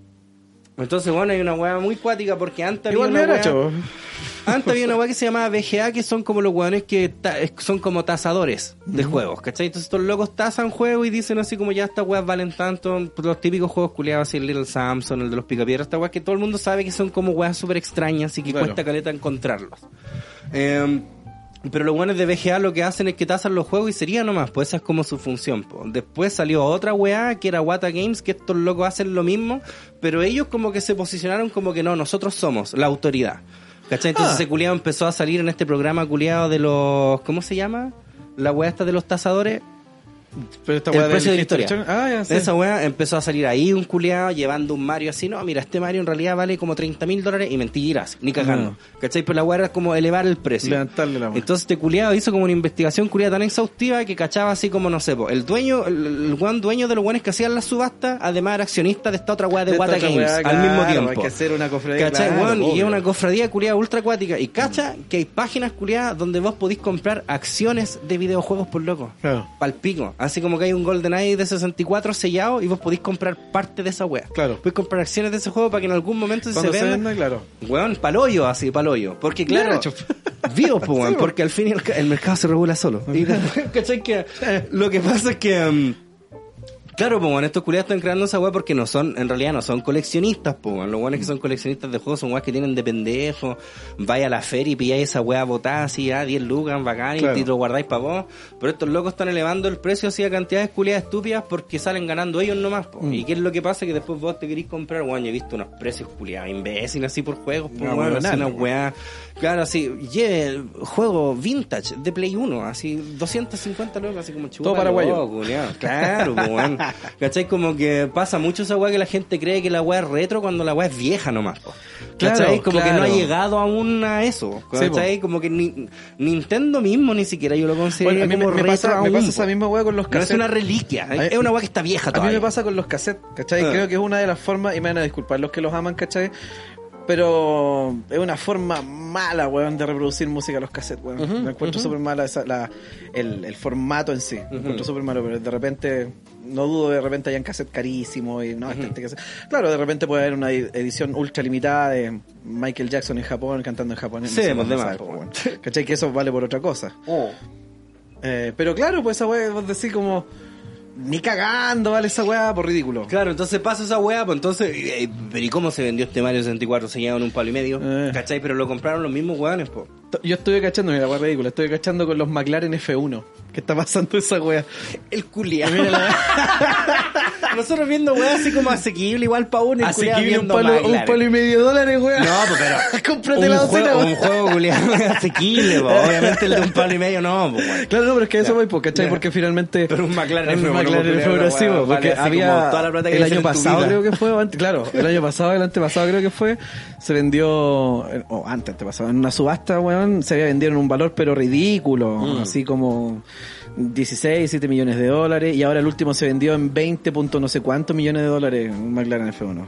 Entonces, bueno, hay una weá muy cuática porque antes
Igual me
había una weá-
era, chavo.
Antes había una weá que se llamaba BGA, que son como los weones que ta- son como tasadores de juegos, ¿cachai? Entonces estos locos tasan juegos y dicen así como ya estas weas valen tanto, los típicos juegos culiados así, el Little Samson, el de los picapiedras, estas weas que todo el mundo sabe que son como weas súper extrañas y que
Claro.
cuesta caleta encontrarlos. Eh, pero los buenos de BGA lo que hacen es que tasan los juegos y sería nomás, pues esa es como su función. po. Después salió otra weá que era Wata Games, que estos locos hacen lo mismo, pero ellos como que se posicionaron como que no, nosotros somos la autoridad. ¿Cachai? Entonces
Ah.
ese culiado empezó a salir en este programa culiado de los... ¿Cómo se llama? La weá esta de los tasadores.
Pero esta
El
weá
precio de la
History
historia.
Channel- Ah, ya sé.
Esa weá empezó a salir ahí un culeado llevando un Mario así. No, mira, este Mario en realidad vale como 30 mil dólares y mentiras, ni cagando.
No.
¿Cachai? Pero la weá era como elevar el precio.
Levantarle Ah. la weá.
Entonces este culeado hizo como una investigación culeada tan exhaustiva que cachaba así como, no sé, po, el dueño, el, el weón dueño de los weones que hacían las subastas, además era accionista de esta otra weá de,
esta
Wata
otra
Games
weá,
al mismo
claro,
tiempo.
Hay que hacer una cofradía.
¿Cachai,
claro,
weón? Y es
obvio.
una cofradía culiada ultra acuática. Y cacha que hay páginas culiadas donde vos podís comprar acciones de videojuegos por loco.
Claro.
Palpico. Así como que hay un Golden Eye de 64 sellado y vos podís comprar parte de esa wea.
Claro.
Podés comprar acciones de ese juego para que en algún momento si se
Cuando se
venda.
venda, claro.
Weón, paloyo, así, paloyo. Porque claro,
Claro,
vivo, po, weón, porque al fin y al ca- el mercado se regula solo. Y después, ¿cachai? Que lo que pasa es que... mm, Claro, pues, estos culiados están creando esa weá porque no son, en realidad no son coleccionistas, pues, Los weones que son coleccionistas de juegos son weas que tienen de pendejo. Vaya a la feria y pilláis esa weá botada así, ah, 10 lucas, bacán,
Claro.
y te lo guardáis para vos. Pero estos locos están elevando el precio así a cantidades culiadas estúpidas porque salen ganando ellos nomás, po.
Mm.
¿Y qué es lo que pasa? Que después vos te querís comprar, weón, yo he visto unos precios culiados imbéciles así por juegos, pues,
Una
weón, así
huevonada,
una
weón.
weá. Claro, así, lleve juego vintage de Play 1, así, 250 lucas, así como chupa.
Todo paraguayo.
loco, culiao. Claro, po, weón. ¿Cachai? Como que pasa mucho esa weá que la gente cree que la weá es retro cuando la weá es vieja nomás. po.
Claro,
¿Cachai? Como que
claro.
no ha llegado aún a eso.
Sí, po.
¿Cachai? como que ni- Nintendo mismo ni siquiera yo lo considero
Bueno, a mí me,
como
me
retro
pasa, me
aún,
pasa
po.
esa misma weá con los
No es
cassettes.
una reliquia,
mí-
es una weá que está vieja
A mí
todavía.
me pasa con los cassettes, ¿cachai?
Ah.
Creo que es una de las formas, y me van a disculpar los que los aman, ¿cachai? Pero es una forma mala, weón, de reproducir música a los cassettes, weón. Me encuentro súper mala esa- la- el, el formato en sí. Me encuentro súper malo, pero de repente, no dudo de repente hayan cassette carísimo y no, este- este cassette. Claro, de repente puede haber una ed- edición ultra limitada de Michael Jackson en Japón cantando en japonés.
Sí,
sé
pues,
dónde
de más,
sabe,
po,
pues,
weón.
weón. ¿Cachai? Que eso vale por otra cosa. Eh, pero claro, pues esa weá, vos decís como, ni cagando, vale esa weá, por ridículo.
Claro, entonces pasa esa weá, pues entonces, eh, pero ¿y cómo se vendió este Mario 64 sellado en un palo y medio?
Eh.
¿Cachai? Pero lo compraron los mismos weones, po.
T- Yo estuve cachando, mira, weá ridícula, estuve cachando con los McLaren F1. ¿Qué está pasando esa weá?
El culiado. Nosotros viendo weá así como asequible, igual pa' uno. el culiao
Asequible un
viendo
palo,
McLaren.
un palo y medio dólares, weá.
No, pues, pero.
Cómprate
un
la
juego-
docena,
Un
weá.
juego culiado asequible, po. Obviamente el de un palo y medio no, po, weón.
Claro, no, pero es que a eso
Ya.
voy, pues, ¿cachai?
Ya.
Porque finalmente.
Pero un McLaren
un
F1,
McLaren
porque
F1,
la
sí,
weá
po, porque
vale así
había.
como toda la plata que
el
hay en
año
tu
pasado,
vida.
creo que fue, o ante- claro, el año pasado, el antepasado, creo que fue, se vendió. eh, O antes, antepasado, en una subasta, weón, se había vendido en un valor, pero ridículo.
Mm.
Así como 16, 17 millones de dólares. Y ahora el último se vendió en 20, punto no sé cuántos millones de dólares, un McLaren F1.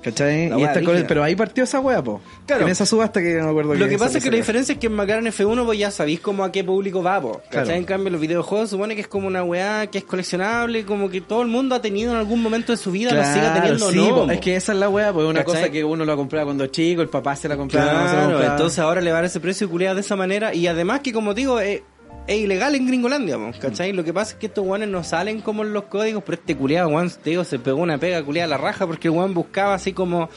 ¿Cachai?
La
Y
weá
esta cosa-
rígida.
pero ahí partió esa weá, po.
Claro.
En esa subasta que no me acuerdo
Lo que pasa es que la
salió.
diferencia es que en McLaren F1 vos ya sabéis como a qué público va, po, ¿cachai?
Claro.
En cambio los videojuegos supone que es como una weá que es coleccionable, como que todo el mundo ha tenido en algún momento de su vida, la siga teniendo o
sí,
no.
po,
po.
es que esa es la weá, porque una
¿Cachai?
cosa que uno la compraba cuando chico, el papá se la compraba, la mamá se la
Claro,
compraba.
entonces ahora elevar ese precio y culiar de esa manera. Y además que, como digo, es, es ilegal en Gringolandia, po, ¿cachai? Lo que pasa es que estos guanes no salen como en los códigos, pero este culiado, guan, te digo, se pegó una pega culiada a la raja porque el guan buscaba así como...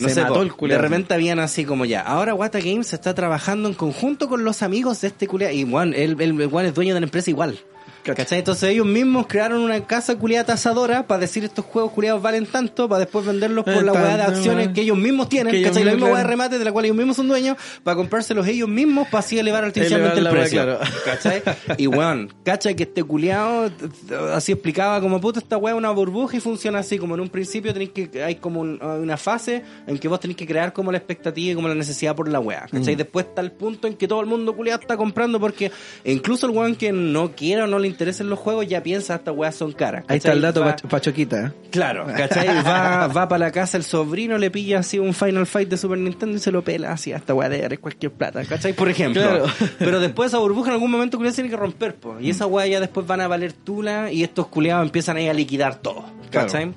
No
Se
sé,
mató
po,
el culiao.
de repente habían así como ya. Ahora Wata Games está trabajando en conjunto con los amigos de este culiado. Y guan, el, el, el guan es dueño de la empresa igual.
Cacha.
¿Cachai? Entonces ellos mismos crearon una casa culiada tasadora para decir estos juegos culiados valen tanto, para después venderlos por la
Tanto,
weá de acciones
weón.
que ellos mismos tienen
Que
tienen,
ellos
¿cachai? La
mismos,
misma weá de
claro.
remate de la cual ellos mismos son dueños, para comprárselos ellos mismos para así elevar artificialmente
Elevar la
el
weá,
precio.
claro.
¿Cachai? Y weón, ¿cachai? Que este culiao t- t- así explicaba como puta esta weá es una burbuja y funciona así, como en un principio tenéis que, hay como un- una fase en que vos tenéis que crear como la expectativa y como la necesidad por la weá, ¿cachai?
Mm.
Después está el punto en que todo el mundo culiao está comprando porque incluso el weón que no quiera o no le interesen los juegos ya piensa estas weas son caras.
Ahí está
¿cachai?
el dato,
Va-
Pacho- Pachoquita. ¿eh?
Claro, ¿cachai? Va, va para la casa el sobrino, le pilla así un Final Fight de Super Nintendo y se lo pela así hasta guadear, es cualquier plata, ¿cachai? Por ejemplo.
Claro.
Pero después esa burbuja en algún momento culiados tiene que romper, po. Y esa guaya ya después van a valer tula y estos culiados empiezan ahí a liquidar todo, ¿cachai?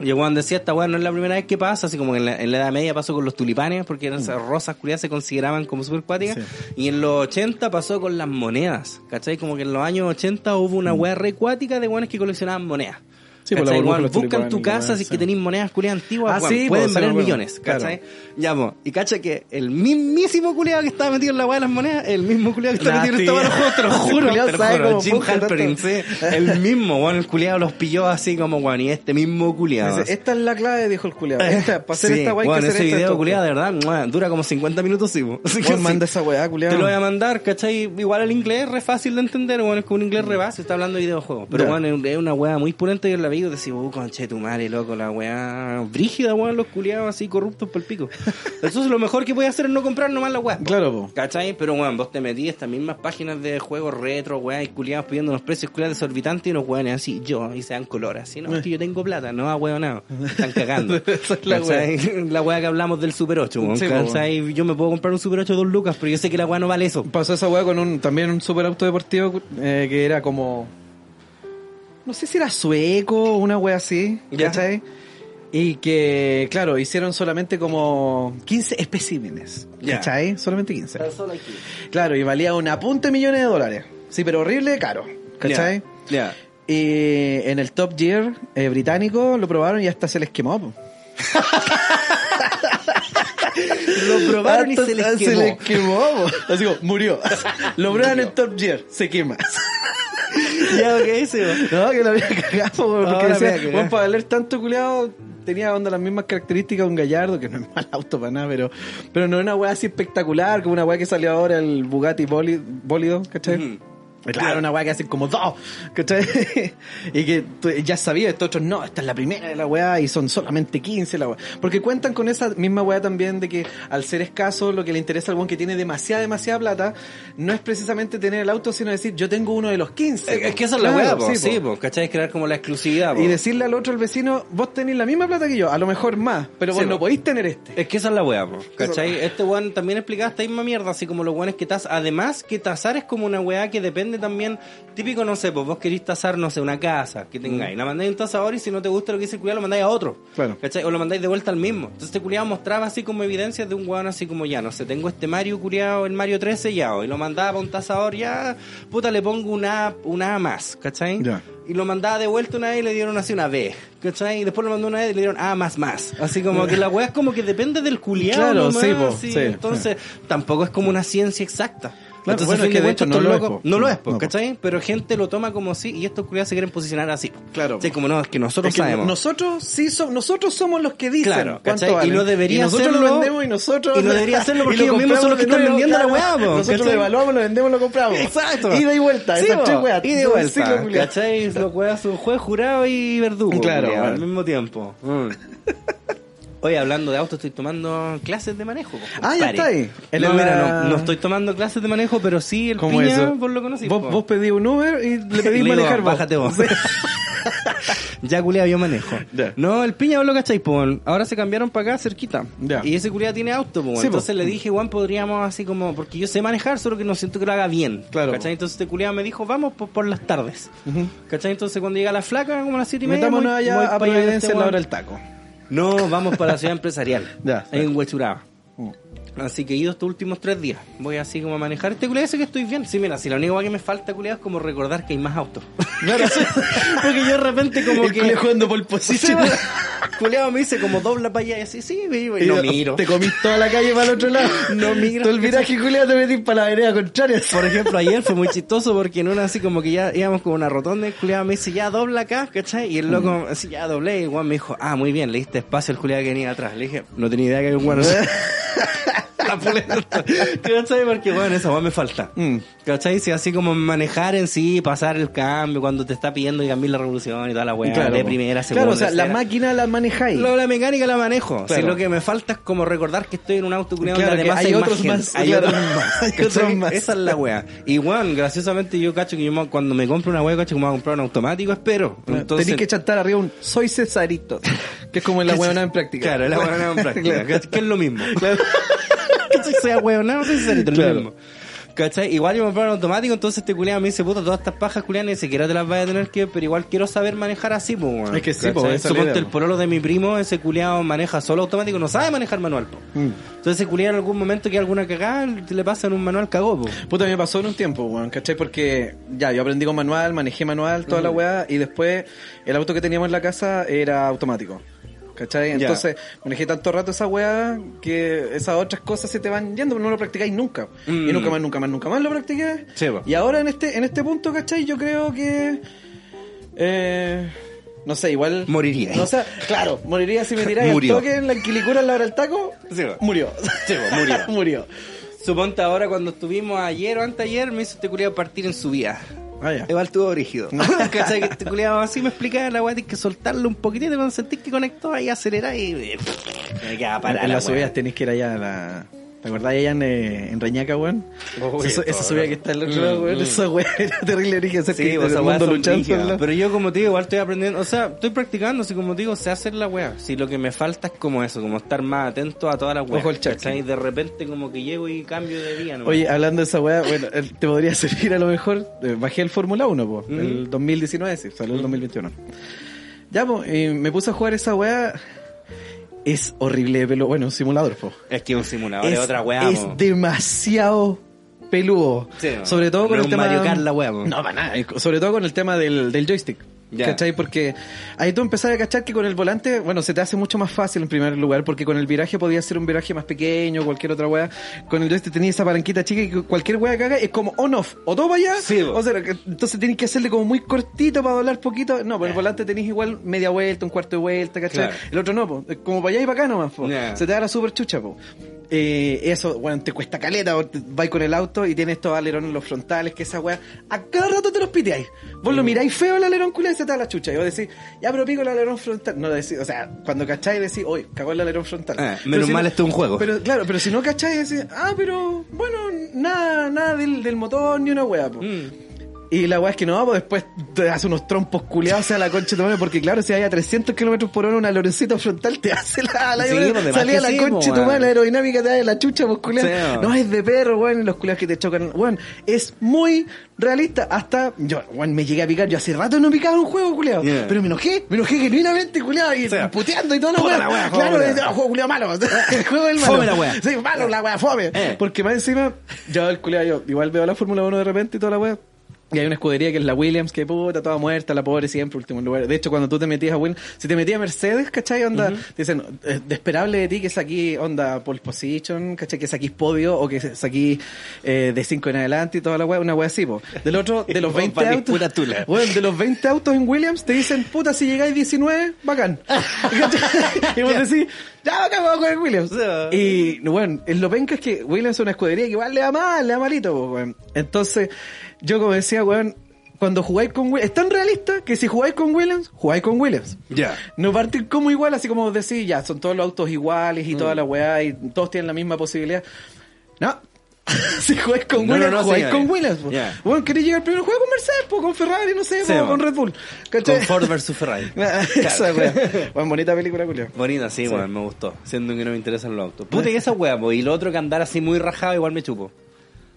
Y el weón decía, esta weá no es la primera vez que pasa, así como en la, en la Edad Media pasó con los tulipanes, porque eran
Mm.
esas rosas curiosas se consideraban como súper cuáticas. Y en los 80 pasó con las monedas, ¿cachai? Como que en los años 80 hubo una weá re cuática de weones que coleccionaban monedas.
Mm. Sí, por la
¿Cachai?
burbuja de
Weón,
los
buscan
tulipanes,
tu casa
weón,
si es
sí.
que tenéis monedas culias antiguas,
Ah,
weón,
sí,
pueden
pues,
valer
sí, weón.
millones, ¿cachai? Ya, po. y cacha que el mismísimo culiado que estaba metido en la weá de las monedas, el mismo culiado que estaba
Nah,
metido en
sí.
esta weá de los juegos, te lo juro,
culiao
te lo
sabe
juro,
cómo
Jim
busca
Halperin,
tanto.
sí, el mismo, weón, el culiado los pilló así como, weón, y este mismo culiado.
Dice, esta es la clave, dijo el culiado. Esta, este, para hacer
Sí,
esta guay
bueno,
que
ese
hacer esta,
video,
esto.
culiado, de verdad, mua, dura como 50 minutos, sí, po. Así que
Weón,
sí,
manda esa weá, culiado.
Te lo voy a mandar, ¿cachai? Igual el inglés es re fácil de entender, bueno, es como un inglés re básico, está hablando de videojuegos. Pero,
Ya.
bueno, es una weá muy pulenta y yo la vi y decía, uh, conche tu madre, loco, la weá brígida, weón, los culiados así corruptos por el pico. Eso es lo mejor que voy a hacer es no comprar nomás la weá. po.
Claro, po.
¿Cachai? Pero, weón, vos te metí a estas mismas páginas de juegos retro, weón, y culiados pidiendo unos precios culiados desorbitantes y unos weones así, yo, y se dan color, así, no, es que yo tengo plata, no, ah, weón, no, están cagando.
Esa es la
¿Cachai? La weá que hablamos del Super 8, weón,
Sí, po,
¿cachai? Yo me puedo comprar un Super 8 de dos lucas, pero yo sé que la weá no vale eso.
Pasó esa weá con un, también un superauto deportivo eh, que era como. No sé si era sueco o una weá así,
Ya.
¿cachai? Y que, claro, hicieron solamente como 15 especímenes,
Ya.
¿cachai? Solamente 15. Claro, y valía una punta de millones de dólares. Sí, pero horrible de caro, ¿cachai?
Ya.
Y en el Top Gear eh, británico lo probaron y hasta se les quemó. po.
Lo probaron y
Hasta
se les quemó.
Se les quemó. po. Así como, murió. Lo prueban en Top Gear, se quema.
Ya, ok, sí, weón.
No, que lo había cagado, po, porque
Ahora me voy a
decía,
cagar.
bueno, para valer tanto culiado, tenía onda las mismas características de un gallardo, que no es mal auto para nada, pero, pero no es una weá así espectacular, como una weá que salió ahora el Bugatti Boli- Bólido, ¿cachai? Claro, una weá que hacen como dos, ¿cachai? y que tú ya sabía, estos otros no, esta es la primera de la weá y son solamente 15 la weá. Porque cuentan con esa misma weá también de que al ser escaso, lo que le interesa al weón que tiene demasiada, demasiada plata, no es precisamente tener el auto, sino decir, yo tengo uno de los 15.
Es es que esa es la
Claro,
weá, po.
po.
Sí, po. ¿Cachai? Es crear como la exclusividad, po.
Y decirle al otro, al vecino, vos tenés la misma plata que yo, a lo mejor más, pero vos
Sí,
no
po.
podéis tener este.
Es que esa es la weá, po, ¿cachai? Este weón también explicaba esta misma mierda, así como los weones que tas. Además, que tasar es como una weá que depende también, típico, no sé, pues vos querís tasar, no sé, una casa
Mm.
que tengáis. La mandáis a un tasador y si no te gusta lo que dice el culiado, lo mandáis a otro.
Claro.
¿cachai? O lo mandáis de vuelta al mismo. Entonces este culiado mostraba así como evidencias de un weón así como ya, no sé, tengo este Mario culiado, el Mario 13 ya, y lo mandaba a un tasador ya, puta, le pongo una, una A más, ¿cachai?
Ya.
Y lo mandaba de vuelta una vez y le dieron así una B, ¿cachai? Y después lo mandó una vez y le dieron A más más. Así como que la weá es como que depende del culiado.
Claro,
nomás,
sí, po, sí,
Entonces tampoco es como una ciencia exacta.
Claro,
Entonces,
bueno,
a
es que
fin
de
cuentas,
hecho no
estos
lo es,
locos-
po.
No lo es, po,
No, po.
¿cachai? Pero gente lo toma como sí y estos culiados se quieren posicionar así.
Claro,
Sí,
po.
como no, es que nosotros
Es que
sabemos.
nosotros sí somos, nosotros somos los que dicen
Claro,
cuánto
¿cachai?
valen.
Y no debería
Y nosotros
hacerlo-
lo vendemos y nosotros
y no debería hacerlo porque
y lo
ellos mismos son los que están
compramos de
vendiendo la
claro.
weá, po,
Nosotros lo
¿cachai?
evaluamos, lo vendemos, lo compramos.
Exacto.
Ida y vuelta,
Sí,
esas
po,
tres weas.
Ida y
Todo el
vuelta.
ciclo, culiao.
¿Cachai? Lo juega su juez jurado y verdugo.
Claro,
culiao,
bueno.
al mismo tiempo. Mm. Oye, hablando de auto, estoy tomando clases de manejo. compadre.
Ah, ya está ahí. En
No,
la-
mira, no, no estoy tomando clases de manejo, pero sí el
¿Cómo
piña,
eso?
vos lo conocís.
Vos,
po.
vos pedí un Uber y le pedís
Le digo,
manejar vos.
Bájate vos. ya, culiado, yo manejo.
Ya.
No, el piña, vos lo cacháis, po. Ahora se cambiaron para acá, cerquita.
Ya.
Y ese culiado tiene auto, po.
Sí, po.
Entonces le dije, Juan, podríamos así como... Porque yo sé manejar, solo que no siento que lo haga bien.
Claro,
¿Cachai?
po.
Entonces este culiado me dijo, vamos po, por las tardes.
Ujú.
¿Cachai? Entonces cuando llega la flaca, como a las siete y media...
Metámonos
voy-
allá
voy
a
pa' allá de
Providencia
este
en la
weón.
hora del taco.
No, vamos para la ciudad empresarial.
Ya.
En Huechuraba.
Mm.
Así que he ido estos últimos tres días. Voy así como a manejar este culiado. Sé que estoy bien. Sí, mira, si la única cosa que me falta, culiado, es como recordar que hay más autos. Claro. Porque yo de repente como
El
que...
culiao jugando por
Sí,
posición.
bueno, Culiado me dice como dobla para allá y así, sí, y
Y
no miro.
Te comís toda la calle para el otro lado.
No miro.
Todo el viraje, culiao, te metís para la vereda contraria.
Por ejemplo, ayer fue muy chistoso porque en una así como que ya íbamos con una rotonda y el culiado me dice, ya dobla acá, ¿cachai? Y el
Mm.
loco, así ya doblé y el weón me dijo, ah, muy bien, le diste espacio al culiado que venía atrás. Le dije, no tenía idea que había un weón así. La pulenta. ¿Cachai? Porque bueno, esa weón me falta.
Mm.
¿Cachai? Si así como manejar en sí, pasar el cambio cuando te está pidiendo que cambies la revolución y toda la weá de primera, segunda.
Claro, o sea, la
tercera.
máquina la manejáis.
Lo de la mecánica la manejo.
Claro.
Si lo que me falta es como recordar que estoy en un auto culiado
Claro,
donde
que
además
hay otros
gente.
más,
Hay
claro.
otros más.
Hay
¿cachai?
otros más.
Esa es la wea. Y weón, graciosamente yo cacho que yo me- cuando me compro una wea, cacho que me voy a comprar un automático, espero. Entonces,
Tenés que chantar arriba un soy Cesarito, que es como la huevona en práctica.
Claro, la weona en práctica. Que es lo mismo. Que soy sea weonado, soy cerito, lo
Claro.
mismo. ¿Cachai? Igual yo me paro en automático, entonces te culean, me dice, puta, todas estas pajas culean ni siquiera te las vaya a tener que, pero igual quiero saber manejar así, pues, weón.
Es que sí, po,
¿Cachai?
esa es la
Suponte
idea,
el
po.
pololo de mi primo, ese culeado maneja solo automático, no sabe manejar manual, po. Entonces ese culeado en algún momento que alguna cagada le pasa en un manual cagó, po.
Puta, a mí me pasó en un tiempo, weón, ¿cachai? Porque ya, yo aprendí con manual, manejé manual, toda la weá, y después el auto que teníamos en la casa era automático. ¿Cachai?
Ya.
Entonces, manejé tanto rato esa weá que esas otras cosas se te van yendo, pero no lo practicáis nunca.
Mm.
Y nunca más, nunca más, nunca más lo practiqué.
Sí, po.
y ahora en este, en este punto, ¿cachai? Yo creo que. eh, no sé, igual.
Moriría.
No sé, claro, moriría si me tiráis el
Murió.
toque en la enquilicura en la hora del taco.
Sí, po.
murió.
Sí, po, murió.
murió.
Suponte ahora cuando estuvimos ayer o anteayer, me hizo este culeado partir en su vida.
Ah, ya.
Igual estuvo brígido. ¿Cachai? Que este culeado así me explicaba la weá, tienes que soltarlo un poquitito cuando sentís que conectó ahí acelerar y. eh, Me queda
en
parada.
en
la
las
weá.
subidas tenés que ir allá a la. ¿Te acordás allá en, eh, en Reñaca, weón?
Uy,
Esa- esa
todo,
subida
loco.
que está al
Mm,
otro lado, weón.
mm.
Esa weá era terrible origen.
Sí, pues, esas weas son brígidas. Pero yo, como te digo, igual estoy aprendiendo. O sea, estoy practicando, así como te digo, sé hacer la weá. Si lo que me falta es como eso, como estar más atento a todas las weas.
Ojo al charqui.
¿cachai? De repente, como que llego y cambio de día, ¿no?
Oye, hablando de esa weá, bueno, eh, te podría servir a lo mejor. eh, Bajé el Fórmula 1, po.
Mm.
El 2019, sí, salió el 2021. Ya, po, y me puse a jugar esa weá. Es horrible de pelo. Bueno, un simulador, po.
es que un simulador es,
es,
otra weá.
es
mo.
demasiado peludo.
Sí, no.
sobre todo con
No
el
es
tema
Mario Kart la wea, po.
No, para nada. Sobre todo con el tema del, del joystick.
Ya.
¿Cachai? Porque ahí tú empezás a cachar que con el volante, bueno, se te hace mucho más fácil en primer lugar, porque con el viraje podía ser un viraje más pequeño, cualquier otra wea. Con el joystick tenías esa palanquita chica y que cualquier wea que haga es como on-off, o todo para allá,
Sí, po.
o sea, que- entonces tenés que hacerle como muy cortito para doblar poquito. No, por el volante tenés igual media vuelta, un cuarto de vuelta, ¿cachai?
Claro.
El otro no, po. Es como para allá y para acá nomás, po.
Ya.
Se te da la super chucha, po. Eh, eso, bueno, te cuesta caleta, o te- vais con el auto y tienes estos alerones en los frontales, que esa weá, a cada rato te los piteáis. Vos
Mm.
lo miráis feo el alerón culo y se te da la chucha. Y vos decís, ya, pero pico el alerón frontal. No decís, o sea, cuando cacháis decís, uy, cagó el alerón frontal.
Ah,
Pero
menos mal
no-
esto es un juego.
Pero claro, pero si no cacháis decís, ah, pero bueno, nada, nada del, del motor ni una weá, po.
Mm.
Y la weá es que no, pues después te hace unos trompos culeados a la concha de tu madre, porque claro, si hay a 300 kilómetros por hora una lorencita frontal, te hace la, la
Sí, pues, de más
salida a
que
la
sí,
concha de
po,
tu madre,
weón.
la aerodinámica te da de la chucha, pues culeado.
Sí, po.
no, es de perro, weón, y los culeados que te chocan, weón. Es muy realista, hasta, yo, weón, me llegué a picar, yo hace rato no picaba un juego, culeado,
Yeah.
pero me enojé, me enojé genuinamente, culeado, y puteando y todo, la
Puta
weá.
la weá, juego
Claro,
culeado.
era un juego culeado malo, el juego del malo.
Fome la weá.
Sí, malo la weá, fome.
Eh.
Porque más encima, yo el culiao, yo igual veo la Fórmula 1 de repente y toda la weá. Y hay una escudería que es la Williams, que puta, toda muerta, la pobre siempre, último lugar. De hecho, cuando tú te metías a Williams, si te metías a Mercedes, ¿cachai? Onda, te dicen, eh, desesperable de ti que saquís, onda, pole position, ¿cachai? Que saquís podio o que saquís eh, de 5 en adelante y toda la weá, una weá así, po. Del otro, de los
Juan
20
Pablo es
autos.
pura tula.
Bueno, de los 20 autos en Williams te dicen, puta, si llegáis 19, bacán. ¿Cachai? y vos decís, ya bacán, vamos con el Williams.
Sí.
Y, bueno, lo penca es que Williams es una escudería que igual le da mal, le da malito, po, weón. Entonces, yo como decía, weón, cuando jugáis con Williams, es tan realista que si jugáis con Williams, jugáis con Williams.
Ya.
No parten como igual, así como decís, ya, son todos los autos iguales y
Mm.
toda la weá, y todos tienen la misma posibilidad. No. si jugáis con
No,
Williams,
no, no,
jugáis
señores.
con Williams. po.
Ya.
Bueno, queréis llegar primero, juega con Mercedes, po, con Ferrari, no sé,
Sí,
po,
po.
con Red Bull. ¿Cachai?
Con Ford versus Ferrari.
Esa weá. Bueno, bonita película, Julio.
Bonita, sí, weón, me gustó. Siendo que no me interesan los autos. Puta, y esa wea, po. Y lo otro que andar así muy rajado, igual me chupo.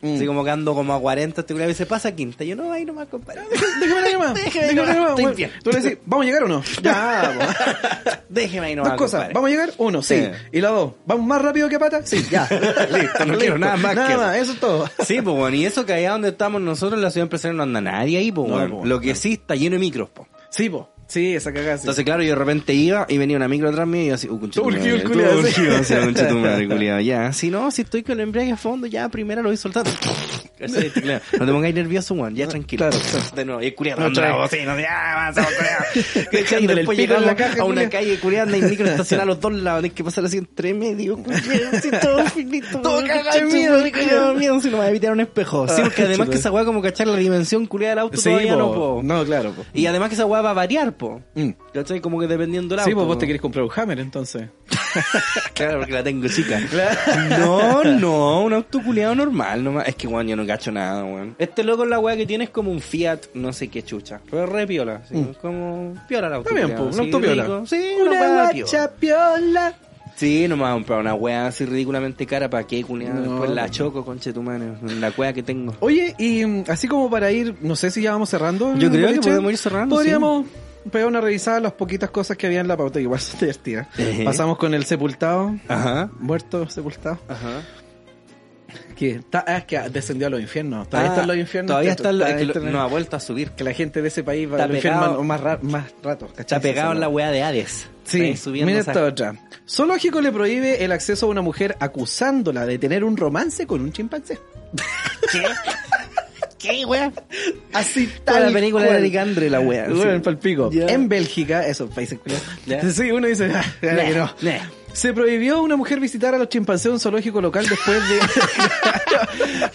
Mm.
Así como que ando como a 40, este culiao dice, pasa a quinta. Yo no, ahí nomás, compadre.
Déjame la llamada.
Déjame
Déjame
la
la
llamada, estoy
llamada.
bien.
Tú le decís, ¿vamos a llegar o no? Ya, po.
Déjeme ahí nomás.
Dos cosas.
compadre.
¿Vamos a llegar? Uno, sí.
Sí.
Y la dos, ¿vamos más rápido que pata? Sí, ya.
Listo, no quiero nada más
Nada
que eso.
más, eso es todo.
Sí, pues bueno, y eso que allá donde estamos nosotros, en la ciudad empresarial no anda nadie ahí, pues
No,
bueno.
po,
Lo que sí está lleno de micros, po.
Sí, po. Sí, esa cagada. sí.
Entonces, claro, yo de repente iba y venía una micro atrás mío y yo así, uh, concha tu
Urgido
madre,
el culiao,
tú
sí.
urgido, sí, concha tu madre, culiao, ya. Si no, si estoy con el embrague a fondo, ya primero lo voy soltando. Cachai, este, claro. No te pongáis nervioso, Juan, ya tranquilo.
Ah, Claro, claro.
De nuevo, y el culiao,
No,
no,
trae.
sí, no, ya, avanzamos, culiao. Cachai, Y
Dejándole el
después
pico en
llegamos
la caja,
a una
culiao.
calle, culiao, anda y micro estacionada a los dos lados, tenés que pasar así entre medio, culiao, así todo finito.
Todo
culiao,
cagado de
chupa,
miedo,
culiao,
culiao.
miedo, si no me va a evitar un espejo. Sí,
Ah,
porque además
chuta.
que esa weá como cachar la dimensión culiao del auto
Sí,
todavía
po.
no, po.
No, claro, po.
Y además que esa weá va a variar, po.
Mm.
¿Cachai? Como que dependiendo del auto.
Sí, pues vos te
po.
querés comprar un Hammer, entonces.
Claro, porque la tengo chica. No, no, un auto culiado normal nomás. Es que, weón, yo no cacho nada, weón. Este loco la weá que tiene es como un Fiat, no sé qué chucha. Pero es re piola. así, Como piola el auto.
Mm. Está bien,
culiao,
po, un
así,
auto piola.
rico. Sí, una weá piola.
piola.
Sí, nomás comprar una wea así ridículamente cara para que culiado.
No.
Después la choco, conche tu mano. La cueva que tengo.
Oye, y mm, así como para ir, no sé si ya vamos cerrando.
Yo creo que
Boliche.
podemos ir cerrando,
Podríamos pegar una revisada a las poquitas cosas que había en la pauta, que igual son divertidas.
Ejé.
Pasamos con el sepultado,
Ajá.
muerto, sepultado.
Ajá.
Que está, ah, es que descendió a los infiernos. Todavía
Ah,
está en los infiernos.
Todavía
Está-
está en los-
está
es que lo-
internet.
no ha vuelto a subir.
Que la gente de ese país va
Está
al infierno
pegado.
más, ra- más rato. ¿cachai?
Está pegado en la wea de Hades. Está
Sí,
ahí subiendo
mira
esa-
esta otra. Zoológico le prohíbe el acceso a una mujer acusándola de tener un romance con un chimpancé.
¿Qué, weón?
Así
Toda
tal
la película de
cual.
Eric Andre, la wea.
Bueno,
sí.
palpico.
Ya.
En Bélgica, esos países culiados.
Ya.
Sí, uno dice, ah, claro que no.
Nah, nah.
Se prohibió a una mujer visitar a los chimpancés en un zoológico local después de.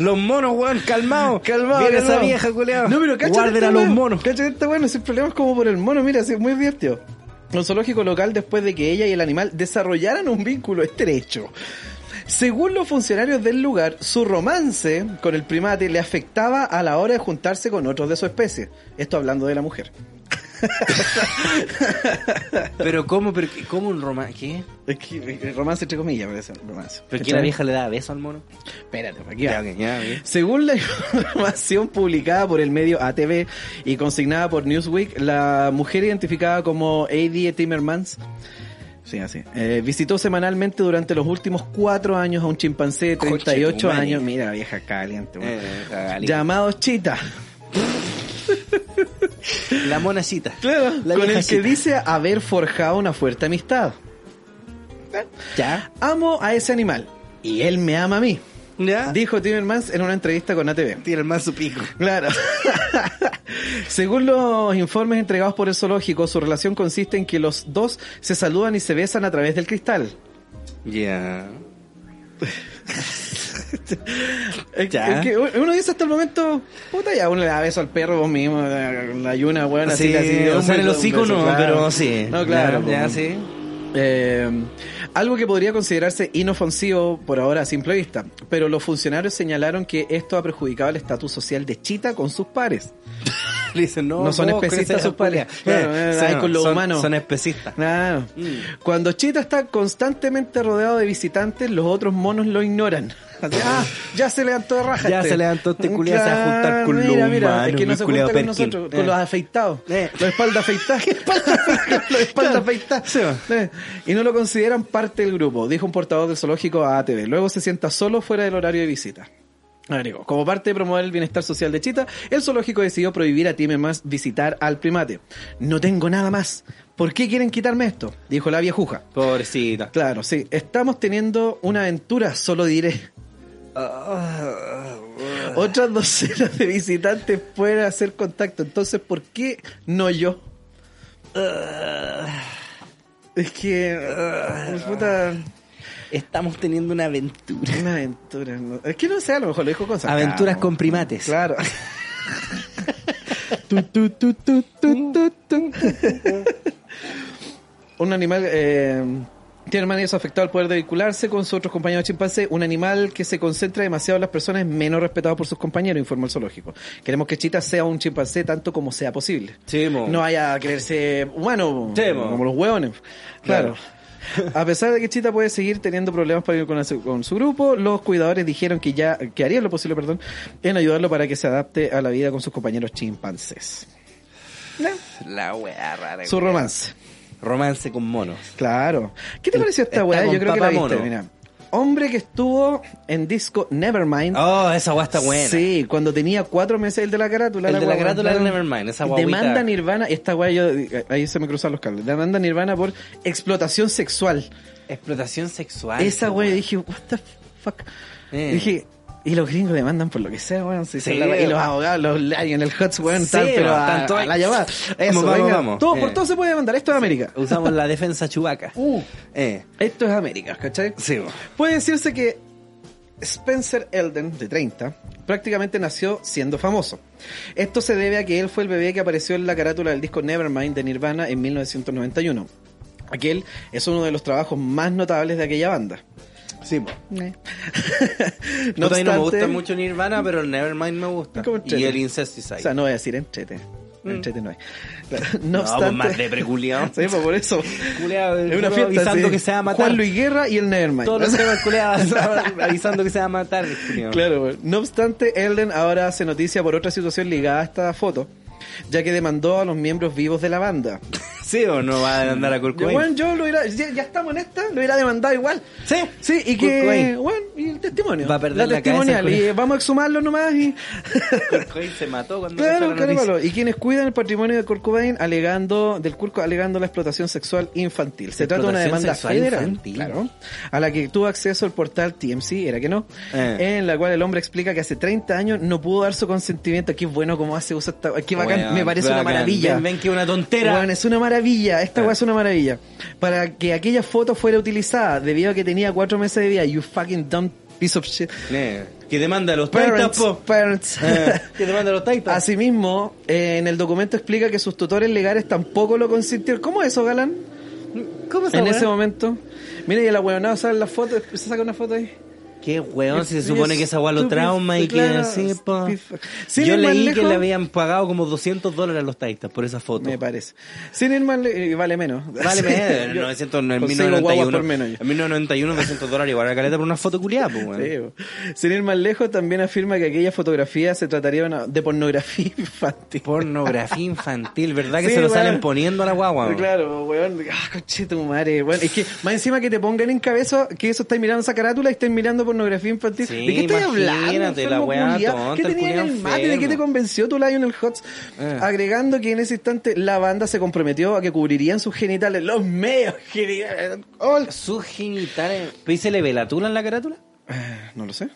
Los monos, weón, calmado.
Calmado.
Mira esa
calmado.
vieja, culiado.
No, pero cacha. este
Guarden a los monos.
Cacha, está bueno. Sin problemas como por el mono. Mira, sí, es muy divertido. Un zoológico local después de que ella y el animal desarrollaran un vínculo estrecho. Según los funcionarios del lugar, su romance con el primate le afectaba a la hora de juntarse con otros de su especie. Esto hablando de la mujer.
Pero, ¿cómo? Pero, ¿Cómo un romance? ¿Qué?
Es que, eh, romance entre comillas, parece. Romance.
¿Pero que
¿Cachai?
la vieja le da beso al mono?
Espérate, aquí va.
ok, ya, ok.
Según la información publicada por el medio ATV y consignada por Newsweek, la mujer identificada como A.D. Timmermans sí, así, eh, visitó semanalmente durante los últimos cuatro años a un chimpancé de 38
Conchetumare.
años. Mira, vieja caliente. weón.
Eh, cali-
Llamado Chita,
La monacita. La vieja
con el que
chita.
dice haber forjado una fuerte amistad.
Ya.
Amo a ese animal y él me ama a mí,
Ya.
dijo Timmermans en una entrevista con ATV.
Tira el mazo pico.
Claro. Según los informes entregados por el zoológico, su relación consiste en que los dos se saludan y se besan a través del cristal.
Ya.
Es que-
Ya.
es que uno dice hasta el momento, puta, ya uno le da beso al perro vos mismo, eh, la ayuna, weón, así,
Sí,
así.
o
un
sea, en el
beso,
hocico
un beso,
no,
claro.
pero sí.
No, claro.
Ya, ya,
pues.
sí.
Eh, algo que podría considerarse inofensivo por ahora a simple vista, pero los funcionarios señalaron que esto ha perjudicado el estatus social de Chita con sus pares.
Le dicen, no,
No son
vos,
especistas
crece la
sus pares.
culia.
Claro,
Eh,
eh,
son-
ahí con lo
son-
humano.
Son especistas.
Claro.
Mm.
Cuando Chita está constantemente rodeado de visitantes, los otros monos lo ignoran. Así, ah, ya se levantó de raja.
Ya se levantó este culiao, se va a juntar con
mira,
los
mira, es
humanos,
que no
mi
se junta
culiao
con
Perkin.
nosotros, con
Eh.
los afeitados.
Eh.
La espalda afeitada. la espalda afeitada.
Se va.
Eh, Y no lo consideran parte del grupo, dijo un portavoz del zoológico a ATV. Luego se sienta solo fuera del horario de visita. Agregó, como parte de promover el bienestar social de Chita, el zoológico decidió prohibir a Timmermans visitar al primate. No tengo nada más. ¿Por qué quieren quitarme esto? Dijo la viejuja.
Pobrecita.
Claro, sí. Estamos teniendo una aventura, solo diré. Otras docenas de visitantes pueden hacer contacto. Entonces, ¿por qué no yo? Es que... ah, puta,
Estamos teniendo una aventura.
una aventura. ¿no? Es que no sé, a lo mejor lo dijo con sarcasmo.
Aventuras con primates.
Claro. un animal eh, tiene maneras afectado al poder de vincularse con sus otros compañeros chimpancés. Un animal que se concentra demasiado en las personas es menos respetado por sus compañeros, informó el zoológico. Queremos que Chita sea un chimpancé tanto como sea posible.
Sí, mo.
No vaya a creerse humano,
Sí, mo.
como los hueones. Claro. A pesar de que Chita puede seguir teniendo problemas para ir con, su- con su grupo, los cuidadores dijeron que ya que harían lo posible, perdón, en ayudarlo para que se adapte a la vida con sus compañeros chimpancés.
La wea rara.
Su romance.
Romance con monos.
Claro. ¿Qué te pareció esta
Está
weá?
con
Yo creo que la
Papá
viste,
Mono.
mira. Hombre que estuvo en disco Nevermind.
Oh, esa wea está buena.
Sí, cuando tenía cuatro meses el de la carátula.
El de la
guagua,
carátula
claro.
era Nevermind, esa guaguita.
Demanda Nirvana, esta weá yo, ahí se me cruzan los cables. Demanda Nirvana por explotación sexual.
Explotación sexual.
Esa
po,
weá, yo dije, what the fuck.
Eh.
Dije, y los gringos demandan por lo que sea, weón. si se
Sí,
la- y los
weón.
abogados, los labios en el Hot, weón,
Sí,
están, pero
weón,
a,
están todos
a
ahí.
la llamada. Eso,
Vamos, vamos,
venga.
vamos.
Todo, Por
Eh.
todo se puede demandar, esto es América.
Usamos la defensa chubaca.
Uh,
Eh.
esto es América, ¿cachai?
Sí, po.
Puede decirse que Spencer Elden, de 30, prácticamente nació siendo famoso. Esto se debe a que él fue el bebé que apareció en la carátula del disco Nevermind de Nirvana en 1991. Aquel es uno de los trabajos más notables de aquella banda.
Sí, po. No, no
No
me
obstante-
gusta mucho Nirvana, pero Nevermind me gusta.
Es como un
Y
tren.
el Incesticide.
O sea, no voy a decir entrete. entretenido. Claro,
No,
No,
pues,
obstante,
más depre, culiao.
Sí, pues por eso.
Culeado,
Es una fiesta
avisando
sí.
que se va a matar.
Juan Luis Guerra y el Nevermind.
Todos los temas culeados avisando que se va a matar. culiao.
Claro, güey. no obstante, Elden ahora hace noticia por otra situación ligada a esta foto, ya que demandó a los miembros vivos de la banda.
¿Sí o no va a andar a Kurt
Yo,
Cobain?
bueno, yo lo hubiera- ya, ya estamos en esta, lo hubiera demandado igual.
Sí,
Sí, y
Kurt
que,
Cobain.
bueno, y el testimonio.
Va a perder la cabeza el
testimonial, y
colegio.
eh, vamos a exhumarlo nomás y...
Kurt Cobain se mató cuando
Claro,
salió la
claro,
noticia.
claro. Y quienes cuidan el patrimonio de Kurt Cobain alegando, del Kurt Co- alegando la explotación sexual infantil. Se trata de una
Explotación
demanda
sexual
federal
infantil.
claro, a la que tuvo acceso el portal TMC, era que no,
Eh.
en la cual el hombre explica que hace 30 años no pudo dar su consentimiento. Qué bueno cómo hace uso esta... Qué bacán,
Weón,
me parece una
bacán.
maravilla.
Ven, Eh. ven que una tontera.
Weón, es una maravilla, esta weá es una maravilla. Para que aquella foto fuera utilizada debido a que tenía cuatro meses de vida, you fucking dumb piece of shit.
Eh, Que demanda a los
Parents,
taitas, po.
parents.
Eh, Que demanda a los taitas.
Asimismo, eh, en el documento explica que sus tutores legales tampoco lo consintieron. ¿Cómo eso, Galán?
¿Cómo
en ese momento. Mira, y el abuelonado sale la foto, se saca una foto ahí.
Qué weón, si se
It's
supone que esa weá lo
stupid,
trauma y que
claro,
así, po.
stupid. Sin
Yo
ir más
leí que
lejos-
le habían pagado como 200 dólares a los taitas por esa foto.
Me parece. Sin ir más le- eh, vale menos.
Vale, me en
Yo
900, en
consigo guaguas
1991.
por menos yo.
En 1991, 200 dólares igual a la caleta por una foto culiada, pues, weón.
Sí, bo. Sin ir más lejos, también afirma que aquella fotografía se trataría de una- de pornografía infantil.
Pornografía infantil, ¿verdad? Que
Sí,
se lo
weón.
salen poniendo a la guagua. weón?
Claro, weón. Ah, conche tu madre, weón. Es que más encima que te pongan en cabeza que eso estáis mirando esa carátula y estáis mirando pornografía infantil.
Sí,
¿De qué estás
imagínate,
hablando? enfermo
la weá
culiao?
tonta,
¿Qué
el
tenías en
culiao
el mate? ¿De qué te
enfermo.
convenció tu Lionel Hotz?
Eh.
Agregando que en ese instante la banda se comprometió a que cubrirían sus genitales, los medios genitales. Oh,
Sus genitales. ¿Pero ¿Y se le ve la tula en la carátula?
Eh, no lo sé.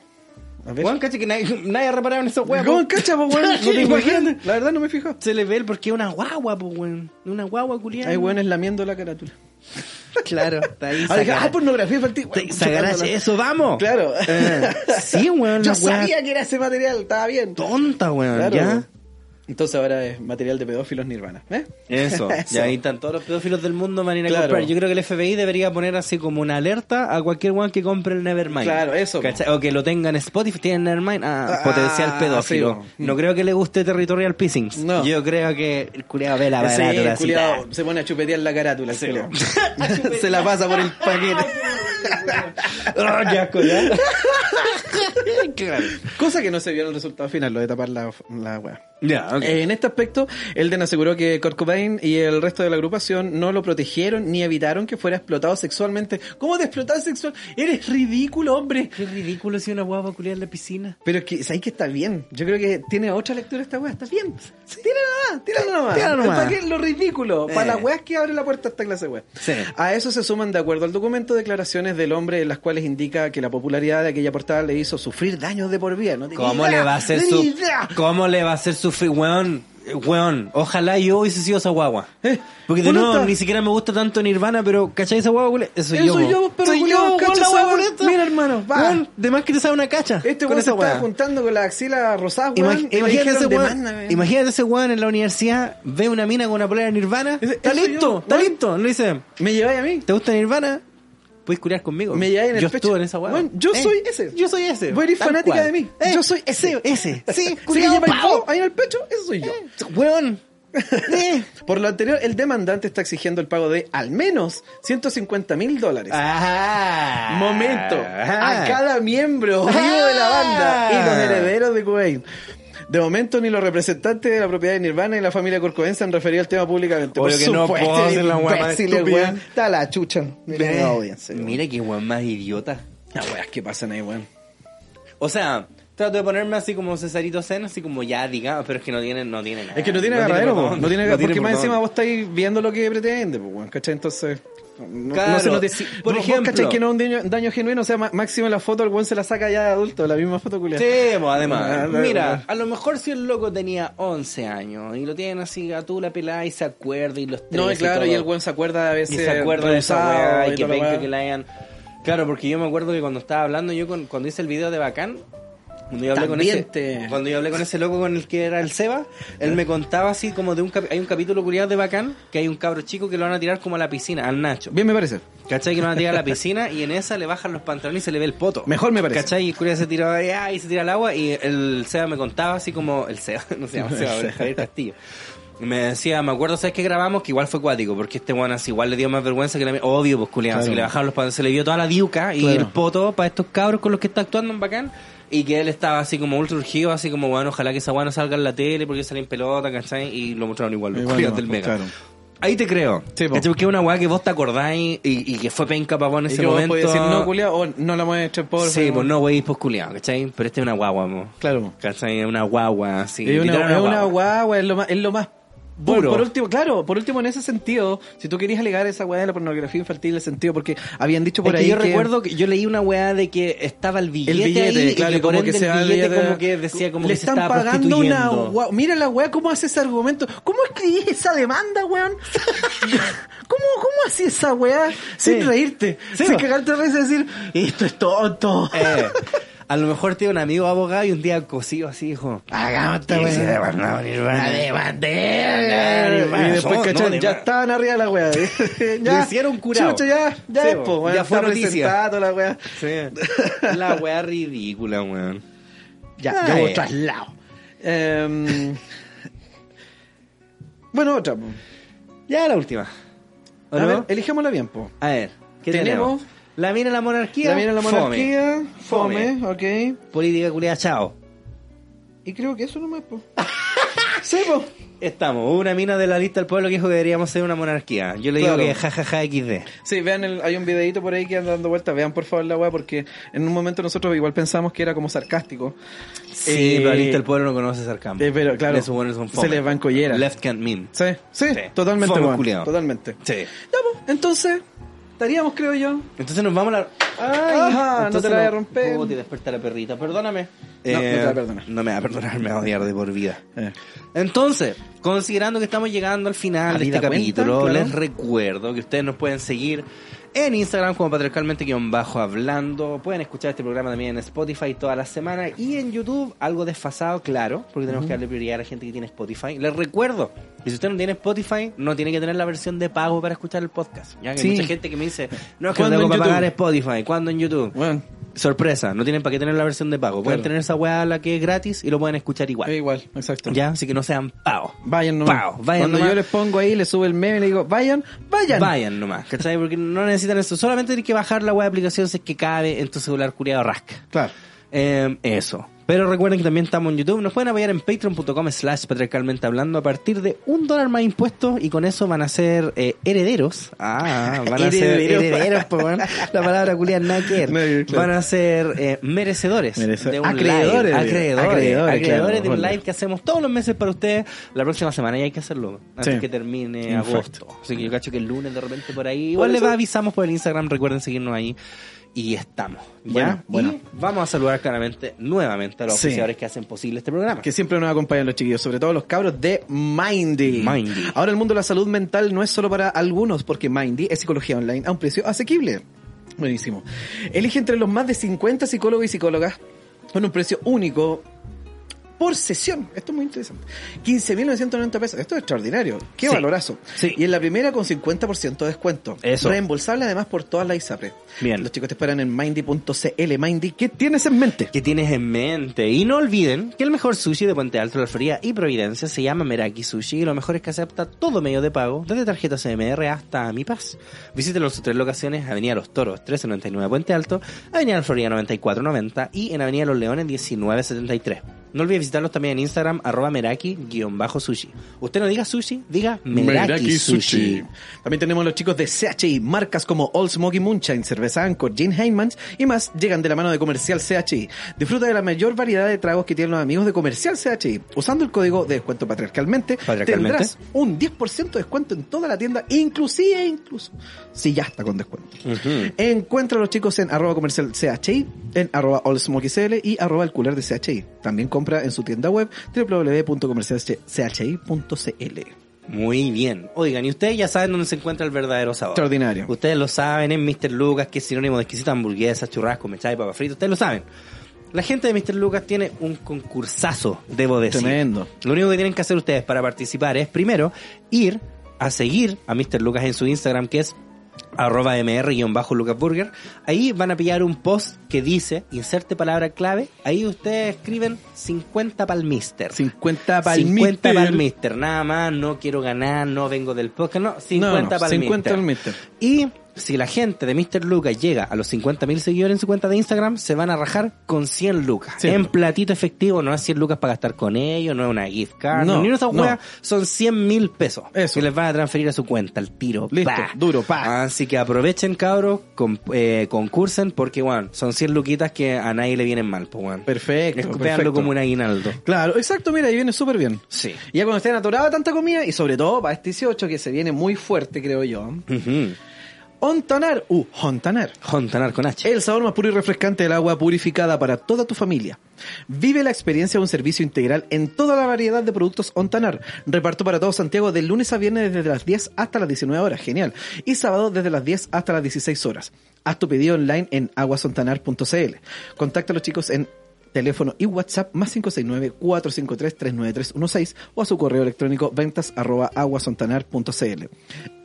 A ver.
Weón, caché que nadie, nadie ha reparado en esa weá.
¿Cómo
po.
cacha, po, weón? No
Imagínate.
te imaginas. La verdad no me fijo.
Se le ve el porque es una guagua, pues, weón. Una guagua culiada.
Hay weones lamiendo la carátula.
Claro, está ahí.
Ah, dije,
saca-
ah, pornografía infantil.
Te-
Weón,
sacarás
chocándola.
eso, vamos.
Claro.
Eh, sí, weón.
Yo
la weá
sabía que era ese material, estaba bien.
Tonta, weón.
Claro.
Ya.
Entonces ahora es material de pedófilos nirvana. ¿eh?
Eso,
Eso.
y ahí están todos los pedófilos del mundo van a ir a
Claro.
comprar. Yo creo que el FBI debería poner así como una alerta a cualquier weón que compre el Nevermind.
Claro, eso, po.
¿Cachai? O que lo tenga en Spotify, tiene Nevermind, ah,
Ah,
potencial
sí,
pedófilo.
po.
no creo que le guste Territorial Pissings.
No.
Yo creo que el culiado ve la
Ese
barata.
el
así,
culiao se pone a chupetear la carátula. el culiao. se la pasa por el paquete.
ah. Ah, qué asco, ya. Claro.
Cosa que no se vio en el resultado final, lo de tapar la, la wea.
Ya, ok.
Eh, en este aspecto, Elden aseguró que Kurt Cobain y el resto de la agrupación no lo protegieron ni evitaron que fuera explotado sexualmente. ¿Cómo te explotaron sexual? Eres ridículo, hombre.
Qué ridículo si una guapa culiada en la piscina.
Pero es que, ¿sabes que está bien? Yo creo que tiene otra lectura esta weá, está bien. Tíralo nomás, tíralo nomás.
Tíralo nomás.
¿Para qué lo ridículo?
Eh.
Para las weas que abre la puerta a esta clase de weas.
Sí.
A eso se suman, de acuerdo al documento, declaraciones del hombre en las cuales indica que la popularidad de aquella portada le hizo sufrir daños de por vida. No tenía
¿Cómo
idea,
le va a hacer
no tenía
su...
idea.
¿Cómo le va a hacer su... fi- Weón, eh, weón, ojalá yo hubiese sido esa guagua.
Eh,
Porque de
¿dónde
nuevo,
está?
ni siquiera me gusta tanto Nirvana, pero ¿cachai esa guagua? cule? Eso
Eso
yo,
yo,
po.
pero
Soy
culiao,
yo,
cacha
weón, la
esa
guagua
weá.
culeta.
Mira, hermano, va.
Weón, de más que te sabe una cacha.
Este
con
weón se
esa
está
weá.
apuntando con la axila rosada,
Imag-
weón. y le
imagínate,
dijeron,
ese
"Demándame".
weón, imagínate ese weón en la universidad, ve una mina con una polera de Nirvana.
Dice,
Está
"Eso yo,
listo, está
weón".
listo. Le dice,
¿Me lleváis a mí?
¿te gusta Nirvana? Puedes curar conmigo.
Me lleváis en el
yo
pecho.
estuve en esa weá.
Weón, yo
Eh,
soy ese.
Yo soy ese.
Vos eres
tal
fanática
cual.
de mí.
Eh,
Yo soy ese.
Ese. Sí,
Sí,
culiao,
lleva el
pavo.
pavo ahí en el pecho, eso soy yo.
Weón. Eh.
Por lo anterior, el demandante está exigiendo el pago de al menos 150 mil dólares.
Ah.
Momento. A
Ah.
cada miembro vivo de la banda y los
Ah.
herederos de Cobain. De momento, ni los representantes de la propiedad de Nirvana y la familia Corcoven se han referido al tema públicamente.
Obvio que no puedo hacer la weá más
imbéciles,
estúpida.
weón. Está la chucha. Mira,
Ve.
la audiencia, weón.
Eh, Mira qué weón más idiota.
Las weas que pasan ahí, weón.
O sea, trato de ponerme así como Cesarito Zen, así como ya, digamos, pero es que no tiene, no tiene nada.
Es que no tiene agarradero,
por
po.
dónde.
no tiene Porque
por
más
dónde.
encima vos estáis viendo lo que pretende, pues, weón, ¿cachai? Entonces. No,
Claro,
no se note-
si- por
por ejemplo,
ejemplo-
¿cachai? Que no es un daño, daño genuino, o sea, ma- máximo la foto, el weón se la saca ya de adulto, la misma foto culiada.
Sí, pues, además.
Ah, claro,
Mira,
claro.
a lo mejor si el loco tenía 11 años y lo tienen así, a tú la pelada y se acuerda y los tres
No, y claro, y
todo.
el weón se acuerda a veces.
Y se acuerda de esa
rehusado
weá y que
toda la
venga
weá.
que la hayan. Claro, porque yo me acuerdo que cuando estaba hablando, yo con- cuando hice el video de Bacán, cuando yo hablé con
También
ese,
te-
cuando yo hablé con ese loco con el que era el Seba, él me contaba así como de un cap- hay un capítulo curioso de Bacán, que hay un cabro chico que lo van a tirar como a la piscina, al Nacho.
Bien, me parece.
¿Cachai? Que lo van a tirar a la piscina y en esa le bajan los pantalones y se le ve el poto.
Mejor me parece.
¿Cachai? Y el culiao se tira allá y se tira al agua y el Seba me contaba así como, el Seba, no se llama Seba, pero Javier Castillo. Me decía, me acuerdo, ¿sabes qué grabamos? Que igual fue cuático, porque este weón así igual le dio más vergüenza que la mía. Obvio, pues culiado,
Claro.
así que le bajaron los pantalones, se le vio toda la diuca y
Claro.
el poto para estos cabros con los que está actuando en bacán. Y que él estaba así como ultra urgido, así como, bueno, ojalá que esa weá no salga en la tele porque sale en pelota, ¿cachai? Y lo mostraron igual, los
Igual
culiados
no,
del
pues,
mega.
claro.
Ahí te creo.
Sí, po.
¿Cachai? Porque es una weá que vos te acordáis y, y que fue penca para en
Y
ese
que vos
momento.
podías decir, no, culiao, o no la muestres, por
Sí, pues no, wey, pues culiado, ¿cachai? Pero este es una guagua, mo.
Claro, po.
¿Cachai? Es una guagua, así.
Es una,
literal
es una guagua, es lo más, es lo más por-
Puro.
Por, último, claro, por último en ese sentido, si tú querías alegar esa weá de la pornografía infantil, el sentido, porque habían dicho por
Es
ahí
que yo recuerdo que yo leí una weá de que estaba el billete,
el billete,
ahí,
claro,
y que por
como
ende
que se
el
va a
billete
leer-
como que decía como
le
que se
están
estaba
pagando una
prostituyendo.
guagua. Mira la weá, cómo hace ese argumento. ¿Cómo escribís esa demanda, weón? ¿Cómo, cómo haces esa weá sin
Sí.
reírte?
Sí,
sin
va.
cagarte la risa y decir, esto es tonto.
Eh, a lo mejor tiene un amigo abogado y un día cosido así dijo.
Hagamos esta
"Sí,
weá.
demanda, Nirvana".
Y después
No,
cachan,
de
ya
más.
estaban arriba de la weá. ya,
Lo hicieron curado.
Chucho, ya, ya,
Sí,
es,
po,
po, weón,
ya fue
está
noticia.
presentada toda la weá.
Sí. La weá ridícula, weón.
Ya,
Ah,
ya hubo
eh.
traslado. Em, bueno, otra. po.
Ya la última. ¿O
A
no?
ver, elijámosla bien, po.
A ver, ¿qué
Tenemos-
tenemos? La mina la monarquía.
La mira la
fome.
monarquía, fome,
Fome.
ok.
Política culiada, chao.
Y creo que eso nomás, po. sí, po.
Estamos, una mina de la lista del pueblo que dijo que deberíamos ser una monarquía. Yo le
Claro.
digo que jajaja XD.
Sí, vean, el- hay un videito por ahí que anda dando vueltas. Vean, por favor, la weá, porque en un momento nosotros igual pensamos que era como sarcástico.
Sí,
Eh,
pero la lista del pueblo no conoce Sarcamo.
eh, pero, claro,
Esos buenos son
se les va en collera.
Left can't mean.
Sí, sí,
Sí.
totalmente,
Fome,
weón,
culiao.
Totalmente.
Sí.
Ya, pues, entonces, estaríamos, creo yo.
Entonces nos vamos a la. Ay,
Ajá, no te la voy a
no-
romper.
Oh, te despierta la perrita, perdóname.
no te la perdona.
Eh, No me va a perdonar, me va a odiar de por vida.
Eh,
Entonces, considerando que estamos llegando al final de
Habida
este capítulo,
cuenta, claro.
les recuerdo que ustedes nos pueden seguir en Instagram como patriarcalmente-hablando. Pueden escuchar este programa también en Spotify toda la semana y en YouTube, algo desfasado, claro, porque tenemos que darle prioridad a la gente que tiene Spotify. Les recuerdo que si usted no tiene Spotify, no tiene que tener la versión de pago para escuchar el podcast. Ya que
Sí.
hay mucha gente que me dice, no es que no
¿Cuándo
tengo
en
que
YouTube?
pagar Spotify, ¿cuándo en YouTube?
Bueno,
Sorpresa, no tienen para qué tener la versión de pago. Pueden
Claro.
tener esa weá la que es gratis y lo pueden escuchar igual.
es igual, exacto.
Ya, así que no sean pavos.
Vayan nomás.
Pavos, vayan
Cuando
nomás.
yo les pongo ahí, les subo el meme y les digo, vayan, vayan.
Vayan nomás, ¿cachai? Porque no necesitan eso. Solamente tienen que bajar la web de aplicación si es que cabe en tu celular culiado rasca.
Claro.
Eh, eso. Pero recuerden que también estamos en YouTube. Nos pueden apoyar en patreon.com slash patriarcalmente hablando a partir de un dólar más impuestos y con eso van a ser eh, herederos. Ah, van a ser
Herederos.
herederos, po, weón. La palabra culiada nada que ver.
No, claro.
Van a ser eh, merecedores
Merece-
de un
Acreedores,
live.
digo.
Acreedores.
Acreedores,
Acreedores,
claro,
de un
mejor.
live que hacemos todos los meses para ustedes. La próxima semana ya hay que hacerlo antes
Sí.
que termine
En
agosto. Así que yo cacho que el lunes de repente por ahí. Igual les
eso.
avisamos por el Instagram. Recuerden seguirnos ahí. Y estamos. ¿ya?
Bueno, bueno.
Y vamos a saludar claramente nuevamente a los
Sí.
oficiadores que hacen posible este programa.
Que siempre nos acompañan los chiquillos, sobre todo los cabros de Mindy.
Mindy.
Ahora el mundo de la salud mental no es solo para algunos, porque Mindy es psicología online a un precio asequible. Buenísimo. Elige entre los más de 50 psicólogos y psicólogas con un precio único por sesión. Esto es muy interesante. 15.990 pesos. Esto es extraordinario. Qué
Sí.
valorazo.
Sí.
Y en la primera con 50% de descuento.
Eso.
Reembolsable además por todas las ISAPRE.
Bien.
E. Los chicos te esperan en mindy.cl. Mindy, ¿qué tienes en mente?
que tienes en mente. Y no olviden que el mejor sushi de Puente Alto, La Feria y Providencia se llama Meraki Sushi y lo mejor es que acepta todo medio de pago, desde tarjetas CMR hasta Mi Paz. Visítenlo en sus tres locaciones, Avenida Los Toros 1399 Puente Alto, Avenida La Feria 9490 y en Avenida Los Leones 1973. No olviden visitarlos también en Instagram, arroba meraki-sushi. Usted no diga sushi, diga meraki, sushi.
También tenemos los chicos de CHI, marcas como Old Smoky Moonshine, Cerveza Anchor, Gin Heymans y más llegan de la mano de Comercial CHI. Disfruta de la mayor variedad de tragos que tienen los amigos de Comercial CHI. Usando el código de descuento patriarcalmente,
Patriarcalmente.
tendrás un 10% de descuento en toda la tienda, inclusive incluso si ya está con descuento. Encuentra a los chicos en arroba comercial CHI, en arroba allsmokycl y arroba el cooler de CHI. También compra en su tienda web www.comercialchi.cl.
Muy bien. Oigan, y ustedes ya saben dónde se encuentra el verdadero sabor.
Extraordinario.
Ustedes lo saben, en Mr. Lucas, que es sinónimo de exquisita hamburguesa, churrasco, mechada y papa frita. Ustedes lo saben. La gente de Mr. Lucas tiene un concursazo, debo decir.
Tremendo.
Lo único que tienen que hacer ustedes para participar es, primero, ir a seguir a Mr. Lucas en su Instagram, que es arroba mr-lucasburger, ahí van a pillar un post que dice, inserte palabra clave, ahí ustedes escriben 50 pal mister.
50 para
50 pal mister, nada más, no quiero ganar, no vengo del podcast, no, 50 pal
50
mister.
al mister.
Y si la gente de Mr. Lucas llega a los 50.000 seguidores en su cuenta de Instagram, se van a rajar con 100 lucas.
Cierto.
En platito efectivo, no es 100 lucas para gastar con ellos, no es una gift card,
No,
no, ni una esa
no.
wea, son 100 mil pesos.
Eso.
Y les van a transferir a su cuenta al tiro.
Listo,
pa.
duro, pa.
Así que aprovechen, cabros, con- eh, concursen, porque, weón, son 100 luquitas que a nadie le vienen mal, pues, weón.
Perfecto,
Escupeanlo
perfecto.
como un aguinaldo.
Claro, exacto, mira, ahí viene súper bien.
Sí.
Y Ya cuando estén atorados de tanta comida, y sobre todo para este 18 que se viene muy fuerte, creo yo. Hontanar, uh, Hontanar.
Jontanar con H.
El sabor más puro y refrescante del agua purificada para toda tu familia. Vive la experiencia de un servicio integral en toda la variedad de productos Ontanar. Reparto para todo Santiago de lunes a viernes desde las 10 hasta las 19 horas. Genial. Y sábado desde las 10 hasta las 16 horas. Haz tu pedido online en aguasontanar.cl. Contacta a los chicos en teléfono y WhatsApp más 569-453-39316 o a su correo electrónico ventas arroba aguasontanar.cl.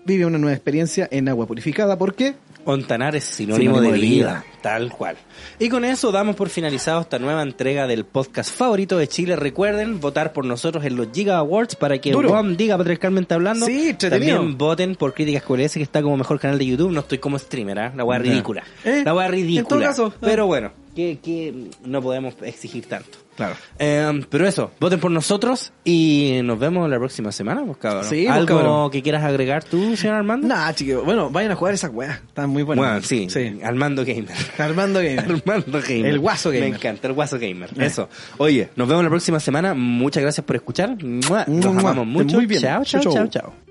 Vive una nueva experiencia en agua purificada porque...
Ontanar es sinónimo, de,
Sinónimo de
vida,
vida.
tal cual. Y con eso damos por finalizado esta nueva entrega del podcast favorito de Chile. Recuerden votar por nosotros en los Giga Awards para que
Duro.
Juan diga patriarcalmente hablando.
Sí, entretenido.
También voten por Críticas QLS que está como mejor canal de YouTube. No estoy como streamer, ¿ah? la wea
Ya.
ridícula.
Eh,
La wea
en
ridícula.
todo caso, ah.
Pero bueno, que, que no podemos exigir tanto.
Claro.
Eh, pero eso, voten por nosotros y nos vemos la próxima semana, pues, cabrón.
Sí, pues,
¿Algo
cabrón.
que quieras agregar tú, señor Armando?
Nah, chiquillos. Bueno, vayan a jugar esas weas. Están muy buenas.
Bueno, sí, Armando Gamer.
Armando Gamer.
Armando Gamer.
El guaso gamer. Eh.
Me encanta, el guaso gamer. Eso. Oye, nos vemos la próxima semana. Muchas gracias por escuchar. Mua, Los
Mua.
amamos mucho.
Muy bien.
Chao, chao,
Chau,
chao,
chau.
chao.